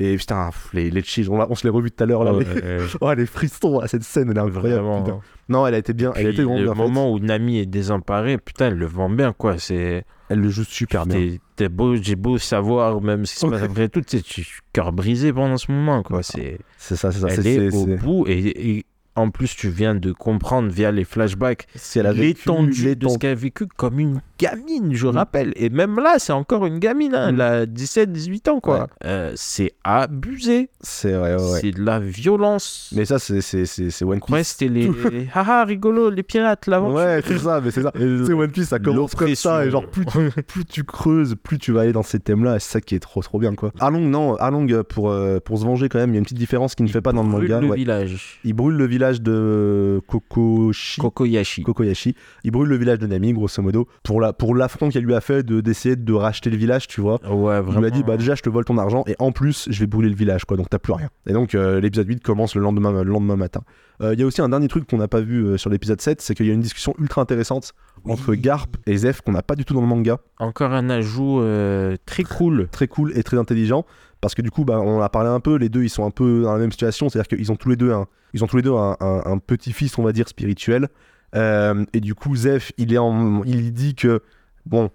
Speaker 1: Et putain pff, les les chiches, on, l'a- on se les revue tout à l'heure là.
Speaker 2: Ouais,
Speaker 1: mais-
Speaker 2: euh,
Speaker 1: Oh les frissons à cette scène elle est incroyable.
Speaker 2: vraiment.
Speaker 1: putain. Non, elle a été bien, elle a
Speaker 2: Puis
Speaker 1: été vraiment
Speaker 2: le
Speaker 1: bien faite.
Speaker 2: moment où Nami est désemparée, putain, elle le vend bien, quoi. C'est.
Speaker 1: Elle le joue super bien.
Speaker 2: t'es- t'es beau, j'ai beau savoir, même si c'est
Speaker 1: Ouais.
Speaker 2: pas après tout, tu sais, je suis cœur brisé pendant ce moment, quoi. C'est.
Speaker 1: C'est Ah. ça, c'est ça. c'est-
Speaker 2: elle est,
Speaker 1: c'est-
Speaker 2: au
Speaker 1: c'est-
Speaker 2: bout et, et en plus tu viens de comprendre via les flashbacks
Speaker 1: C'est la
Speaker 2: l'étendue de ce qu'elle a vécu comme une gamine, je rappelle. Et même là, c'est encore une gamine, hein,
Speaker 1: Mm.
Speaker 2: elle a 17-18 ans, quoi.
Speaker 1: Ouais.
Speaker 2: Euh, c'est abusé,
Speaker 1: C'est vrai, ouais, ouais.
Speaker 2: c'est de la violence.
Speaker 1: Mais ça, c'est- c'est c'est- c'est One Piece.
Speaker 2: Ouais, c'était les... les- Haha, rigolo, les pirates, l'avant.
Speaker 1: Ouais, c'est ça, mais c'est ça. Tu sais, One Piece, ça commence comme ça, et genre, plus tu, plus tu creuses, plus tu vas aller dans ces thèmes-là, et c'est ça qui est trop trop bien, quoi. Arlong, non, Arlong, pour, euh, pour se venger quand même, il y a une petite différence qui ne fait pas dans le manga.
Speaker 2: le
Speaker 1: ouais.
Speaker 2: village.
Speaker 1: Il brûle le village de Kokoshi.
Speaker 2: Kokoyashi.
Speaker 1: Kokoyashi, il brûle le village de Nami, grosso modo, pour la pour l'affront qu'elle lui a fait de d'essayer de racheter le village, tu vois.
Speaker 2: Ouais,
Speaker 1: Il
Speaker 2: vraiment.
Speaker 1: lui a dit bah déjà je te vole ton argent et en plus je vais brûler le village quoi donc t'as plus rien. Et donc euh, l'épisode 8 commence le lendemain, le lendemain matin. Euh, Il y a aussi un dernier truc qu'on n'a pas vu euh, sur l'épisode 7 c'est qu'il y a une discussion ultra intéressante
Speaker 2: Oui.
Speaker 1: bah, entre Garp et Zef qu'on n'a pas du tout dans le manga.
Speaker 2: Encore un ajout euh, très cool.
Speaker 1: Très cool et très intelligent parce que du coup bah, on en a parlé un peu les deux ils sont un peu dans la même situation c'est à dire qu'ils ont tous les deux un ils ont tous les deux un, un- un petit-fils on va dire spirituel Euh, et du coup Zef il est en, il dit que bon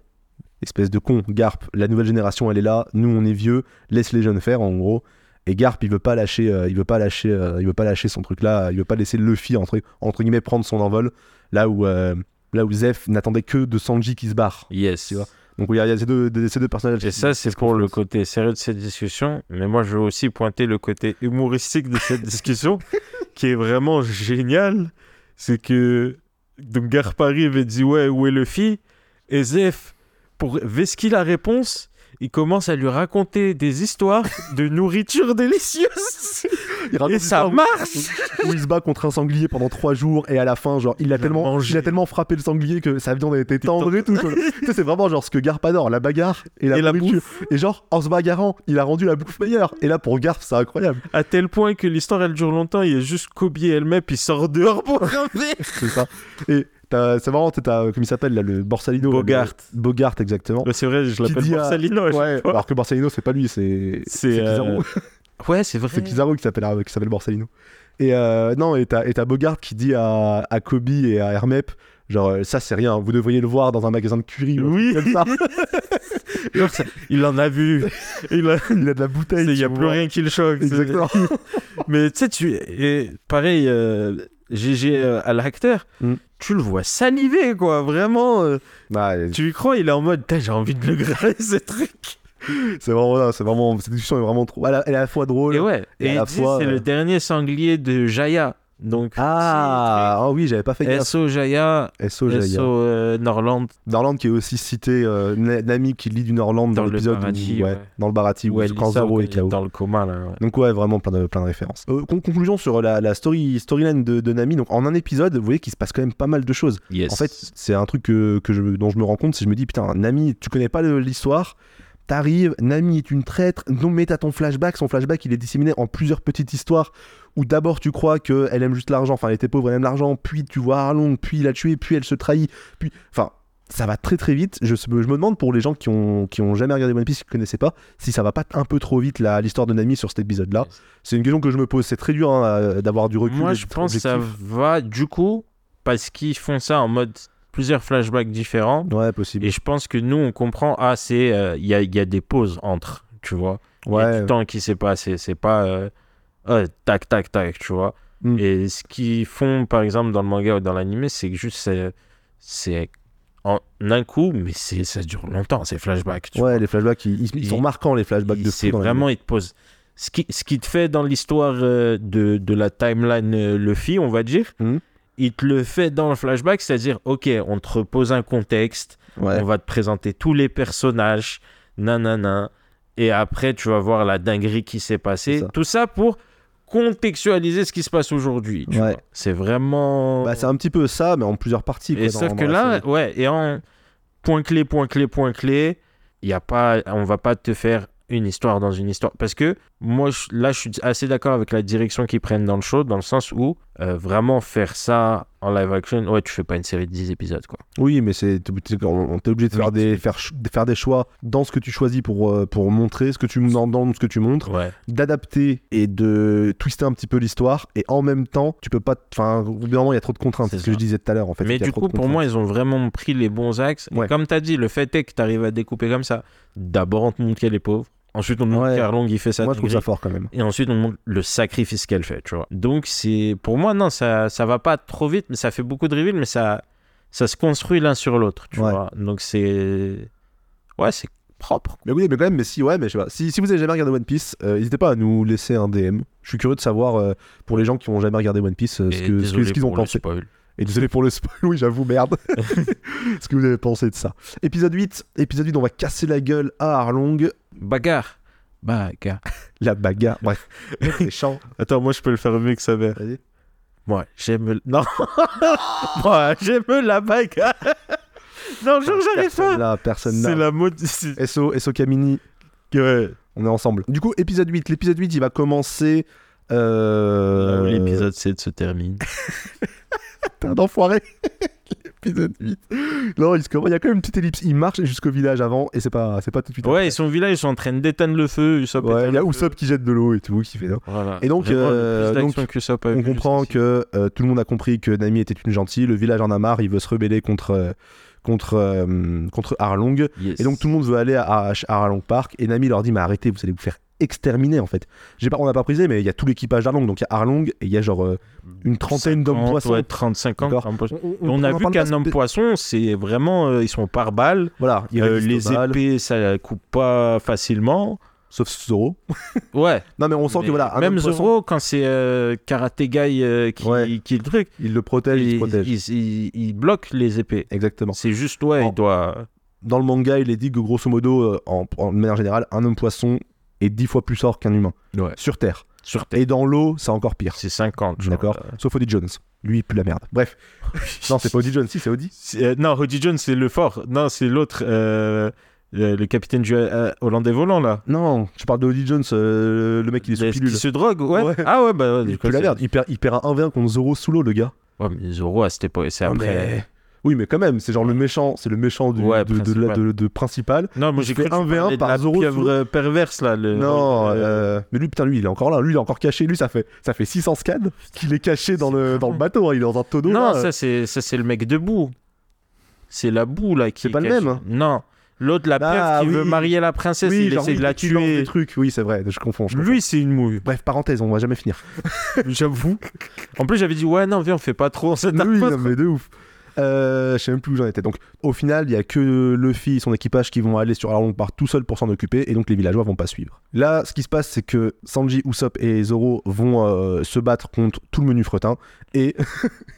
Speaker 1: espèce de con Garp la nouvelle génération elle est là nous on est vieux laisse les jeunes faire en gros et Garp il veut pas lâcher euh, il veut pas lâcher euh, il veut pas lâcher son truc là il veut pas laisser Luffy entre, entre guillemets prendre son envol là où euh, là où Zef n'attendait que de Sanji qui se barre
Speaker 2: Yes.
Speaker 1: Tu vois. donc il y a, il y a ces, deux, ces deux personnages
Speaker 2: Et
Speaker 1: qui-
Speaker 2: ça, c'est pour le côté sérieux de cette discussion. Mais moi, je veux aussi pointer le côté humoristique de cette discussion, qui est vraiment génial. C'est que. Donc, Garp arrive et dit Ouais, où est Luffy Et Zef, pour vesquiller la réponse, il commence à lui raconter des histoires de nourriture délicieuse.
Speaker 1: Il raconte
Speaker 2: et Ah, ça
Speaker 1: l'histoire
Speaker 2: marche
Speaker 1: où il se bat contre un sanglier pendant trois jours et à la fin genre il a
Speaker 2: Il a
Speaker 1: tellement
Speaker 2: mangé.
Speaker 1: il a tellement frappé le sanglier que sa viande a été tendre et tout quoi. Tu sais, c'est vraiment genre ce que Garp adore la bagarre et la,
Speaker 2: Et la
Speaker 1: nourriture. et genre en se bagarrant il a rendu la bouffe meilleure et là pour Garp c'est incroyable
Speaker 2: À tel point que l'histoire, elle dure longtemps. Il y a juste Kobe et elle puis il sort dehors pour un verre.
Speaker 1: c'est ça et t'as- c'est marrant t'as- t'as comme il s'appelle là le Borsalino là, le-
Speaker 2: Bogart.
Speaker 1: Bogart exactement
Speaker 2: Ouais, C'est vrai, je
Speaker 1: Qui
Speaker 2: l'appelle
Speaker 1: dit à-
Speaker 2: Borsalino. à chaque
Speaker 1: ouais
Speaker 2: fois.
Speaker 1: alors que Borsalino c'est pas lui c'est
Speaker 2: C'est,
Speaker 1: c'est Kizaru.
Speaker 2: euh, Ouais, c'est vrai.
Speaker 1: C'est Pizarro qui s'appelle qui s'appelle Borsalino. Et euh, non, et t'as et t'as Bogart qui dit à, à Kobe et à Hermep, genre euh, ça c'est rien, vous devriez le voir dans un magasin de curie. ou un
Speaker 2: Oui.
Speaker 1: truc comme ça.
Speaker 2: Genre, ça- il en a vu. Il a...
Speaker 1: il a de la bouteille.
Speaker 2: Il n'y a
Speaker 1: tu
Speaker 2: plus
Speaker 1: vois.
Speaker 2: rien qui le choque. C'est-
Speaker 1: Exactement.
Speaker 2: Mais tu sais, tu. Et pareil, euh, GG euh, à l'acteur,
Speaker 1: Mm.
Speaker 2: tu le vois saliver, quoi. Vraiment. euh,
Speaker 1: Ouais,
Speaker 2: tu y crois, il est en mode, Putain, j'ai envie de le gratter, ce truc.
Speaker 1: c'est vraiment, c'est vraiment, cette discussion est vraiment trop. Elle est à la fois drôle.
Speaker 2: Et ouais.
Speaker 1: Oh Et
Speaker 2: Et,
Speaker 1: à
Speaker 2: il
Speaker 1: la
Speaker 2: dit,
Speaker 1: fois,
Speaker 2: c'est
Speaker 1: euh,
Speaker 2: le dernier sanglier de Jaya. Donc.
Speaker 1: Ah, ah oui, j'avais pas fait
Speaker 2: c'est-
Speaker 1: gaffe.
Speaker 2: SO Jaya,
Speaker 1: SO, j'allais dire.
Speaker 2: SO euh, Norland.
Speaker 1: Norland qui est aussi cité, euh, Na- Nami qui lit du Norland dans,
Speaker 2: Dans le
Speaker 1: l'épisode où- ouais,
Speaker 2: Baratie, ouais.
Speaker 1: dans le Barati où
Speaker 2: Ouais,
Speaker 1: quand
Speaker 2: Lisa,
Speaker 1: Zoro
Speaker 2: ouais,
Speaker 1: est KO.
Speaker 2: Dans le coma, là. ouais.
Speaker 1: Donc ouais, vraiment plein de, plein de références. Euh, con- conclusion sur la, la story, storyline de, de Nami. Donc en un épisode, vous voyez qu'il se passe quand même pas mal de choses. En fait, c'est un truc que, que je, dont je me rends compte, c'est que je me dis, putain, Nami, tu connais pas le- l'histoire, t'arrives, Nami est une traître, non mais t'as ton flashback, son flashback il est disséminé en plusieurs petites histoires, où d'abord tu crois qu'elle aime juste l'argent, enfin elle était pauvre, elle aime l'argent, puis tu vois Arlong, puis il a tué, puis elle se trahit, puis... Enfin, ça va très très vite, je, je me demande pour les gens qui ont, qui ont jamais regardé One Piece, qui connaissaient pas, si ça va pas un peu trop vite la- l'histoire de Nami sur cet épisode-là. C'est une question que je me pose, c'est très dur hein, à- d'avoir du recul.
Speaker 2: Moi,
Speaker 1: et
Speaker 2: je
Speaker 1: d'être
Speaker 2: pense que ça
Speaker 1: objectif.
Speaker 2: va du coup parce qu'ils font ça en mode plusieurs flashbacks différents.
Speaker 1: Ouais, possible.
Speaker 2: Et je pense que nous, on comprend, ah, c'est, euh, il y, a, il y a des pauses entre, tu vois. Il y a
Speaker 1: Ouais.
Speaker 2: du temps qui s'est passé, c'est pas, euh, euh, tac, tac, tac, tu vois.
Speaker 1: Mm.
Speaker 2: Et ce qu'ils font, par exemple, dans le manga ou dans l'anime, c'est que juste, c'est, c'est en un coup, mais c'est, ça dure longtemps, ces flashbacks. tu
Speaker 1: Ouais, les flashbacks, ils, ils- ils sont
Speaker 2: Et-
Speaker 1: marquants, les flashbacks de fou
Speaker 2: c'est
Speaker 1: dans la
Speaker 2: vraiment, il te pose. Ce qui, ce qui te fait dans l'histoire euh, de, de la timeline euh, Luffy, on va dire,
Speaker 1: Mhm.
Speaker 2: il te le fait dans le flashback, c'est-à-dire, ok, on te repose un contexte,
Speaker 1: vie. Ouais.
Speaker 2: on va te présenter tous les personnages, nanana, et après, tu vas voir la dinguerie qui s'est passée.
Speaker 1: C'est ça.
Speaker 2: Tout ça pour contextualiser ce qui se passe aujourd'hui. tu
Speaker 1: Ouais.
Speaker 2: vois. C'est vraiment.
Speaker 1: Bah, c'est un petit peu ça, mais en plusieurs parties.
Speaker 2: Et
Speaker 1: quoi, dans-
Speaker 2: sauf
Speaker 1: dans
Speaker 2: que
Speaker 1: la
Speaker 2: là,
Speaker 1: série.
Speaker 2: ouais, et en point clé, point clé, point clé, il y a pas, on va pas te faire une histoire dans une histoire. Parce que moi, je- là, je suis assez d'accord avec la direction qu'ils prennent dans le show, dans le sens où euh, vraiment faire ça en live action, ouais, tu fais pas une série de 10 épisodes, quoi.
Speaker 1: Oui, mais c'est t'es- t'es- on t'es obligé de faire
Speaker 2: Oui,
Speaker 1: des, faire, ch- de faire des choix dans ce que tu choisis pour, euh, pour montrer, ce que tu, dans, dans ce que tu montres,
Speaker 2: Ouais.
Speaker 1: d'adapter et de twister un petit peu l'histoire, et en même temps, tu peux pas. Enfin, au bout d'un moment, il y a trop de contraintes,
Speaker 2: C'est
Speaker 1: c'est ce que
Speaker 2: ça.
Speaker 1: je disais tout à l'heure en fait.
Speaker 2: Mais
Speaker 1: c'est qu'il y a
Speaker 2: du
Speaker 1: trop
Speaker 2: coup,
Speaker 1: de
Speaker 2: pour
Speaker 1: contraintes.
Speaker 2: moi, ils ont vraiment pris les bons axes. Et
Speaker 1: Ouais.
Speaker 2: comme tu as dit, le fait est que tu arrives à découper comme ça. D'abord, on te montre qu'elle est pauvre. Ensuite, on nous montre
Speaker 1: Ouais.
Speaker 2: qu'Arlong, il fait ça.
Speaker 1: Moi, je trouve ça fort quand même.
Speaker 2: Et ensuite, on montre le sacrifice qu'elle fait, tu vois. Donc, c'est pour moi, non, ça, ça va pas trop vite, mais ça fait beaucoup de reveals, mais ça, ça se construit l'un sur l'autre, tu
Speaker 1: Ouais.
Speaker 2: vois. Donc, c'est. Ouais, c'est propre.
Speaker 1: Mais oui, mais quand même, mais si, ouais, mais je sais pas. Si, si vous avez jamais regardé One Piece, euh, n'hésitez pas à nous laisser un DM. Je suis curieux de savoir, euh, pour les gens qui ont jamais regardé One Piece, euh, ce
Speaker 2: Et
Speaker 1: que- ce que-
Speaker 2: désolé
Speaker 1: ce qu'ils ont
Speaker 2: pour le
Speaker 1: pensé.
Speaker 2: spoil.
Speaker 1: Et désolé pour le spoil, oui, j'avoue, merde. ce que vous avez pensé de ça. Épisode 8, épisode 8, on va casser la gueule à Arlong.
Speaker 2: Bagarre. Bagarre.
Speaker 1: La bagarre, bref. C'est chiant.
Speaker 2: Attends, moi, je peux le faire mieux que sa mère.
Speaker 1: Vas-y.
Speaker 2: Moi, j'aime. le- Non Moi, j'aime la bagarre Non, jure, j'arrive
Speaker 1: Personne
Speaker 2: pas
Speaker 1: là, personne
Speaker 2: C'est
Speaker 1: là.
Speaker 2: la mode. c'est-
Speaker 1: SO, SO Kamini,
Speaker 2: Ouais.
Speaker 1: on est ensemble. Du coup, épisode 8, l'épisode 8, il va commencer. Euh...
Speaker 2: Là où L'épisode 7 se termine.
Speaker 1: Putain d'enfoiré L'épisode 8. Non, il, se commence- il y a quand même une petite ellipse. Il marche jusqu'au village avant et c'est pas, c'est pas tout de suite.
Speaker 2: Ouais, ils sont au village, ils sont en train d'éteindre le feu. Usopp
Speaker 1: Ouais,
Speaker 2: éteint
Speaker 1: il y a
Speaker 2: le feu.
Speaker 1: Usopp qui jette de l'eau et tout, qui fait. non.
Speaker 2: Voilà.
Speaker 1: Et donc,
Speaker 2: Vraiment,
Speaker 1: euh,
Speaker 2: plus d'action
Speaker 1: donc,
Speaker 2: que ça, pas
Speaker 1: On
Speaker 2: vu
Speaker 1: comprend
Speaker 2: jusqu'ici.
Speaker 1: que euh, tout le monde a compris que Nami était une gentille. Le village en a marre. Il veut se rebeller contre, euh, contre, euh, contre Arlong.
Speaker 2: Yes.
Speaker 1: Et donc tout le monde veut aller à, à, à Arlong Park. Et Nami leur dit Mais arrêtez, vous allez vous faire exterminer en fait. J'ai pas, on n'a pas prisé, mais il y a tout l'équipage d'Arlong. Donc il y a Arlong et il y a genre euh, une trentaine d'hommes
Speaker 2: 30,
Speaker 1: poissons.
Speaker 2: ouais, 35 ans.
Speaker 1: D'accord.
Speaker 2: 30 poissons.
Speaker 1: On,
Speaker 2: Et On, a
Speaker 1: en
Speaker 2: vu
Speaker 1: parle pas
Speaker 2: qu'un homme
Speaker 1: spé-
Speaker 2: poisson, c'est vraiment. euh, ils sont par balles.
Speaker 1: Voilà, il
Speaker 2: Euh,
Speaker 1: résiste aux
Speaker 2: les
Speaker 1: balles,
Speaker 2: épées, ça coupe pas facilement.
Speaker 1: Sauf Zoro.
Speaker 2: Ouais.
Speaker 1: Non, mais on sent
Speaker 2: Mais
Speaker 1: que voilà, un
Speaker 2: même
Speaker 1: homme poisson,
Speaker 2: Zoro, quand c'est euh, Karate Guy euh, qui,
Speaker 1: Ouais.
Speaker 2: qui le truc,
Speaker 1: il le protège, il, se protège.
Speaker 2: il- il- il bloque les épées.
Speaker 1: Exactement.
Speaker 2: C'est juste, ouais,
Speaker 1: En-
Speaker 2: il doit.
Speaker 1: Dans le manga, il est dit que grosso modo, euh, en, en manière générale, un homme poisson est 10 fois plus fort qu'un humain.
Speaker 2: Ouais.
Speaker 1: Sur Terre.
Speaker 2: Sur
Speaker 1: Et dans l'eau, c'est encore pire.
Speaker 2: C'est 50. genre,
Speaker 1: D'accord
Speaker 2: euh.
Speaker 1: Sauf Odie Jones. Lui, il pue la merde. Bref. non, c'est pas Odie Jones, si, c'est Odie.
Speaker 2: C'est- euh, non, Roddy Jones, c'est le fort. Non, c'est l'autre. euh, le, le capitaine du euh, Hollandais volant, là.
Speaker 1: Non, je parle de Odie Jones, euh, le mec, il est sous
Speaker 2: Qui
Speaker 1: pilule.
Speaker 2: se drogue, ouais.
Speaker 1: Ouais.
Speaker 2: Ah ouais, bah ouais, du
Speaker 1: Il
Speaker 2: coup,
Speaker 1: pue la
Speaker 2: c'est-
Speaker 1: merde. Il perd, il perd un 1v1 contre Zoro sous l'eau, le gars.
Speaker 2: Ouais, mais Zoro, à cette époque, c'est
Speaker 1: Non,
Speaker 2: après.
Speaker 1: Ah, mais- Oui, mais quand même, c'est genre le méchant, c'est le méchant du,
Speaker 2: Ouais,
Speaker 1: de, de- de-
Speaker 2: principal.
Speaker 1: de- de principal.
Speaker 2: Non, moi j'ai
Speaker 1: fait
Speaker 2: cru que tu
Speaker 1: 1v1
Speaker 2: parlais de
Speaker 1: par
Speaker 2: la
Speaker 1: Zoro
Speaker 2: pieuvre
Speaker 1: sous-
Speaker 2: euh, perverse, là. Le...
Speaker 1: Non,
Speaker 2: euh,
Speaker 1: euh, mais lui, putain, lui, il est encore là. Lui, il est encore caché. Lui, ça fait, ça fait 600 scans qu'il est caché dans le, dans le bateau. hein. Il est dans un tonneau. là.
Speaker 2: Non, ça, c'est ça, c'est le mec debout. C'est la boue, là. qui
Speaker 1: C'est pas le
Speaker 2: cache-
Speaker 1: même, hein.
Speaker 2: Non. L'autre, la
Speaker 1: Ah,
Speaker 2: pieuvre qui
Speaker 1: oui.
Speaker 2: veut marier la princesse,
Speaker 1: oui,
Speaker 2: il
Speaker 1: genre,
Speaker 2: essaie de la
Speaker 1: il lance des
Speaker 2: tuer.
Speaker 1: trucs. Oui, c'est vrai, je confonds. je confonds.
Speaker 2: Lui, c'est une mouille.
Speaker 1: Bref, parenthèse, on va jamais finir.
Speaker 2: J'avoue. En plus, j'avais dit, ouais, non, viens, on fait pas trop, on s'éteint
Speaker 1: Oui,
Speaker 2: pas
Speaker 1: non, mais de ouf. Euh, je sais même plus où j'en étais. Donc, au final, il y a que Luffy et son équipage qui vont aller sur Arlong Park tout seuls pour s'en occuper, et donc les villageois vont pas suivre. Là, ce qui se passe, c'est que Sanji, Usopp et Zoro vont euh, se battre contre tout le menu fretin, et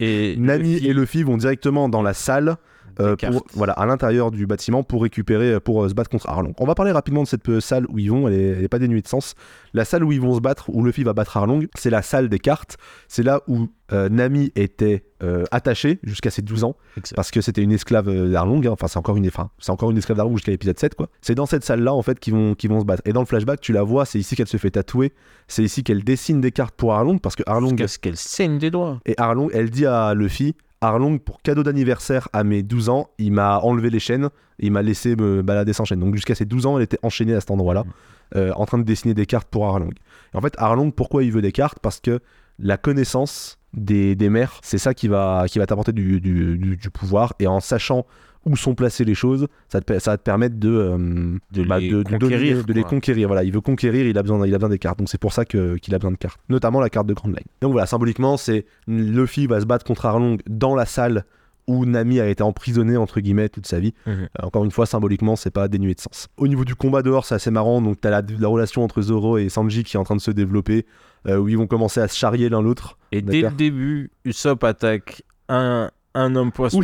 Speaker 2: Et
Speaker 1: Nami
Speaker 2: Luffy,
Speaker 1: et Luffy vont directement dans la salle, euh,
Speaker 2: des
Speaker 1: pour-
Speaker 2: cartes.
Speaker 1: voilà, à l'intérieur du bâtiment pour récupérer, pour euh, se battre contre Arlong. On va parler rapidement de cette euh, salle où ils vont, elle est, elle est pas dénuée de sens. La salle où ils vont se battre, où Luffy va battre Arlong, c'est la salle des cartes. C'est là où euh, Nami était euh, attachée jusqu'à ses 12 ans,
Speaker 2: Exact.
Speaker 1: parce que c'était une esclave euh, d'Arlong, hein. enfin c'est encore une enfin, c'est encore une esclave d'Arlong jusqu'à l'épisode 7 quoi. C'est dans cette salle-là en fait qu'ils vont, qu'ils vont se battre. Et dans le flashback, tu la vois, c'est ici qu'elle se fait tatouer, c'est ici qu'elle dessine des cartes pour Arlong, parce que Arlong
Speaker 2: Jusqu'à ce qu'elle saigne des doigts.
Speaker 1: et Arlong, elle dit à Luffy Arlong, pour cadeau d'anniversaire à mes 12 ans, il m'a enlevé les chaînes, il m'a laissé me balader sans chaîne. Donc jusqu'à ses 12 ans, elle était enchaînée à cet endroit-là,
Speaker 2: Mm.
Speaker 1: euh, en train de dessiner des cartes pour Arlong. Et en fait, Arlong, pourquoi il veut des cartes Parce que la connaissance des, des mères, c'est ça qui va, qui va t'apporter du, du- du- du pouvoir. Et en sachant où sont placées les choses, ça, te, per- ça va te permettre de, euh,
Speaker 2: De
Speaker 1: bah,
Speaker 2: les
Speaker 1: de, de
Speaker 2: conquérir,
Speaker 1: dominer- de les
Speaker 2: quoi.
Speaker 1: conquérir. Voilà, il veut conquérir, il a besoin, il a besoin des cartes. Donc c'est pour ça que- qu'il a besoin de cartes, notamment la carte de Grand Line. Donc voilà, symboliquement, c'est Luffy va se battre contre Arlong dans la salle où Nami a été emprisonnée entre guillemets toute sa vie.
Speaker 2: Mhm.
Speaker 1: Euh, Encore une fois, symboliquement, c'est pas dénué de sens. Au niveau du combat dehors, c'est assez marrant. Donc t'as la, la relation entre Zoro et Sanji qui est en train de se développer, euh, où ils vont commencer à se charrier l'un l'autre.
Speaker 2: Et dès le
Speaker 1: D'accord.
Speaker 2: début, Usopp attaque un, un homme poisson.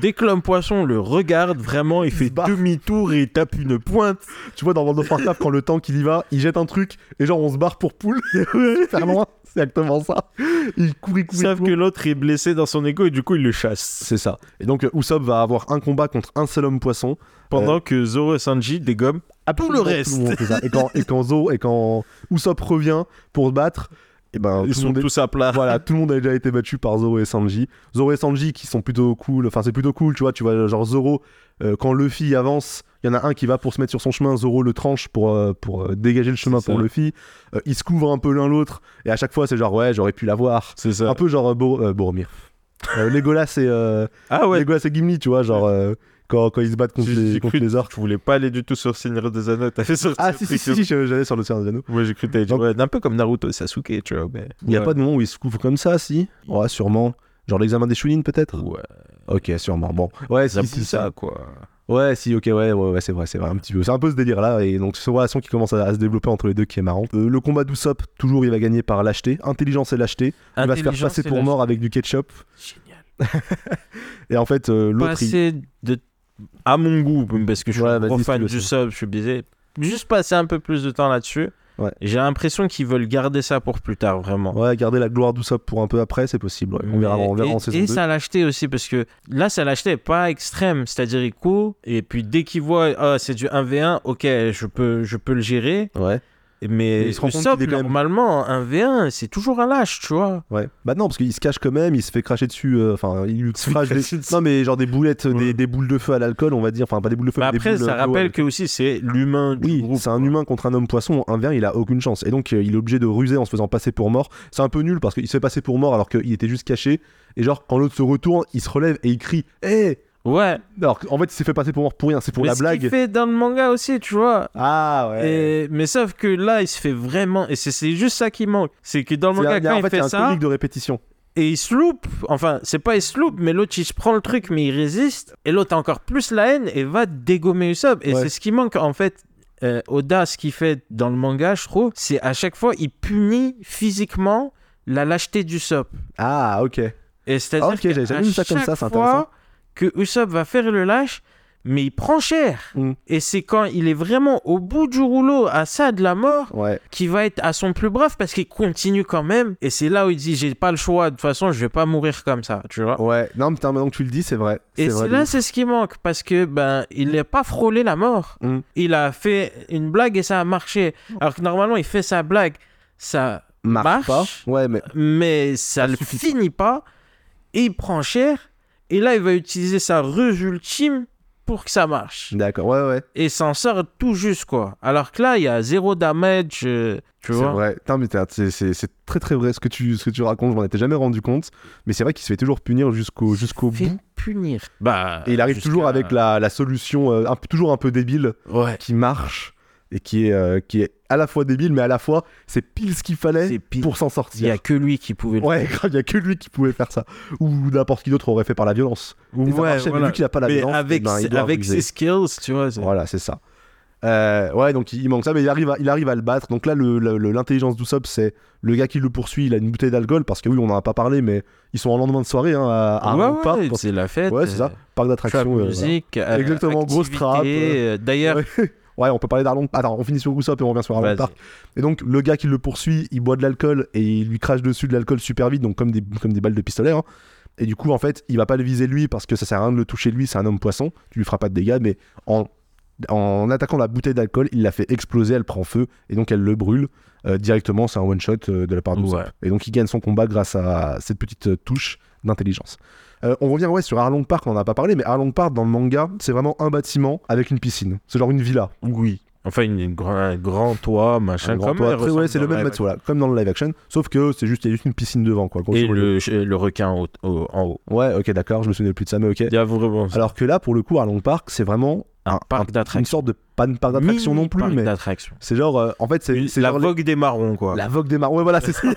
Speaker 2: Dès que l'homme poisson le regarde, vraiment, il
Speaker 1: se
Speaker 2: fait
Speaker 1: barre.
Speaker 2: demi-tour et il tape une pointe.
Speaker 1: Tu vois, dans World of Warcraft, quand le tank il y va, il jette un truc et genre on se barre pour poule. Super loin, c'est exactement ça. Il court, il court,
Speaker 2: Ils
Speaker 1: il
Speaker 2: savent
Speaker 1: court.
Speaker 2: que l'autre est blessé dans son égo et du coup, il le chasse.
Speaker 1: C'est ça. Et donc euh, Usopp va avoir un combat contre un seul homme poisson.
Speaker 2: Pendant que Zoro et Sanji dégomment tout le
Speaker 1: Absolument tout
Speaker 2: reste.
Speaker 1: monde fait ça. Et quand, et quand Zo et quand Usopp revient pour se battre, et ben
Speaker 2: Ils
Speaker 1: tout le
Speaker 2: sont
Speaker 1: monde est-
Speaker 2: tous à plat.
Speaker 1: voilà, tout le monde a déjà été battu par Zoro et Sanji. Zoro et Sanji qui sont plutôt cool, enfin c'est plutôt cool, tu vois, tu vois genre Zoro euh, quand Luffy avance, il y en a un qui va pour se mettre sur son chemin, Zoro le tranche pour euh, pour euh, dégager le chemin
Speaker 2: C'est
Speaker 1: pour
Speaker 2: ça.
Speaker 1: Luffy. Euh, ils se couvrent un peu l'un l'autre et à chaque fois c'est genre ouais, j'aurais pu l'avoir.
Speaker 2: C'est ça.
Speaker 1: Un peu genre euh, Bor- euh, Boromir. Euh, Legolas et euh,
Speaker 2: Ah ouais,
Speaker 1: Legolas et Gimli, tu vois, genre euh, quand, quand ils se battent contre,
Speaker 2: J'ai-
Speaker 1: les,
Speaker 2: j'ai
Speaker 1: contre
Speaker 2: cru-
Speaker 1: les orques.
Speaker 2: Je voulais pas aller du tout sur Seigneur des Anneaux. T'as fait sur
Speaker 1: Ah
Speaker 2: sur-
Speaker 1: si, si, si, si, j'allais sur l'océan des anneaux.
Speaker 2: Ouais, j'ai cru que t'allais dire.
Speaker 1: Donc-
Speaker 2: ouais, un peu comme Naruto et Sasuke, tu vois. Mais...
Speaker 1: Il n'y a
Speaker 2: Ouais.
Speaker 1: pas de moment où ils se couvrent comme ça, si Ouais, sûrement. Genre l'examen des Chunin peut-être
Speaker 2: Ouais,
Speaker 1: Ok, sûrement. Bon. Ouais,
Speaker 2: ça
Speaker 1: si, si, si.
Speaker 2: ça, quoi.
Speaker 1: Ouais, si, ok, ouais, ouais, ouais, c'est vrai, c'est vrai, un petit peu. C'est un peu ce délire-là, et donc cette relation qui commence à, à se développer entre les deux qui est marrante. Euh, le combat d'Usopp, toujours, il va gagner par lâcheté, intelligence et lâcheté. Il va se faire passer pour mort avec du ketchup,
Speaker 2: Génial.
Speaker 1: et en fait, euh, l'autre, il-
Speaker 2: Passer de. À mon goût, parce que je suis
Speaker 1: Ouais,
Speaker 2: un
Speaker 1: vas-y,
Speaker 2: gros
Speaker 1: si tu
Speaker 2: fan
Speaker 1: veux,
Speaker 2: du
Speaker 1: si
Speaker 2: sub, je suis biaisé. Juste passer un peu plus de temps là-dessus.
Speaker 1: Ouais.
Speaker 2: J'ai l'impression qu'ils veulent garder ça pour plus tard, vraiment.
Speaker 1: Ouais, garder la gloire d'Usopp pour un peu après, c'est possible, ouais. on verra,
Speaker 2: Mais-
Speaker 1: on verra
Speaker 2: et,
Speaker 1: en saison
Speaker 2: et
Speaker 1: 2.
Speaker 2: sa lâcheté aussi, parce que là, sa lâcheté est pas extrême. C'est-à-dire, il court, et puis dès qu'il voit, ah, c'est du 1v1, ok, je peux, je peux le gérer.
Speaker 1: Ouais.
Speaker 2: Mais
Speaker 1: il se rend compte
Speaker 2: Usopp,
Speaker 1: qu'il est quand même-
Speaker 2: normalement, un V1, c'est toujours un lâche, tu vois.
Speaker 1: Ouais. Bah non, parce qu'il se cache quand même, il se fait cracher dessus. euh, Enfin, il lui
Speaker 2: se fait
Speaker 1: crache des...
Speaker 2: cracher dessus.
Speaker 1: Non, mais genre des boulettes, euh,
Speaker 2: Ouais.
Speaker 1: des, des boules de feu à l'alcool, on va dire. Enfin, pas des boules de feu,
Speaker 2: Mais
Speaker 1: mais
Speaker 2: après,
Speaker 1: des boules
Speaker 2: ça
Speaker 1: euh,
Speaker 2: rappelle que aussi, c'est l'humain du
Speaker 1: Oui,
Speaker 2: groupe.
Speaker 1: c'est un humain contre un homme poisson, un verre, il a aucune chance. Et donc, euh, il est obligé de ruser en se faisant passer pour mort. C'est un peu nul parce qu'il se fait passer pour mort alors qu'il était juste caché. Et genre, quand l'autre se retourne, il se relève et il crie Hé
Speaker 2: Ouais.
Speaker 1: Alors qu'en fait, il s'est fait passer pour mort pour rien, c'est pour
Speaker 2: Mais
Speaker 1: la
Speaker 2: ce
Speaker 1: blague.
Speaker 2: qu'il fait dans le manga aussi, tu vois.
Speaker 1: Ah
Speaker 2: Et- Mais sauf que là, il se fait vraiment. Et c'est- c'est juste ça qui manque. C'est que dans le
Speaker 1: C'est un-
Speaker 2: manga,
Speaker 1: il y a-
Speaker 2: quand
Speaker 1: en
Speaker 2: il
Speaker 1: fait, il y
Speaker 2: fait
Speaker 1: a un
Speaker 2: ça,
Speaker 1: comique de répétition.
Speaker 2: et il se loupe. Enfin, c'est pas il se loupe, mais l'autre, il se prend le truc, mais il résiste. Et l'autre a encore plus la haine et va dégommer Usopp. Et
Speaker 1: Ouais.
Speaker 2: c'est ce qui manque, en fait. Euh, Oda, ce qu'il fait dans le manga, je trouve, c'est à chaque fois, il punit physiquement la lâcheté d'Usopp.
Speaker 1: Ah, ok.
Speaker 2: Et c'est-à-dire
Speaker 1: Ah, ok, j'avais
Speaker 2: qu'à
Speaker 1: jamais vu ça comme
Speaker 2: chaque
Speaker 1: ça, c'est
Speaker 2: fois
Speaker 1: intéressant.
Speaker 2: que Usopp va faire le lâche, mais il prend cher.
Speaker 1: Mm.
Speaker 2: Et c'est quand il est vraiment au bout du rouleau, à ça de la mort,
Speaker 1: Ouais.
Speaker 2: qu'il va être à son plus brave parce qu'il continue quand même. Et c'est là où il dit j'ai pas le choix, de toute façon je vais pas mourir comme ça, tu vois.
Speaker 1: Ouais. Non, mais putain, maintenant que tu le dis, c'est vrai.
Speaker 2: Et
Speaker 1: vrai
Speaker 2: c'est
Speaker 1: de
Speaker 2: là
Speaker 1: ouf.
Speaker 2: c'est ce qui manque parce que ben il n'a pas frôlé la mort.
Speaker 1: Mm.
Speaker 2: Il a fait une blague et ça a marché. Alors que normalement il fait sa blague, ça
Speaker 1: Marche pas.
Speaker 2: marche.
Speaker 1: Ouais, mais
Speaker 2: mais ça ne
Speaker 1: suffit
Speaker 2: finit pas. Et il prend cher. Et là, il va utiliser sa ruse ultime pour que ça marche.
Speaker 1: d'accord. Ouais, ouais.
Speaker 2: Et s'en sort tout juste, quoi. Alors que là, il y a zéro damage, euh, tu
Speaker 1: C'est
Speaker 2: vois.
Speaker 1: vrai. Putain, mais t'as- c'est- c'est c'est très très vrai ce que tu, ce que tu racontes. Je m'en étais jamais rendu compte. Mais c'est vrai qu'il se fait toujours punir jusqu'au jusqu'au
Speaker 2: Fait
Speaker 1: bout.
Speaker 2: punir. Bah,
Speaker 1: Et il arrive
Speaker 2: jusqu'à-
Speaker 1: toujours avec la, la solution, euh, un, peu- toujours un peu débile,
Speaker 2: Ouais.
Speaker 1: qui marche et qui est, euh, qui est à la fois débile, mais à la fois c'est pile ce qu'il
Speaker 2: C'est
Speaker 1: fallait
Speaker 2: pire.
Speaker 1: pour s'en
Speaker 2: Il n'y
Speaker 1: sortir.
Speaker 2: a que lui qui pouvait le
Speaker 1: Ouais, grave, il y a que lui qui pouvait faire ça. Ou n'importe qui d'autre aurait fait par la violence. Et ça marchait, mais
Speaker 2: voilà.
Speaker 1: vu qu'il a pas la
Speaker 2: Mais
Speaker 1: violence,
Speaker 2: avec,
Speaker 1: eh ben, il
Speaker 2: ses-
Speaker 1: doit
Speaker 2: avec
Speaker 1: ruser.
Speaker 2: ses skills, tu vois. c'est-
Speaker 1: Voilà, c'est ça. Euh, ouais, donc il il manque ça, mais il arrive à, il arrive à le battre. Donc là, le- le- le- l'intelligence d'Usopp, c'est le gars qui le poursuit, il a une bouteille d'alcool, parce que oui, on n'en a pas parlé, mais ils sont en lendemain de soirée hein, à, à
Speaker 2: Ouais,
Speaker 1: un
Speaker 2: ouais,
Speaker 1: parc,
Speaker 2: c'est la fête.
Speaker 1: Ouais, c'est ça.
Speaker 2: euh,
Speaker 1: parc
Speaker 2: Trap
Speaker 1: d'attraction.
Speaker 2: musique. euh,
Speaker 1: Exactement, grosse
Speaker 2: activité,
Speaker 1: trappe, euh.
Speaker 2: euh, D'ailleurs,
Speaker 1: Ouais, on peut parler d'Arlong. Attends, on finit sur Usopp et on revient sur Arlong
Speaker 2: vas-y.
Speaker 1: Park. Et donc, le gars qui le poursuit, il boit de l'alcool et il lui crache dessus de l'alcool super vite, donc comme des, comme des balles de pistolet. hein. Et du coup, en fait, il va pas le viser lui parce que ça sert à rien de le toucher lui, c'est un homme poisson, tu lui feras pas de dégâts, mais en, en attaquant la bouteille d'alcool, il la fait exploser, elle prend feu et donc elle le brûle euh, directement. C'est un one shot euh, de la part de Usopp.
Speaker 2: Ouais.
Speaker 1: Et donc, il gagne son combat grâce à cette petite euh, touche d'intelligence. Euh, on revient ouais, sur Arlong Park, on en a pas parlé, mais Arlong Park dans le manga, c'est vraiment un bâtiment avec une piscine. C'est genre une villa.
Speaker 2: Oui. Enfin, une, une grand, un grand toit, machin.
Speaker 1: Un grand
Speaker 2: comme
Speaker 1: toit.
Speaker 2: elle
Speaker 1: Très- ouais,
Speaker 2: ressemble
Speaker 1: c'est
Speaker 2: dans
Speaker 1: le même
Speaker 2: la-
Speaker 1: Matsu, voilà, comme dans le live action, sauf que c'est juste, il y a juste une piscine devant, quoi. grosso
Speaker 2: Et
Speaker 1: modo.
Speaker 2: le, le requin en haut- au- en haut.
Speaker 1: Ouais, ok, d'accord, je me souvenais plus de ça, mais ok.
Speaker 2: Il y a vraiment
Speaker 1: Alors que là, pour le coup, Arlong Park, c'est vraiment
Speaker 2: un
Speaker 1: un-
Speaker 2: parc
Speaker 1: un- une
Speaker 2: d'attraction.
Speaker 1: sorte de pas de parc d'attraction non plus,
Speaker 2: Parc
Speaker 1: mais
Speaker 2: d'attraction.
Speaker 1: c'est genre, euh, en fait, c'est
Speaker 2: Une-
Speaker 1: c'est
Speaker 2: La
Speaker 1: genre les-
Speaker 2: vogue des marrons, quoi.
Speaker 1: la vogue des marrons. Ouais, voilà, c'est ça.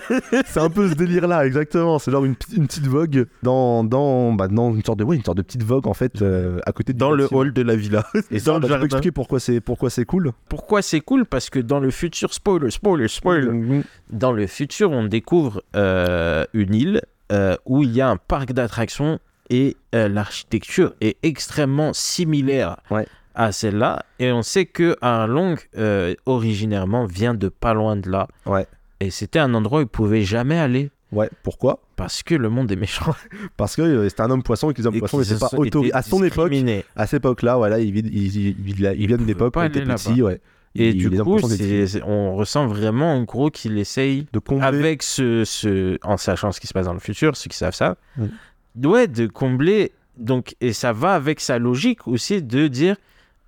Speaker 1: c'est un peu ce délire-là, exactement. C'est genre une, p- une petite vogue dans, dans, bah, dans une sorte de, ouais, une sorte de petite vogue en fait, euh, à côté du
Speaker 2: Dans le
Speaker 1: bâtiment.
Speaker 2: hall de la villa.
Speaker 1: Et ça, bah, tu
Speaker 2: dans le
Speaker 1: peux
Speaker 2: jardin.
Speaker 1: expliquer pourquoi c'est pourquoi c'est cool.
Speaker 2: Pourquoi c'est cool Parce que dans le futur, spoiler, spoiler, spoiler. Dans le futur, on découvre euh, une île euh, où il y a un parc d'attractions et euh, l'architecture est extrêmement similaire
Speaker 1: Ouais.
Speaker 2: à celle-là. Et on sait que Arlong, euh, originairement, vient de pas loin de là.
Speaker 1: Ouais.
Speaker 2: Et c'était un endroit où il pouvait jamais aller
Speaker 1: Ouais, pourquoi
Speaker 2: parce que le monde est méchant.
Speaker 1: Parce que euh, c'était un homme poisson et que les hommes
Speaker 2: Et
Speaker 1: poissons
Speaker 2: qu'ils
Speaker 1: n'étaient pas
Speaker 2: se-
Speaker 1: autorisés.
Speaker 2: étaient
Speaker 1: À son époque,
Speaker 2: discriminés.
Speaker 1: à cette époque-là, voilà, ils vivent- ils- ils- ils- ils- ils viennent d'une
Speaker 2: pouvaient
Speaker 1: époque où
Speaker 2: pas
Speaker 1: ils étaient
Speaker 2: aller
Speaker 1: petits, ouais.
Speaker 2: Et
Speaker 1: Ils-
Speaker 2: du
Speaker 1: les hommes
Speaker 2: coup,
Speaker 1: poissons étaient
Speaker 2: c'est- c'est- on ressent vraiment en gros qu'il essaye,
Speaker 1: de combler.
Speaker 2: avec ce, ce- en sachant ce qui se passe dans le futur, ceux qui savent ça,
Speaker 1: Mm.
Speaker 2: ouais, de combler. Donc, et ça va avec sa logique aussi de dire,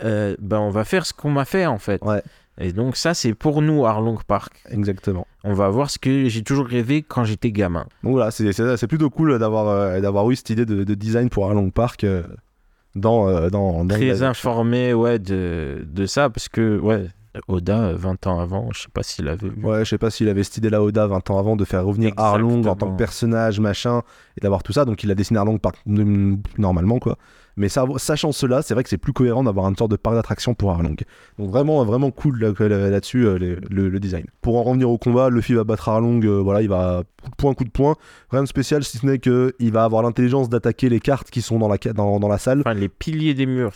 Speaker 2: euh, ben on va faire ce qu'on m'a fait en fait.
Speaker 1: Ouais.
Speaker 2: Et donc ça, c'est pour nous Arlong Park.
Speaker 1: Exactement.
Speaker 2: On va voir ce que j'ai toujours rêvé quand j'étais gamin.
Speaker 1: Donc voilà, c'est- c'est c'est plutôt cool d'avoir euh, d'avoir eu cette idée de, de design pour Arlong Park. euh, dans, euh, dans, dans
Speaker 2: Très
Speaker 1: la-
Speaker 2: informé, ouais, de, de ça, parce que, ouais, Oda, euh, 20 ans avant, je sais pas s'il avait vu.
Speaker 1: Ouais, je sais pas s'il avait cette idée là, Oda, 20 ans avant, de faire revenir Arlong en tant
Speaker 2: Exactement.
Speaker 1: que personnage, machin, et d'avoir tout ça. Donc il a dessiné Arlong par... normalement, quoi. Mais ça- sachant cela, c'est vrai que c'est plus cohérent d'avoir une sorte de parc d'attraction pour Arlong. Donc vraiment, vraiment cool là- là- là-dessus, euh, les- le, le design. Pour en revenir au combat, Luffy va battre Arlong, euh, voilà, il va coup de poing, coup de poing. Rien de spécial, si ce n'est qu'il va avoir l'intelligence d'attaquer les cartes qui sont dans la, ca- dans, dans la salle.
Speaker 2: Enfin, les piliers des murs.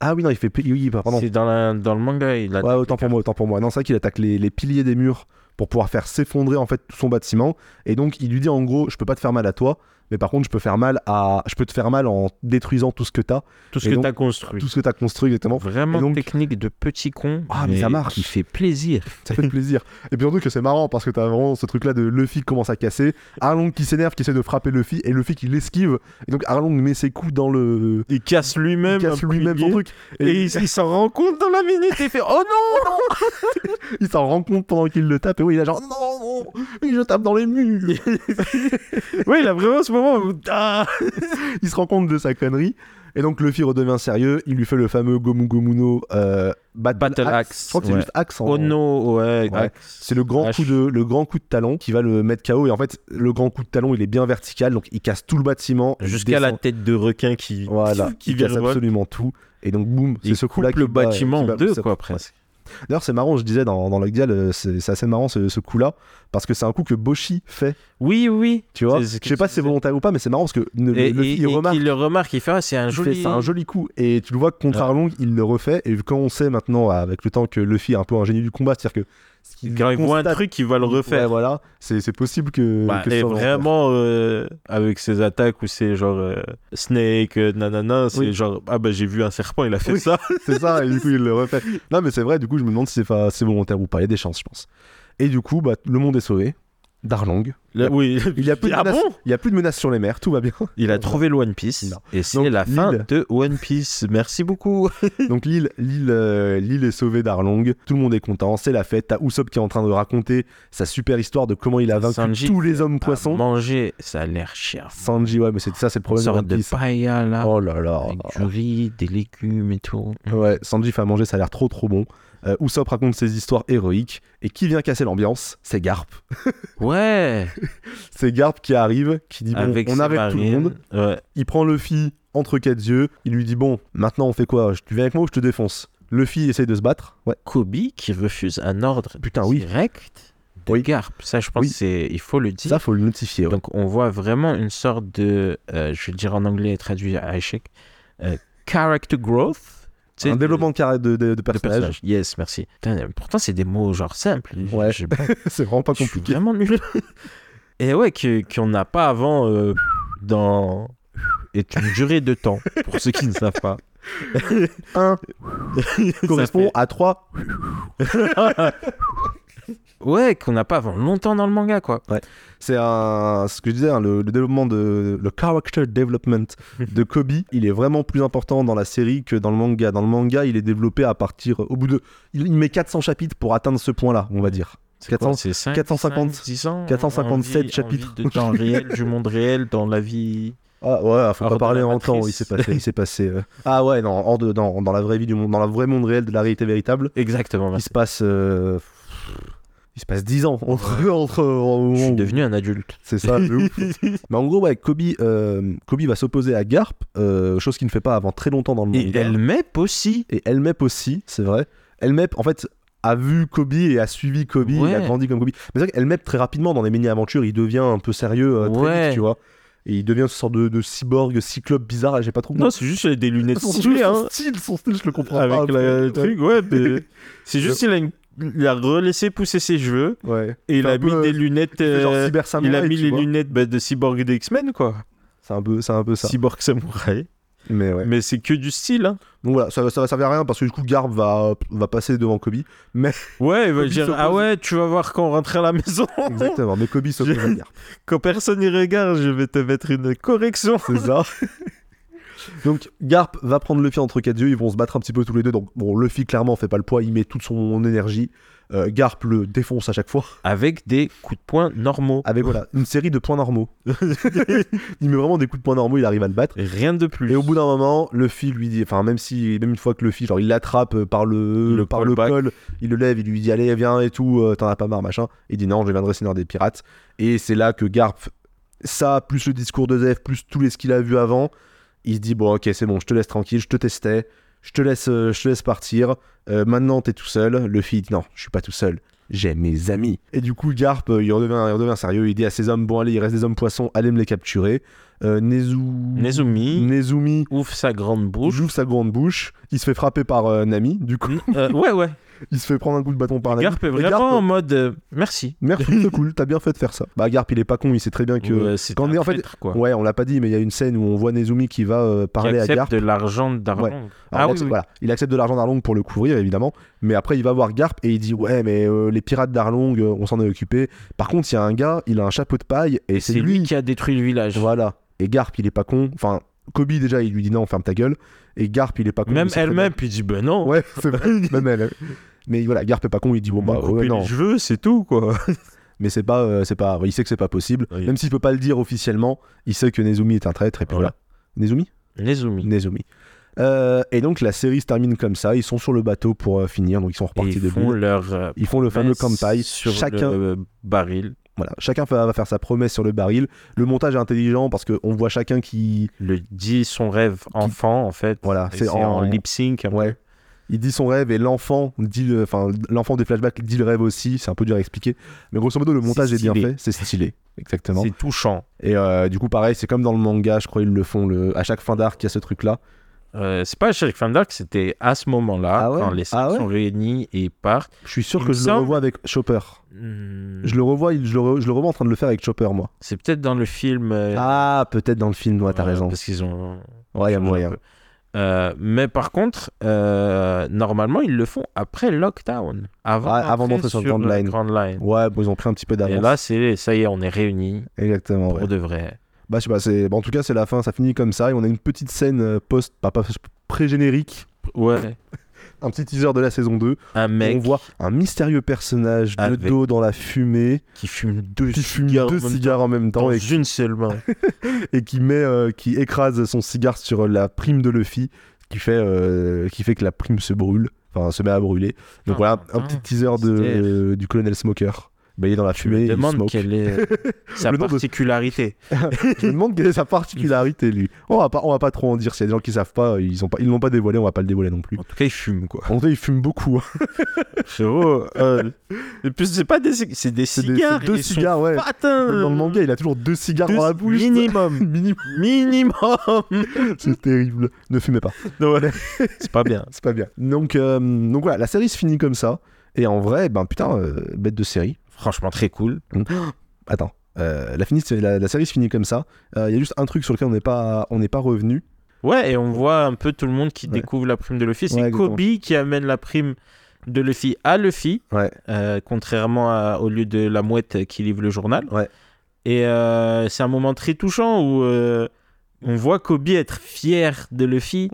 Speaker 1: Ah oui, non, il fait... Oui, pardon.
Speaker 2: C'est dans, la- dans le manga. Il a
Speaker 1: Ouais, autant pour moi, autant pour moi. Non, c'est vrai qu'il attaque les, les piliers des murs pour pouvoir faire s'effondrer en fait tout son bâtiment. Et donc il lui dit en gros, je peux pas te faire mal à toi, mais par contre je peux faire mal à, je peux te faire mal en détruisant tout ce que t'as,
Speaker 2: tout ce
Speaker 1: et
Speaker 2: que
Speaker 1: donc,
Speaker 2: t'as construit.
Speaker 1: tout ce que t'as construit exactement.
Speaker 2: Vraiment
Speaker 1: Et donc-
Speaker 2: technique de petit con.
Speaker 1: Ah, mais ça marche.
Speaker 2: Qui fait plaisir.
Speaker 1: Ça fait plaisir. Et puis surtout que c'est marrant parce que t'as vraiment ce truc là de Luffy qui commence à casser, Arlong qui s'énerve, qui essaie de frapper Luffy et Luffy qui l'esquive. Et donc Arlong met ses coups dans le,
Speaker 2: Il casse
Speaker 1: il
Speaker 2: lui-même.
Speaker 1: casse
Speaker 2: un
Speaker 1: lui-même son
Speaker 2: pilier,
Speaker 1: truc.
Speaker 2: Et il, il s'en rend compte dans la minute. Il fait Oh non
Speaker 1: Il s'en rend compte pendant qu'il le tape et oui il a genre non, non, je tape dans les murs.
Speaker 2: Ouais, il a vraiment ce moment où. Ah
Speaker 1: il se rend compte de sa connerie. Et donc Luffy redevient sérieux, il lui fait le fameux Gomu Gomuno euh, Battle,
Speaker 2: Battle
Speaker 1: Axe.
Speaker 2: Axe.
Speaker 1: Je crois que c'est
Speaker 2: ouais.
Speaker 1: juste axe en-
Speaker 2: Oh non, ouais.
Speaker 1: Ouais. C'est le grand,
Speaker 2: H.
Speaker 1: coup de, le grand coup de talon qui va le mettre KO. Et en fait, le grand coup de talon, il est bien vertical, donc il casse tout le bâtiment. il
Speaker 2: Jusqu'à la
Speaker 1: descend.
Speaker 2: tête de requin qui,
Speaker 1: Voilà,
Speaker 2: qui
Speaker 1: il casse
Speaker 2: virevolte.
Speaker 1: absolument tout. Et donc, boum, c'est
Speaker 2: Il
Speaker 1: ce
Speaker 2: coupe
Speaker 1: coup-là qui
Speaker 2: le
Speaker 1: bat-
Speaker 2: bâtiment
Speaker 1: qui
Speaker 2: en
Speaker 1: bat-
Speaker 2: deux,
Speaker 1: ça-
Speaker 2: quoi, presque.
Speaker 1: D'ailleurs, c'est marrant, je disais dans, dans Lockdial, euh, c'est c'est assez marrant ce, ce coup-là, parce que c'est un coup que Boshi fait,
Speaker 2: Oui, oui.
Speaker 1: tu vois.
Speaker 2: C'est
Speaker 1: Je
Speaker 2: ce que
Speaker 1: sais
Speaker 2: tu
Speaker 1: pas si c'est
Speaker 2: disais.
Speaker 1: volontaire ou pas, mais c'est marrant parce que ne-
Speaker 2: Et,
Speaker 1: Luffy,
Speaker 2: et-
Speaker 1: il
Speaker 2: et
Speaker 1: remarque.
Speaker 2: qu'il le remarque, il fait Ah, c'est un
Speaker 1: Il fait-
Speaker 2: joli.
Speaker 1: C'est un joli coup. Et tu le vois que contre
Speaker 2: Ouais.
Speaker 1: Arlong, il le refait. Et quand on sait maintenant, avec le temps, que Luffy est un peu un génie du combat, c'est-à-dire que. ce qu'il
Speaker 2: Quand il voit un
Speaker 1: constate-
Speaker 2: truc, il va le
Speaker 1: Ouais,
Speaker 2: refaire.
Speaker 1: voilà. C'est c'est possible que.
Speaker 2: Bah,
Speaker 1: Mm, que ce
Speaker 2: et
Speaker 1: soit
Speaker 2: vraiment, euh, avec ses attaques où c'est genre euh, Snake, euh, nanana, c'est
Speaker 1: Oui.
Speaker 2: genre Ah, bah j'ai vu un serpent, il a fait
Speaker 1: Oui.
Speaker 2: ça.
Speaker 1: C'est ça, et du coup, il le refait. Non, mais c'est vrai, du coup, je me demande si c'est fa- c'est volontaire ou pas. Il y a des chances, je pense. Et du coup, bah, le monde est sauvé. D'Arlong.
Speaker 2: Là, oui.
Speaker 1: Il y a plus de
Speaker 2: ah
Speaker 1: menaces-
Speaker 2: bon
Speaker 1: Il n'y a plus de menaces sur les mers, tout va bien.
Speaker 2: Il a trouvé le One Piece.
Speaker 1: Non.
Speaker 2: Et c'est
Speaker 1: Donc,
Speaker 2: la fin
Speaker 1: l'île-
Speaker 2: de One Piece. Merci beaucoup.
Speaker 1: Donc l'île, l'île, euh, l'île est sauvée d'Arlong, tout le monde est content, c'est la fête. T'as Usopp qui est en train de raconter sa super histoire de comment il a vaincu
Speaker 2: Sanji
Speaker 1: tous les hommes poissons.
Speaker 2: À manger, ça a l'air cher.
Speaker 1: Sanji, ouais, mais c'est ça, c'est le
Speaker 2: Une
Speaker 1: problème de
Speaker 2: sorte
Speaker 1: One
Speaker 2: de
Speaker 1: Piece.
Speaker 2: paella là.
Speaker 1: Oh là là.
Speaker 2: avec du riz, des légumes et tout.
Speaker 1: Ouais, Sanji fait à manger, ça a l'air trop trop bon. Euh, Usopp raconte ses histoires héroïques. Et qui vient casser l'ambiance C'est Garp.
Speaker 2: Ouais,
Speaker 1: C'est Garp qui arrive, qui dit bon,
Speaker 2: avec
Speaker 1: on
Speaker 2: ses
Speaker 1: arrête tout le
Speaker 2: marines.
Speaker 1: monde.
Speaker 2: Ouais.
Speaker 1: Il prend Luffy entre quatre yeux. Il lui dit bon, maintenant on fait quoi Tu viens avec moi ou je te défonce Luffy essaye de se battre. Ouais.
Speaker 2: Kobe qui refuse un ordre
Speaker 1: Putain, oui.
Speaker 2: direct de
Speaker 1: Oui.
Speaker 2: Garp. Ça, je pense,
Speaker 1: Oui.
Speaker 2: que c'est il faut le dire.
Speaker 1: Ça, faut le notifier. ouais.
Speaker 2: Donc on voit vraiment une sorte de, euh, je vais dire en anglais traduit à échec, euh, character growth. tu sais,
Speaker 1: un
Speaker 2: de-
Speaker 1: développement de, carré- de, de, de
Speaker 2: de
Speaker 1: personnage.
Speaker 2: personnage. Yes, merci. Putain, pourtant c'est des mots genre simples.
Speaker 1: Ouais.
Speaker 2: Je,
Speaker 1: c'est vraiment pas
Speaker 2: je suis
Speaker 1: compliqué.
Speaker 2: vraiment nul. Et ouais, que- qu'on n'a pas avant euh, dans est une durée de temps pour ceux qui ne savent pas.
Speaker 1: Un
Speaker 2: Ça
Speaker 1: correspond à trois.
Speaker 2: Ouais, qu'on n'a pas avant longtemps dans le manga quoi.
Speaker 1: C'est un, ce que je disais, hein, le, le développement de, le character development de Kobe, il est vraiment plus important dans la série que dans le manga. Dans le manga, il est développé à partir, au bout de, il, il met 400 chapitres pour atteindre ce point-là, on va dire.
Speaker 2: C'est quoi,
Speaker 1: 400
Speaker 2: c'est cinq-
Speaker 1: 450
Speaker 2: cinq, dix ans,
Speaker 1: 457
Speaker 2: envie- envie
Speaker 1: chapitres.
Speaker 2: de temps réel, du monde réel, dans la vie.
Speaker 1: Ah ouais, faut
Speaker 2: Hors
Speaker 1: pas
Speaker 2: de
Speaker 1: parler
Speaker 2: la
Speaker 1: en temps, il
Speaker 2: matrice.
Speaker 1: s'est passé, il s'est passé. euh. Ah ouais, non, hors de, dans, dans la vraie vie du monde, dans le vrai monde réel de la réalité véritable,
Speaker 2: Exactement.
Speaker 1: il se passe, euh, il se passe 10 ans entre, entre, au moment
Speaker 2: Je
Speaker 1: où-
Speaker 2: suis devenu un adulte.
Speaker 1: C'est ça. de ouf. Mais en gros, ouais, Kobe, euh, Kobe va s'opposer à Garp, euh, chose qu'il ne fait pas avant très longtemps dans le
Speaker 2: Et
Speaker 1: manga.
Speaker 2: Elmep aussi.
Speaker 1: Et Elmep aussi, c'est vrai. Elmep, en fait, a vu Kobe et a suivi Kobe, il a
Speaker 2: Ouais.
Speaker 1: grandi comme Kobe. Mais c'est vrai qu'Elmep, très rapidement, dans les mini-aventures, il devient un peu sérieux euh, très
Speaker 2: Ouais.
Speaker 1: vite, tu vois. Et il devient ce sorte de, de cyborg, cyclope bizarre, et j'ai pas trop
Speaker 2: Non, c'est juste des lunettes
Speaker 1: son,
Speaker 2: stylées,
Speaker 1: son
Speaker 2: hein.
Speaker 1: style, son style, je le comprends
Speaker 2: Avec
Speaker 1: pas.
Speaker 2: le truc, ouais. mais C'est
Speaker 1: Je-
Speaker 2: juste qu'il a, une- il a relaissé pousser ses cheveux
Speaker 1: Ouais.
Speaker 2: et il
Speaker 1: C'est un
Speaker 2: a mis
Speaker 1: peu,
Speaker 2: des
Speaker 1: euh,
Speaker 2: lunettes.
Speaker 1: C'est genre
Speaker 2: euh,
Speaker 1: cyber
Speaker 2: il
Speaker 1: samouraï,
Speaker 2: a mis
Speaker 1: tu
Speaker 2: les
Speaker 1: vois.
Speaker 2: lunettes bah, de Cyborg et des X-Men, quoi.
Speaker 1: C'est un peu, c'est un peu ça.
Speaker 2: Cyborg Samurai.
Speaker 1: Mais ouais.
Speaker 2: Mais c'est que du style, hein.
Speaker 1: Donc voilà, ça, ça va servir à rien parce que du coup, Garp va, va passer devant Kobe.
Speaker 2: Ouais, il va
Speaker 1: Kobe
Speaker 2: dire
Speaker 1: s'oppose.
Speaker 2: Ah ouais, tu vas voir quand on rentre à la maison.
Speaker 1: Exactement, mais Kobe s'oppose à Garp.
Speaker 2: quand personne y regarde, je vais te mettre une correction.
Speaker 1: C'est ça. Donc Garp va prendre le pied entre quatre yeux, ils vont se battre un petit peu tous les deux. Donc bon, Luffy clairement fait pas le poids, il met toute son énergie. Euh, Garp le défonce à chaque fois.
Speaker 2: Avec des coups de poing normaux.
Speaker 1: Avec voilà, une série de points normaux. il met vraiment des coups de poing normaux, il arrive à le battre.
Speaker 2: Rien de plus.
Speaker 1: Et au bout d'un moment, Luffy lui dit, enfin même si, même une fois que Luffy, genre il l'attrape euh, par le,
Speaker 2: Le
Speaker 1: par le
Speaker 2: callback.
Speaker 1: col, il le lève, il lui dit allez viens et tout, euh, t'en as pas marre machin. Il dit non, je viendrai Seigneur des pirates. Et c'est là que Garp, ça plus le discours de Zef, plus tout les- ce qu'il a vu avant, il se dit bon ok c'est bon, je te laisse tranquille, je te testais, je te laisse, euh, je te laisse partir. Euh, maintenant t'es tout seul. Luffy il dit non, je suis pas tout seul. J'ai mes amis. Et du coup, Garp, euh, il redevient, il redevient sérieux. Il dit à ses hommes Bon, allez, il reste des hommes poissons, allez me les capturer. Euh, Nezu.
Speaker 2: Nezumi
Speaker 1: Nezumi
Speaker 2: ouvre sa grande bouche.
Speaker 1: j'ouvre sa grande bouche, il se fait frapper par euh, Nami, du coup,
Speaker 2: Euh, ouais, ouais.
Speaker 1: il se fait prendre un coup de bâton par Nami.
Speaker 2: Garp est vraiment
Speaker 1: Garp-
Speaker 2: en mode euh, merci.
Speaker 1: Merci, c'est cool, t'as bien fait de faire ça. Bah Garp, il est pas con, il sait très bien que...
Speaker 2: Ou, euh, c'est
Speaker 1: quand on
Speaker 2: un
Speaker 1: est- en fait-
Speaker 2: traître, quoi.
Speaker 1: Ouais, on l'a pas dit, mais il y a une scène où on voit Nezumi qui va euh,
Speaker 2: Qui
Speaker 1: parler à
Speaker 2: accepte
Speaker 1: Garp.
Speaker 2: de l'argent d'argent.
Speaker 1: Alors,
Speaker 2: Ah
Speaker 1: il,
Speaker 2: oui,
Speaker 1: accepte,
Speaker 2: oui.
Speaker 1: voilà, il accepte de l'argent d'Arlong pour le couvrir, évidemment. Mais après, il va voir Garp et il dit Ouais, mais euh, les pirates d'Arlong, euh, on s'en est occupé. Par contre, il y a un gars, il a un chapeau de paille et
Speaker 2: C'est lui qui a détruit le village.
Speaker 1: Voilà. Et Garp, il est pas con. Enfin, Kobe, déjà, il lui dit Non, ferme ta gueule. Et Garp, il est pas con.
Speaker 2: Même
Speaker 1: il sait très bien-
Speaker 2: elle-même, puis dit ben non.
Speaker 1: Ouais, c'est vrai. Même elle. Mais voilà, Garp est pas con, il dit bon bah ouais, non,
Speaker 2: Je veux, c'est tout quoi.
Speaker 1: mais c'est pas, euh, c'est pas, il sait que c'est pas possible.
Speaker 2: Oui.
Speaker 1: Même s'il peut pas le dire officiellement, il sait que Nezumi est un traître et puis voilà.
Speaker 2: Voilà.
Speaker 1: Nezumi,
Speaker 2: Nezumi.
Speaker 1: Nezumi. Euh, et donc la série se termine comme ça. Ils sont sur le bateau pour euh, finir, donc ils sont
Speaker 2: Et
Speaker 1: repartis de
Speaker 2: Ils font
Speaker 1: l'île.
Speaker 2: leur euh,
Speaker 1: Ils font le fameux
Speaker 2: promesse
Speaker 1: kampai.
Speaker 2: sur
Speaker 1: Chacun,
Speaker 2: le euh, baril,
Speaker 1: voilà, chacun va va faire sa promesse sur le baril. Le montage est intelligent parce qu'on voit chacun qui,
Speaker 2: le dit son rêve enfant en fait.
Speaker 1: voilà,
Speaker 2: Et C'est en, lip sync. hein.
Speaker 1: Ouais. Il dit son rêve et l'enfant dit, le- enfin l'enfant des flashbacks dit le rêve aussi. C'est un peu dur à expliquer, mais grosso modo le
Speaker 2: C'est
Speaker 1: montage est, bien
Speaker 2: stylé.
Speaker 1: fait, c'est stylé, exactement.
Speaker 2: C'est touchant.
Speaker 1: Et euh, du coup pareil, c'est comme dans le manga, je crois ils le font le... à chaque fin d'arc, il y a ce truc là.
Speaker 2: Euh, c'est pas à Shrek Fan Dark, c'était à ce moment-là,
Speaker 1: Ah ouais
Speaker 2: quand les
Speaker 1: Ah
Speaker 2: cinq sont réunis et partent.
Speaker 1: Je suis sûr
Speaker 2: Il
Speaker 1: que
Speaker 2: me
Speaker 1: je le
Speaker 2: semble-
Speaker 1: revois avec Chopper.
Speaker 2: Hmm,
Speaker 1: Je le revois, il- je le, re- je le revois en train de le faire avec Chopper moi.
Speaker 2: C'est peut-être dans le film. euh,
Speaker 1: Ah peut-être dans le film, ouais, t'as
Speaker 2: euh,
Speaker 1: raison.
Speaker 2: Parce qu'ils ont.
Speaker 1: Ouais, il y a
Speaker 2: changé un
Speaker 1: moyen.
Speaker 2: peu. Euh, mais par contre, euh, normalement, ils le font après lockdown, avant,
Speaker 1: Ah, avant d'entrer sur le Grand
Speaker 2: la
Speaker 1: Line.
Speaker 2: Grand Line.
Speaker 1: Ouais, bon, ils ont pris un petit peu
Speaker 2: Et
Speaker 1: d'avance.
Speaker 2: là, c'est ça y est, on est réunis
Speaker 1: Exactement. ouais.
Speaker 2: pour de vrai.
Speaker 1: Bah je sais pas, c'est... bah, en tout cas c'est la fin, ça finit comme ça et on a une petite scène euh, post, pas, pas- pré-générique,
Speaker 2: Ouais.
Speaker 1: un petit teaser de la saison 2
Speaker 2: Un mec
Speaker 1: On voit un mystérieux personnage de
Speaker 2: Avec-
Speaker 1: dos dans la fumée
Speaker 2: qui fume deux
Speaker 1: qui fume
Speaker 2: cigares
Speaker 1: deux
Speaker 2: en même
Speaker 1: cigares en même
Speaker 2: temps
Speaker 1: temps et,
Speaker 2: dans une seule main.
Speaker 1: et qui met, euh, qui écrase son cigare sur la prime de Luffy, qui fait, euh, qui fait que la prime se brûle, enfin se met à brûler. Donc
Speaker 2: Ah,
Speaker 1: voilà, un
Speaker 2: ah,
Speaker 1: petit teaser de,
Speaker 2: mystère.
Speaker 1: euh, du colonel Smoker. Bah, il est dans la
Speaker 2: Tu
Speaker 1: fumée,
Speaker 2: me
Speaker 1: il
Speaker 2: demandes
Speaker 1: smoke.
Speaker 2: quelle est sa
Speaker 1: Le nom de-
Speaker 2: particularité.
Speaker 1: Je me demande quelle est sa particularité lui. On va pas, on va pas trop en dire. S'il y a des gens qui savent pas, ils ont pas, ils l'ont pas dévoilé, on va pas le dévoiler non plus.
Speaker 2: En tout cas, il fume quoi.
Speaker 1: En tout cas, il fume beaucoup. hein.
Speaker 2: Frérot, euh, et puis c'est pas des cig- c'est des
Speaker 1: C'est des- c'est
Speaker 2: cigares,
Speaker 1: deux
Speaker 2: ils sont
Speaker 1: cigares, ouais.
Speaker 2: patins.
Speaker 1: Dans le manga, il a toujours deux cigares
Speaker 2: Deux-
Speaker 1: dans la bouche.
Speaker 2: minimum,
Speaker 1: Minimum.
Speaker 2: minimum.
Speaker 1: C'est terrible. Ne fumez pas.
Speaker 2: Non, ouais. c'est pas bien.
Speaker 1: C'est pas bien. Donc, euh, donc voilà, la série se finit comme ça. Et en vrai, ben putain, euh, bête de série.
Speaker 2: Franchement, très cool.
Speaker 1: Attends, euh, la, finis- la, la série se finit comme ça. Euh, Il y a juste un truc sur lequel on n'est pas, on n'est pas revenu.
Speaker 2: Ouais, et on voit un peu tout le monde qui
Speaker 1: Ouais.
Speaker 2: découvre la prime de Luffy. C'est
Speaker 1: Ouais,
Speaker 2: Kobe qui amène la prime de Luffy à Luffy,
Speaker 1: Ouais.
Speaker 2: euh, contrairement à- au lieu de la mouette qui livre le journal.
Speaker 1: Ouais.
Speaker 2: Et euh, c'est un moment très touchant où euh, on voit Kobe être fier de Luffy,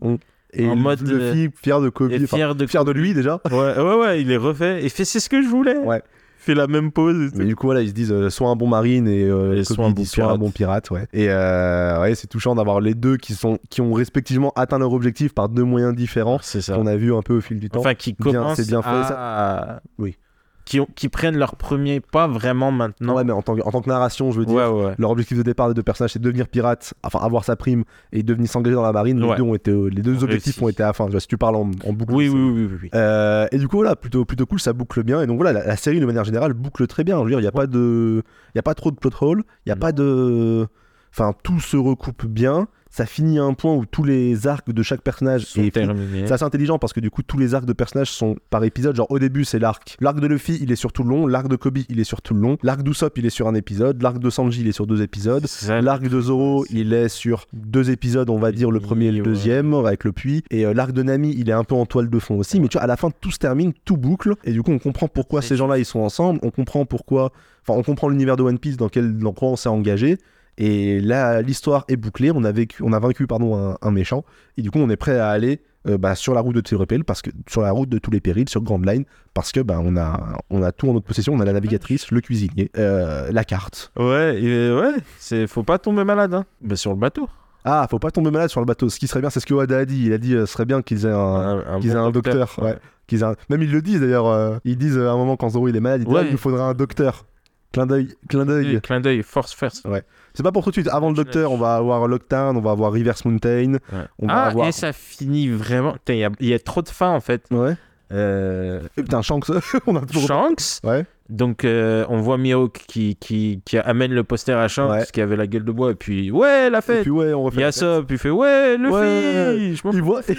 Speaker 1: Et
Speaker 2: En
Speaker 1: le-
Speaker 2: mode, euh,
Speaker 1: Luffy, fier de Kobe,
Speaker 2: et
Speaker 1: enfin,
Speaker 2: fier de
Speaker 1: fier de lui déjà.
Speaker 2: Ouais, ouais, ouais, il est refait. Il fait c'est ce que je voulais.
Speaker 1: Ouais.
Speaker 2: Il fait la même pose. et tout.
Speaker 1: Mais du coup, voilà, ils se disent euh, soit un bon marine et, euh,
Speaker 2: Et
Speaker 1: Kobe
Speaker 2: soit un
Speaker 1: dit
Speaker 2: bon
Speaker 1: soit un
Speaker 2: pirate.
Speaker 1: bon pirate. Ouais. Et euh, ouais, c'est touchant d'avoir les deux qui, sont, qui ont respectivement atteint leur objectif par deux moyens différents.
Speaker 2: C'est ça.
Speaker 1: qu'on a vu un peu au fil du temps.
Speaker 2: Enfin, qui
Speaker 1: Bien,
Speaker 2: commencent
Speaker 1: c'est bien fait,
Speaker 2: à...
Speaker 1: Oui.
Speaker 2: Qui, ont- qui prennent leur premier pas vraiment maintenant.
Speaker 1: Ouais, mais en tant, que- en tant que narration, je veux dire.
Speaker 2: ouais, ouais.
Speaker 1: Leur objectif de départ des deux personnages, c'est de devenir pirate, enfin avoir sa prime et devenir s'engager dans la marine. Les
Speaker 2: Ouais.
Speaker 1: deux, ont été, euh, les deux
Speaker 2: Ont
Speaker 1: objectifs
Speaker 2: réussi.
Speaker 1: ont été atteints. Tu vois, Si tu parles en, en boucle.
Speaker 2: Oui, oui,
Speaker 1: c'est-
Speaker 2: oui, oui, oui.
Speaker 1: Euh, et du coup, voilà, plutôt, plutôt cool, ça boucle bien. Et donc voilà, la, la série de manière générale boucle très bien. Je veux dire, il n'y a pas de, il y a pas trop de plot hole, il y a
Speaker 2: Non.
Speaker 1: pas de, enfin tout se recoupe bien. Ça finit à un point où tous les arcs de chaque personnage
Speaker 2: Sont
Speaker 1: est
Speaker 2: terminés.
Speaker 1: c'est assez intelligent parce que du coup tous les arcs de personnages sont par épisode. Genre au début c'est l'arc. L'arc de Luffy il est sur tout le long, l'arc de Kobe il est sur tout le long, l'arc d'Usopp il est sur un épisode, l'arc de Sanji il est sur deux épisodes,
Speaker 2: C'est ça.
Speaker 1: l'arc de Zoro
Speaker 2: c'est-
Speaker 1: il est sur deux épisodes on va dire le
Speaker 2: Oui,
Speaker 1: premier et le
Speaker 2: ouais.
Speaker 1: deuxième avec le puits et euh, l'arc de Nami il est un peu en toile de fond aussi. Mais tu vois à la fin tout se termine, tout boucle et du coup on comprend pourquoi
Speaker 2: C'est
Speaker 1: ces
Speaker 2: sûr.
Speaker 1: gens là ils sont ensemble, on comprend pourquoi, enfin on comprend l'univers de One Piece dans quel dans quoi on s'est engagé. Et là, l'histoire est bouclée. On a vécu, on a vaincu pardon un, un méchant. Et du coup, on est prêt à aller euh, bah, sur la route de tous les périls, parce que sur la route de tous les périls, sur Grand Line, parce que bah, on a on a tout en notre possession. On a la navigatrice, le cuisinier, euh, la carte.
Speaker 2: Ouais, et ouais, c'est faut pas tomber malade, hein. Mais sur le bateau.
Speaker 1: Ah, faut pas tomber malade sur le bateau. Ce qui serait bien, c'est ce que Wada a dit. Il a dit, euh, ce serait bien qu'ils aient un, qu'ils
Speaker 2: bon
Speaker 1: aient un docteur. ouais. Qu'ils aient un- Même ils le disent d'ailleurs. euh, ils disent euh, à un moment quand Zoro il est malade, ils disent,
Speaker 2: Ouais.
Speaker 1: Ah, il nous faudra un docteur. Clin d'œil, clin d'œil.
Speaker 2: Oui, Clin d'œil, force first.
Speaker 1: C'est pas pour tout de suite. Avant le
Speaker 2: Je
Speaker 1: docteur,
Speaker 2: lâche.
Speaker 1: on va avoir Lockdown, on va avoir Reverse Mountain,
Speaker 2: Ouais.
Speaker 1: on va
Speaker 2: Ah,
Speaker 1: avoir.
Speaker 2: et ça finit vraiment. Putain, Il y, a- il y a trop de fin en fait.
Speaker 1: Ouais.
Speaker 2: Euh,
Speaker 1: Et putain, Shanks, on a toujours.
Speaker 2: Shanks.
Speaker 1: Ouais.
Speaker 2: Donc euh, on voit Mihawk qui, qui, qui amène le poster à Shanks
Speaker 1: Ouais.
Speaker 2: qui avait la gueule de bois et puis ouais la
Speaker 1: Et
Speaker 2: fête.
Speaker 1: puis ouais, on refait.
Speaker 2: Il y a ça, puis il fait ouais le
Speaker 1: Ouais.
Speaker 2: fils. je m'en
Speaker 1: Il voit,
Speaker 2: fous.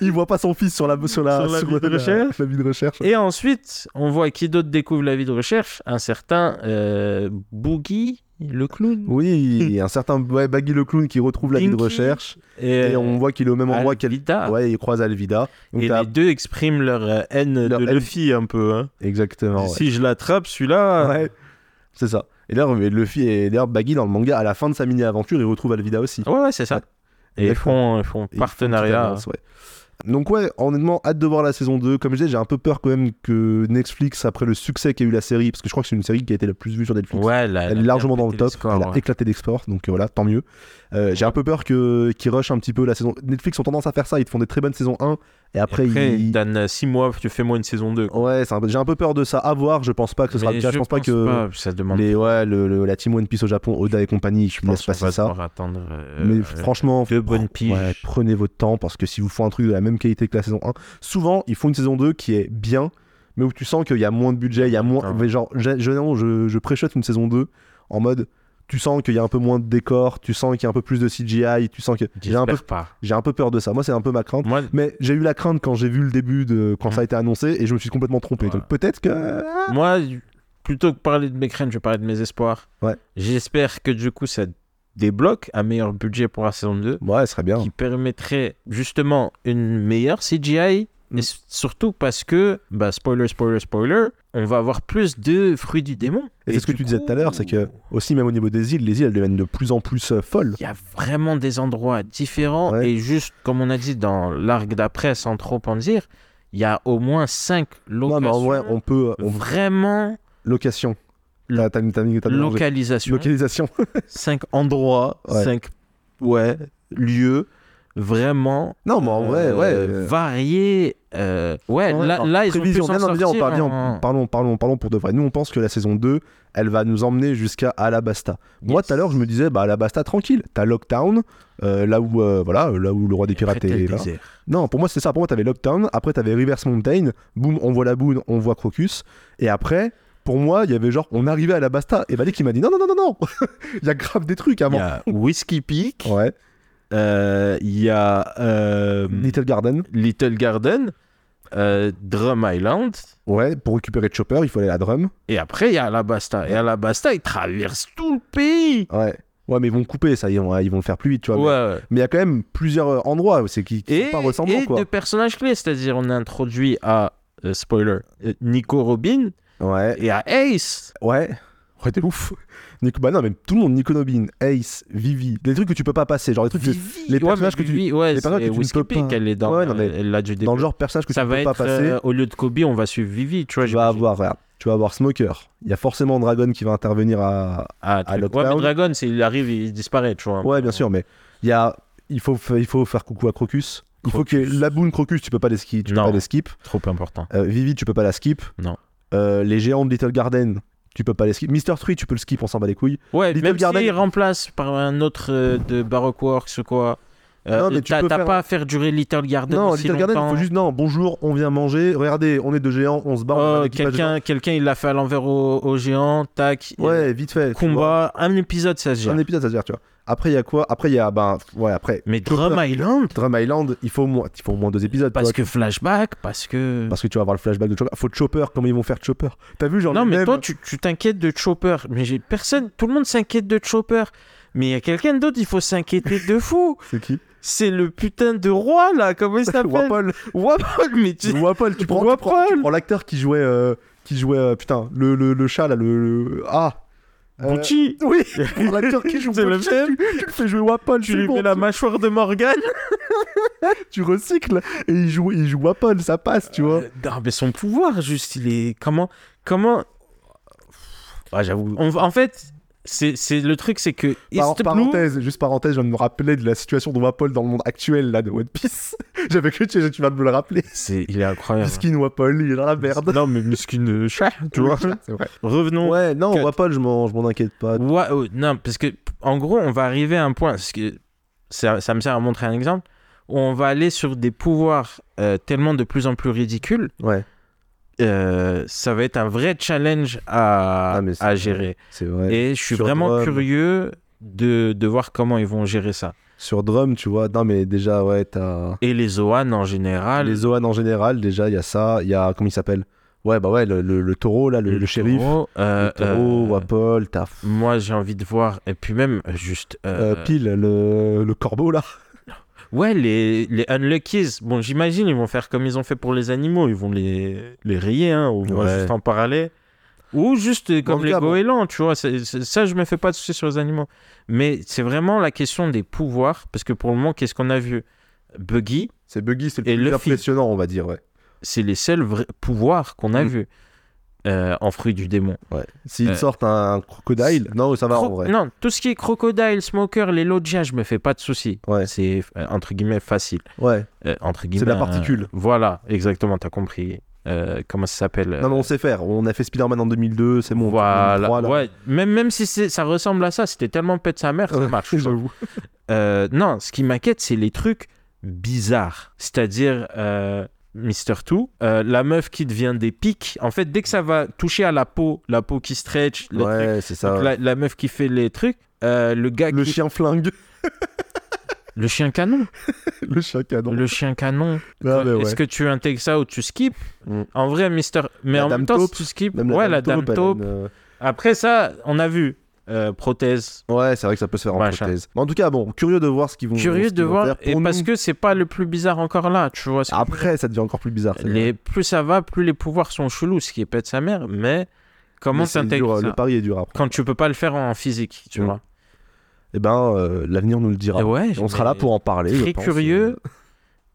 Speaker 1: il voit pas son fils sur la sur la
Speaker 2: Sur la vie de recherche.
Speaker 1: la vie de recherche.
Speaker 2: Et ensuite, on voit qui d'autre découvre la vie de recherche Un certain euh, Boogie, le clown.
Speaker 1: Oui, un certain ouais, Baggy le clown qui retrouve la vie de
Speaker 2: Pinky.
Speaker 1: recherche et on voit qu'il est au même endroit qu'elle.
Speaker 2: Alvida.
Speaker 1: Ouais, il croise Alvida. Donc
Speaker 2: euh, Ah. et
Speaker 1: t'as-
Speaker 2: les deux expriment leur euh, haine
Speaker 1: Leur
Speaker 2: de
Speaker 1: haine.
Speaker 2: Luffy un peu. hein.
Speaker 1: Exactement. ouais.
Speaker 2: Si je l'attrape, celui-là.
Speaker 1: Ouais. C'est ça. Et d'ailleurs, mais Luffy et d'ailleurs Baggy dans le manga, à la fin de sa mini-aventure, il retrouve Alvida aussi.
Speaker 2: Ouais, ouais, c'est ça.
Speaker 1: Ouais.
Speaker 2: Et ils
Speaker 1: D'accord.
Speaker 2: font,
Speaker 1: Et ils
Speaker 2: ils font
Speaker 1: font une petite
Speaker 2: partenariat.
Speaker 1: annonce, ouais. Donc ouais, honnêtement, hâte de voir la saison 2. Comme je disais, j'ai un peu peur quand même que Netflix, après le succès qu'a eu la série, parce que je crois que c'est une série qui a été la plus vue sur Netflix,
Speaker 2: Ouais, là,
Speaker 1: elle est
Speaker 2: là,
Speaker 1: largement dans le
Speaker 2: pété les
Speaker 1: top,
Speaker 2: scores,
Speaker 1: elle a
Speaker 2: ouais.
Speaker 1: éclaté d'export, donc euh, voilà, tant mieux. Euh, J'ai un peu peur que- qu'ils rushent un petit peu la saison. Netflix ont tendance à faire ça, ils te font des très bonnes saisons 1, et
Speaker 2: Et Après,
Speaker 1: après, ils...
Speaker 2: ils donnent 6 mois, tu fais moi une saison 2.
Speaker 1: Ouais, c'est un peu- j'ai un peu peur de ça. À voir, je pense pas que ce sera le cas. Je pense pas que
Speaker 2: ça demande
Speaker 1: les, ouais, le- le- la team One Piece au Japon, Oda et compagnie, je
Speaker 2: je pense
Speaker 1: laisse
Speaker 2: qu'on va
Speaker 1: passer ça.
Speaker 2: devoir attendre. euh,
Speaker 1: Mais
Speaker 2: euh,
Speaker 1: franchement, oh,
Speaker 2: deux bonnes piges.
Speaker 1: ouais, prenez votre temps parce que si vous font un truc de la même qualité que la saison 1, souvent ils font une saison 2 qui est bien, mais où tu sens qu'il y a moins de budget, il y a moins.
Speaker 2: Putain.
Speaker 1: mais genre, je, je, non, je, je préchote une saison 2 en mode tu sens qu'il y a un peu moins de décor, tu sens qu'il y a un peu plus de CGI, tu sens que. J'ai un, peu,
Speaker 2: j'espère pas.
Speaker 1: j'ai un peu peur de ça. Moi, c'est un peu ma crainte.
Speaker 2: Moi,
Speaker 1: Mais j'ai eu la crainte quand j'ai vu le début de quand ça a été annoncé et je me suis complètement trompé.
Speaker 2: Ouais.
Speaker 1: Donc peut-être que
Speaker 2: moi, plutôt que parler de mes craintes, je vais parler de mes espoirs.
Speaker 1: Ouais.
Speaker 2: J'espère que du coup, ça débloque un meilleur budget pour la saison 2
Speaker 1: ouais, ce serait bien.
Speaker 2: qui permettrait justement une meilleure CGI.
Speaker 1: Mm.
Speaker 2: Mais s- surtout parce que, bah, spoiler, spoiler, spoiler, on va avoir plus de fruits du démon.
Speaker 1: Et c'est ce que
Speaker 2: du
Speaker 1: tu disais tout à l'heure, c'est que
Speaker 2: coup,
Speaker 1: aussi même au niveau des îles, les îles elles deviennent de plus en plus euh, folles.
Speaker 2: Il y a vraiment des endroits différents
Speaker 1: Ouais.
Speaker 2: et juste, comme on a dit dans l'arc d'après, sans trop en dire, il y a au moins 5
Speaker 1: Non,
Speaker 2: locations.
Speaker 1: mais en vrai, on peut, euh, on
Speaker 2: Vraiment
Speaker 1: Location. T'as- t'as- t'as mis- t'as mélangé.
Speaker 2: localisation.
Speaker 1: Localisation.
Speaker 2: 5 endroits,
Speaker 1: Ouais.
Speaker 2: 5 ouais, lieux vraiment
Speaker 1: non, mais en vrai,
Speaker 2: euh,
Speaker 1: ouais. euh,
Speaker 2: variés. euh, ouais,
Speaker 1: ouais,
Speaker 2: là,
Speaker 1: alors,
Speaker 2: là, ils
Speaker 1: prévision.
Speaker 2: ont pu s'en
Speaker 1: Non, non, mais viens, on
Speaker 2: sortir
Speaker 1: parle- viens,
Speaker 2: en-
Speaker 1: on- Parlons, parlons, parlons pour de vrai. Nous, on pense que la saison 2, elle va nous emmener jusqu'à Alabasta. Moi,
Speaker 2: Yes.
Speaker 1: tout à l'heure, je me disais, bah, Alabasta, tranquille. T'as Lockdown, euh, là où, euh, voilà, là où le roi des
Speaker 2: Et après,
Speaker 1: pirates
Speaker 2: t'as le
Speaker 1: est là.
Speaker 2: désert.
Speaker 1: Non, pour moi, c'est ça. Pour moi, t'avais Lockdown, après, t'avais Reverse Mountain, boum, on voit la boune, on voit Crocus, et après. Pour moi, il y avait genre, on arrivait à Alabasta, et Valé qui m'a dit non, non, non, non, non, il y a grave des trucs
Speaker 2: Il y
Speaker 1: avant.
Speaker 2: a Whiskey Peak,
Speaker 1: Ouais.
Speaker 2: euh, il y a euh,
Speaker 1: Little Garden.
Speaker 2: Little Garden, euh, Drum Island,
Speaker 1: Ouais, pour récupérer Chopper, il faut aller à la drum.
Speaker 2: et après il y a Alabasta. Et Alabasta, ils traversent tout le pays.
Speaker 1: Ouais. Ouais, mais ils vont couper, ça, ils vont, ils vont le faire plus vite, tu vois. Ah, bah, mais-
Speaker 2: Ouais.
Speaker 1: Mais il y a quand même plusieurs euh, endroits où c'est qui qui
Speaker 2: Et,
Speaker 1: sont pas ressemblants,
Speaker 2: et
Speaker 1: quoi.
Speaker 2: de personnages clés, c'est-à-dire on a introduit à, euh, spoiler, euh, Nico Robin
Speaker 1: Ouais,
Speaker 2: et à Ace.
Speaker 1: ouais. Ouais, t'es ouf. Nico... Bah non, mais tout le monde, Nico Nobin, Ace, Vivi, des trucs que tu peux pas passer, genre des trucs que- les personnages que tu-
Speaker 2: dis ouais,
Speaker 1: les personnages
Speaker 2: c'est
Speaker 1: que tu ne
Speaker 2: Whiskey
Speaker 1: peux
Speaker 2: Peak,
Speaker 1: pas-
Speaker 2: elle est dans,
Speaker 1: Ouais, non, mais
Speaker 2: elle l'a dû
Speaker 1: dans
Speaker 2: développer.
Speaker 1: le genre personnage que
Speaker 2: Ça
Speaker 1: tu
Speaker 2: va
Speaker 1: peux
Speaker 2: être
Speaker 1: pas passer.
Speaker 2: euh, au lieu de Kobe, on va suivre Vivi, tu vois.
Speaker 1: tu vas
Speaker 2: j'imagine.
Speaker 1: avoir, regarde, tu vas avoir Smoker. Il y a forcément Dragon qui va intervenir à.
Speaker 2: Ah,
Speaker 1: à
Speaker 2: truc. ouais,
Speaker 1: Lockdown.
Speaker 2: mais Dragon, c'est il arrive, il disparaît, tu vois.
Speaker 1: Ouais, bien sûr, mais il y a, il faut, fa- il faut faire coucou à Crocus. Il faut que la boune Crocus, tu peux pas les ski- tu peux
Speaker 2: Non.
Speaker 1: pas les skip.
Speaker 2: Trop important.
Speaker 1: Euh, Vivi, tu peux pas la skip.
Speaker 2: Non.
Speaker 1: Euh, les géants de Little Garden, tu peux pas les skip. Mister Tree, tu peux le skip, on s'en bat les couilles.
Speaker 2: Ouais,
Speaker 1: Little
Speaker 2: même
Speaker 1: Garden-
Speaker 2: s'il remplace par un autre euh, de Baroque Works ou quoi. euh,
Speaker 1: Non, mais tu
Speaker 2: t'as
Speaker 1: peux
Speaker 2: t'as
Speaker 1: faire-
Speaker 2: pas à faire durer Little Garden.
Speaker 1: non,
Speaker 2: aussi
Speaker 1: Little Garden, il
Speaker 2: longtemps.
Speaker 1: faut juste. Non, bonjour, on vient manger. Regardez, on est deux géants, on se bat. on a
Speaker 2: Oh,
Speaker 1: un équipage de
Speaker 2: quelqu'un, quelqu'un, il l'a fait à l'envers au, au géant, tac.
Speaker 1: géants. Ouais, vite fait. tu
Speaker 2: Combat, un épisode, ça se
Speaker 1: vois.
Speaker 2: gère.
Speaker 1: Un épisode, ça se gère, tu vois. Après, il y a quoi Après, il y a. Ben, ouais, après.
Speaker 2: Mais Drum Island,
Speaker 1: Drum Island, il faut au moins, il faut au moins deux épisodes.
Speaker 2: parce
Speaker 1: toi.
Speaker 2: que flashback, parce que.
Speaker 1: Parce que tu vas avoir le flashback de Chopper. Faut Chopper, comment ils vont faire Chopper T'as vu, genre.
Speaker 2: Non,
Speaker 1: le
Speaker 2: mais
Speaker 1: même-
Speaker 2: toi, tu tu t'inquiètes de Chopper. Mais j'ai personne, tout le monde s'inquiète de Chopper. Mais il y a quelqu'un d'autre, il faut s'inquiéter de fou.
Speaker 1: C'est qui
Speaker 2: C'est le putain de roi, là, comment il s'appelle
Speaker 1: Wapol.
Speaker 2: Wapol, mais tu.
Speaker 1: Wapol, tu prends, tu prends-
Speaker 2: Wapol
Speaker 1: prends l'acteur qui jouait. euh, qui jouait. euh, putain, le, le, le chat, là, le. le- Ah Euh,
Speaker 2: Gucci
Speaker 1: Oui, pour l'acteur qui joue
Speaker 2: C'est le
Speaker 1: Bocchi,
Speaker 2: même.
Speaker 1: Tu, tu le fais jouer Wapol,
Speaker 2: Tu
Speaker 1: c'est
Speaker 2: lui
Speaker 1: bon,
Speaker 2: mets la mâchoire de Morgan
Speaker 1: tu recycles et il joue, il joue Wapol, ça passe, tu vois.
Speaker 2: Non, mais son pouvoir, juste, il est. Comment. Comment. Ah, j'avoue. On va- En fait, c'est c'est- le truc, c'est que.
Speaker 1: Par-
Speaker 2: East Blue-
Speaker 1: Bah, parenthèse, juste parenthèse, je viens de me rappeler de la situation de Wapol dans le monde actuel là de One Piece. J'avais cru que tu, tu viens de me le rappeler.
Speaker 2: c'est il est incroyable.
Speaker 1: Skin Wapol, il est dans la merde.
Speaker 2: Non, mais Muskin chat, tu vois.
Speaker 1: C'est vrai.
Speaker 2: Revenons.
Speaker 1: Ouais, non,
Speaker 2: Cut.
Speaker 1: Wapol, je m'en, je m'en inquiète pas.
Speaker 2: Ouais, oh, non, parce que, en gros, on va arriver à un point, parce que ça, ça me sert à montrer un exemple, où on va aller sur des pouvoirs euh, tellement de plus en plus ridicules,
Speaker 1: Ouais,
Speaker 2: euh, ça va être un vrai challenge à,
Speaker 1: Ah, mais c'est
Speaker 2: à
Speaker 1: vrai.
Speaker 2: gérer.
Speaker 1: c'est vrai.
Speaker 2: Et je suis
Speaker 1: Sur
Speaker 2: vraiment
Speaker 1: Drum.
Speaker 2: curieux de, de voir comment ils vont gérer ça.
Speaker 1: Sur Drum, tu vois, non mais déjà, ouais, t'as...
Speaker 2: Et les Zoan en général.
Speaker 1: Les Zoan en général, déjà, il y a ça, il y a... Comment il s'appelle Ouais, bah ouais, le, le- le taureau, là, le, le shérif.
Speaker 2: taureau, euh,
Speaker 1: le taureau,
Speaker 2: euh,
Speaker 1: Wapol, t'as... f-
Speaker 2: moi, j'ai envie de voir, et puis même, euh, juste.
Speaker 1: euh,
Speaker 2: euh,
Speaker 1: pile, le, le corbeau, là.
Speaker 2: Ouais, les, les Unluckies, bon, j'imagine, ils vont faire comme ils ont fait pour les animaux, ils vont les, les rayer, hein, ou moins
Speaker 1: Ouais.
Speaker 2: juste en parler. Ou juste euh,
Speaker 1: En
Speaker 2: comme
Speaker 1: tout
Speaker 2: les
Speaker 1: cas, bon.
Speaker 2: goélands, tu vois, c'est- c'est- ça, je me fais pas de soucis sur les animaux. Mais c'est vraiment la question des pouvoirs, parce que pour le moment, qu'est-ce qu'on a vu Buggy,
Speaker 1: C'est Buggy, c'est le
Speaker 2: Et
Speaker 1: plus
Speaker 2: Luffy.
Speaker 1: impressionnant, on va dire, ouais.
Speaker 2: c'est les seuls vrais pouvoirs qu'on a
Speaker 1: Mm.
Speaker 2: vus euh, en fruit du démon.
Speaker 1: ouais. S'ils
Speaker 2: Euh,
Speaker 1: sortent un crocodile, Ah non, ça va, en
Speaker 2: Cro-
Speaker 1: vrai.
Speaker 2: Non, tout ce qui est crocodile, smoker, les logias, je me fais pas de soucis.
Speaker 1: Ouais.
Speaker 2: C'est, euh, entre guillemets, facile.
Speaker 1: Ouais,
Speaker 2: Euh, entre guillemets.
Speaker 1: de la
Speaker 2: un-
Speaker 1: particule.
Speaker 2: voilà, exactement, t'as compris. Euh, comment ça s'appelle euh,
Speaker 1: non, mais on sait faire. On a fait Spider-Man en 2002, c'est bon. on fait
Speaker 2: Voilà.
Speaker 1: 2003, là.
Speaker 2: ouais, même, même si c'est- ça ressemble à ça, c'était tellement pète sa mère, ça
Speaker 1: Ouais,
Speaker 2: marche.
Speaker 1: j'avoue.
Speaker 2: Euh, non, ce qui m'inquiète, c'est les trucs bizarres. C'est-à-dire. Euh, Mister Two, euh, la meuf qui devient des pics. En fait, dès que ça va toucher à la peau, la peau qui stretch, le truc,
Speaker 1: Ouais, c'est ça.
Speaker 2: donc la, la meuf qui fait les trucs, euh, le gars
Speaker 1: Le
Speaker 2: qui-
Speaker 1: chien flingue,
Speaker 2: le chien canon,
Speaker 1: le chien canon.
Speaker 2: le chien canon.
Speaker 1: Ah, mais
Speaker 2: Est-ce
Speaker 1: ouais.
Speaker 2: que tu intègres ça ou tu skips
Speaker 1: Mm.
Speaker 2: En vrai, Mister, mais
Speaker 1: La
Speaker 2: en
Speaker 1: dame
Speaker 2: même temps,
Speaker 1: taupe,
Speaker 2: si tu skips,
Speaker 1: Même
Speaker 2: ouais, la dame
Speaker 1: taupe, elle a
Speaker 2: taupe.
Speaker 1: une, euh,
Speaker 2: Après ça, on a vu euh, prothèse.
Speaker 1: Ouais, c'est vrai que ça peut se faire en
Speaker 2: Machin.
Speaker 1: prothèse. Mais en tout cas, bon, curieux de voir ce qu'ils vont
Speaker 2: Curieux
Speaker 1: ce qu'ils
Speaker 2: de
Speaker 1: vont
Speaker 2: voir
Speaker 1: faire pour
Speaker 2: et
Speaker 1: nous.
Speaker 2: parce que c'est pas le plus bizarre encore là, tu vois. ce que-
Speaker 1: Après, ça devient encore plus bizarre. c'est vrai.
Speaker 2: les plus ça va, plus les pouvoirs sont chelous, ce qui est pète sa mère. Mais comment
Speaker 1: Mais c'est
Speaker 2: t'intègres
Speaker 1: dur,
Speaker 2: ça
Speaker 1: Le pari est dur après.
Speaker 2: quand tu peux pas le faire en physique, tu
Speaker 1: Mm.
Speaker 2: vois
Speaker 1: Eh ben, euh, l'avenir nous le
Speaker 2: Et
Speaker 1: dira.
Speaker 2: ouais,
Speaker 1: on sera là
Speaker 2: mais
Speaker 1: pour en parler. je
Speaker 2: Très
Speaker 1: pense.
Speaker 2: curieux.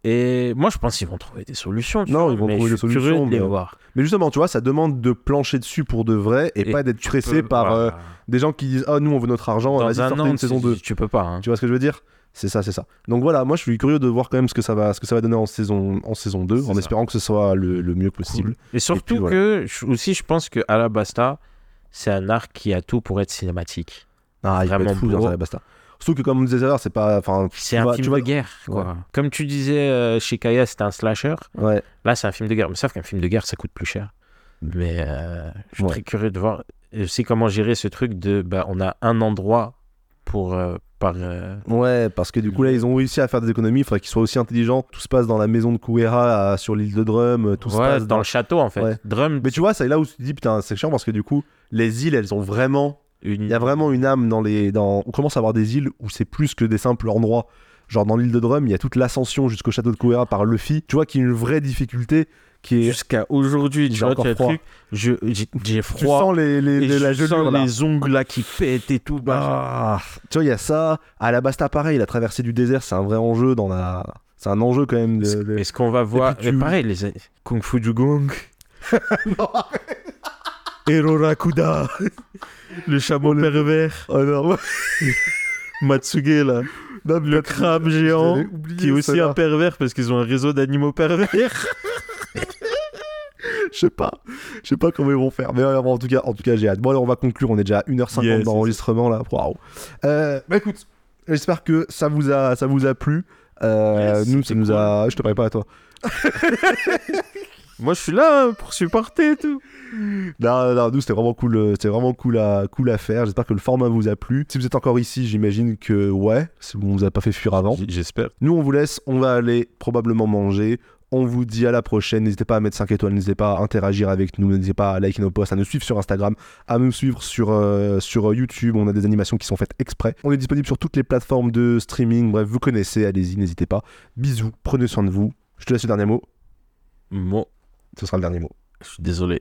Speaker 2: Et moi, je pense qu'ils vont trouver des solutions. tu
Speaker 1: Non,
Speaker 2: vois,
Speaker 1: ils vont
Speaker 2: mais
Speaker 1: trouver
Speaker 2: je
Speaker 1: des
Speaker 2: suis curieux
Speaker 1: solutions,
Speaker 2: de les
Speaker 1: mais-
Speaker 2: voir.
Speaker 1: Mais justement, tu vois, ça demande de plancher dessus pour de vrai et,
Speaker 2: Et
Speaker 1: pas d'être pressé par euh,
Speaker 2: Voilà.
Speaker 1: des gens qui disent Ah, nous, on veut notre argent, vas-y,
Speaker 2: dans un
Speaker 1: sortez
Speaker 2: an,
Speaker 1: une saison 2.
Speaker 2: tu peux pas. hein.
Speaker 1: Tu vois ce que je veux dire C'est ça, c'est ça. Donc voilà, moi je suis curieux de voir quand même ce que ça va, ce que ça va donner en saison, en saison 2,
Speaker 2: C'est
Speaker 1: en
Speaker 2: ça.
Speaker 1: espérant que ce soit le, le mieux possible.
Speaker 2: Et surtout
Speaker 1: voilà.
Speaker 2: que je- aussi, je pense que Alabasta, c'est un arc qui a tout pour être cinématique.
Speaker 1: Ah, il peut
Speaker 2: Vraiment
Speaker 1: être fou, genre,
Speaker 2: beau.
Speaker 1: ça, basta. Surtout que comme on disait tout à l'heure, c'est pas. Enfin,
Speaker 2: C'est
Speaker 1: tu
Speaker 2: un
Speaker 1: vas-
Speaker 2: film
Speaker 1: Bah, tu vas-
Speaker 2: de guerre, quoi.
Speaker 1: Ouais.
Speaker 2: Comme tu disais euh, chez Kaya, c'était un slasher.
Speaker 1: ouais.
Speaker 2: Là, c'est un film de guerre. Mais sauf qu'un film de guerre, ça coûte plus cher. Mais euh, je suis
Speaker 1: Ouais.
Speaker 2: très curieux de voir aussi comment gérer ce truc de bah, on a un endroit pour. euh, par, euh,
Speaker 1: Ouais, parce que du coup là ils ont réussi à faire des économies, il faudrait qu'ils soient aussi intelligents. Tout se passe dans la maison de Kouera à- sur l'île de Drum, euh, tout se
Speaker 2: ouais,
Speaker 1: passe
Speaker 2: dans le château, en fait.
Speaker 1: Ouais.
Speaker 2: Drum,
Speaker 1: Mais tu vois, c'est là où tu te dis putain, c'est chiant parce que du coup, les îles, elles ont vraiment
Speaker 2: une...
Speaker 1: il y a vraiment une âme dans les dans on commence à avoir des îles où c'est plus que des simples endroits. Genre dans l'île de Drum, il y a toute l'ascension jusqu'au château de Kouera par Luffy, tu vois qui est une vraie difficulté qui est
Speaker 2: jusqu'à aujourd'hui,
Speaker 1: J'ai
Speaker 2: tu vois,
Speaker 1: encore
Speaker 2: tu as le
Speaker 1: froid.
Speaker 2: truc, je- j'ai j'ai froid.
Speaker 1: tu sens les, les-
Speaker 2: et
Speaker 1: les- la
Speaker 2: je sens
Speaker 1: gelure là.
Speaker 2: les ongles là qui pètent et tout. bah, machin.
Speaker 1: Ah, tu vois, il y a ça, à la Basta pareil, la traversée du désert, c'est un vrai enjeu dans la c'est un enjeu quand même de, de-
Speaker 2: Est-ce qu'on va voir
Speaker 1: puis tu-
Speaker 2: Mais pareil les Kung Fu du Gong,
Speaker 1: Erorakuda.
Speaker 2: le chameau pervers,
Speaker 1: Oh non,
Speaker 2: Matsuge là,
Speaker 1: non, mais putain,
Speaker 2: le crabe
Speaker 1: je l'avais
Speaker 2: géant
Speaker 1: oublié,
Speaker 2: qui est aussi
Speaker 1: celle-là.
Speaker 2: un pervers parce qu'ils ont un réseau d'animaux pervers.
Speaker 1: Je sais pas, je sais pas comment ils vont faire, mais euh, en tout cas, en tout cas, j'ai hâte. Bon alors, on va conclure, on est déjà à 1h50
Speaker 2: Yes,
Speaker 1: d'enregistrement là. Waouh. Euh, bah écoute, j'espère que ça vous a, ça vous a plu. Euh,
Speaker 2: Yes,
Speaker 1: nous, ça
Speaker 2: c'était
Speaker 1: nous a. Je te parlais pas à toi.
Speaker 2: Moi je suis là hein, pour supporter et tout.
Speaker 1: Non, non, non, nous c'était vraiment cool, euh, c'était vraiment cool à, cool à faire. J'espère que le format vous a plu. Si vous êtes encore ici, j'imagine que ouais, si on vous a pas fait fuir avant.
Speaker 2: J- J'espère.
Speaker 1: Nous, on vous laisse, on va aller probablement manger. On vous dit à la prochaine. N'hésitez pas à mettre 5 étoiles, n'hésitez pas à interagir avec nous, n'hésitez pas à liker nos posts, à nous suivre sur Instagram, à nous suivre sur, euh, sur euh, YouTube. On a des animations qui sont faites exprès. On est disponible sur toutes les plateformes de streaming. Bref, vous connaissez, allez-y, n'hésitez pas. Bisous, prenez soin de vous. Je te laisse le dernier mot.
Speaker 2: Moi,
Speaker 1: Ce sera le dernier mot.
Speaker 2: je suis désolé.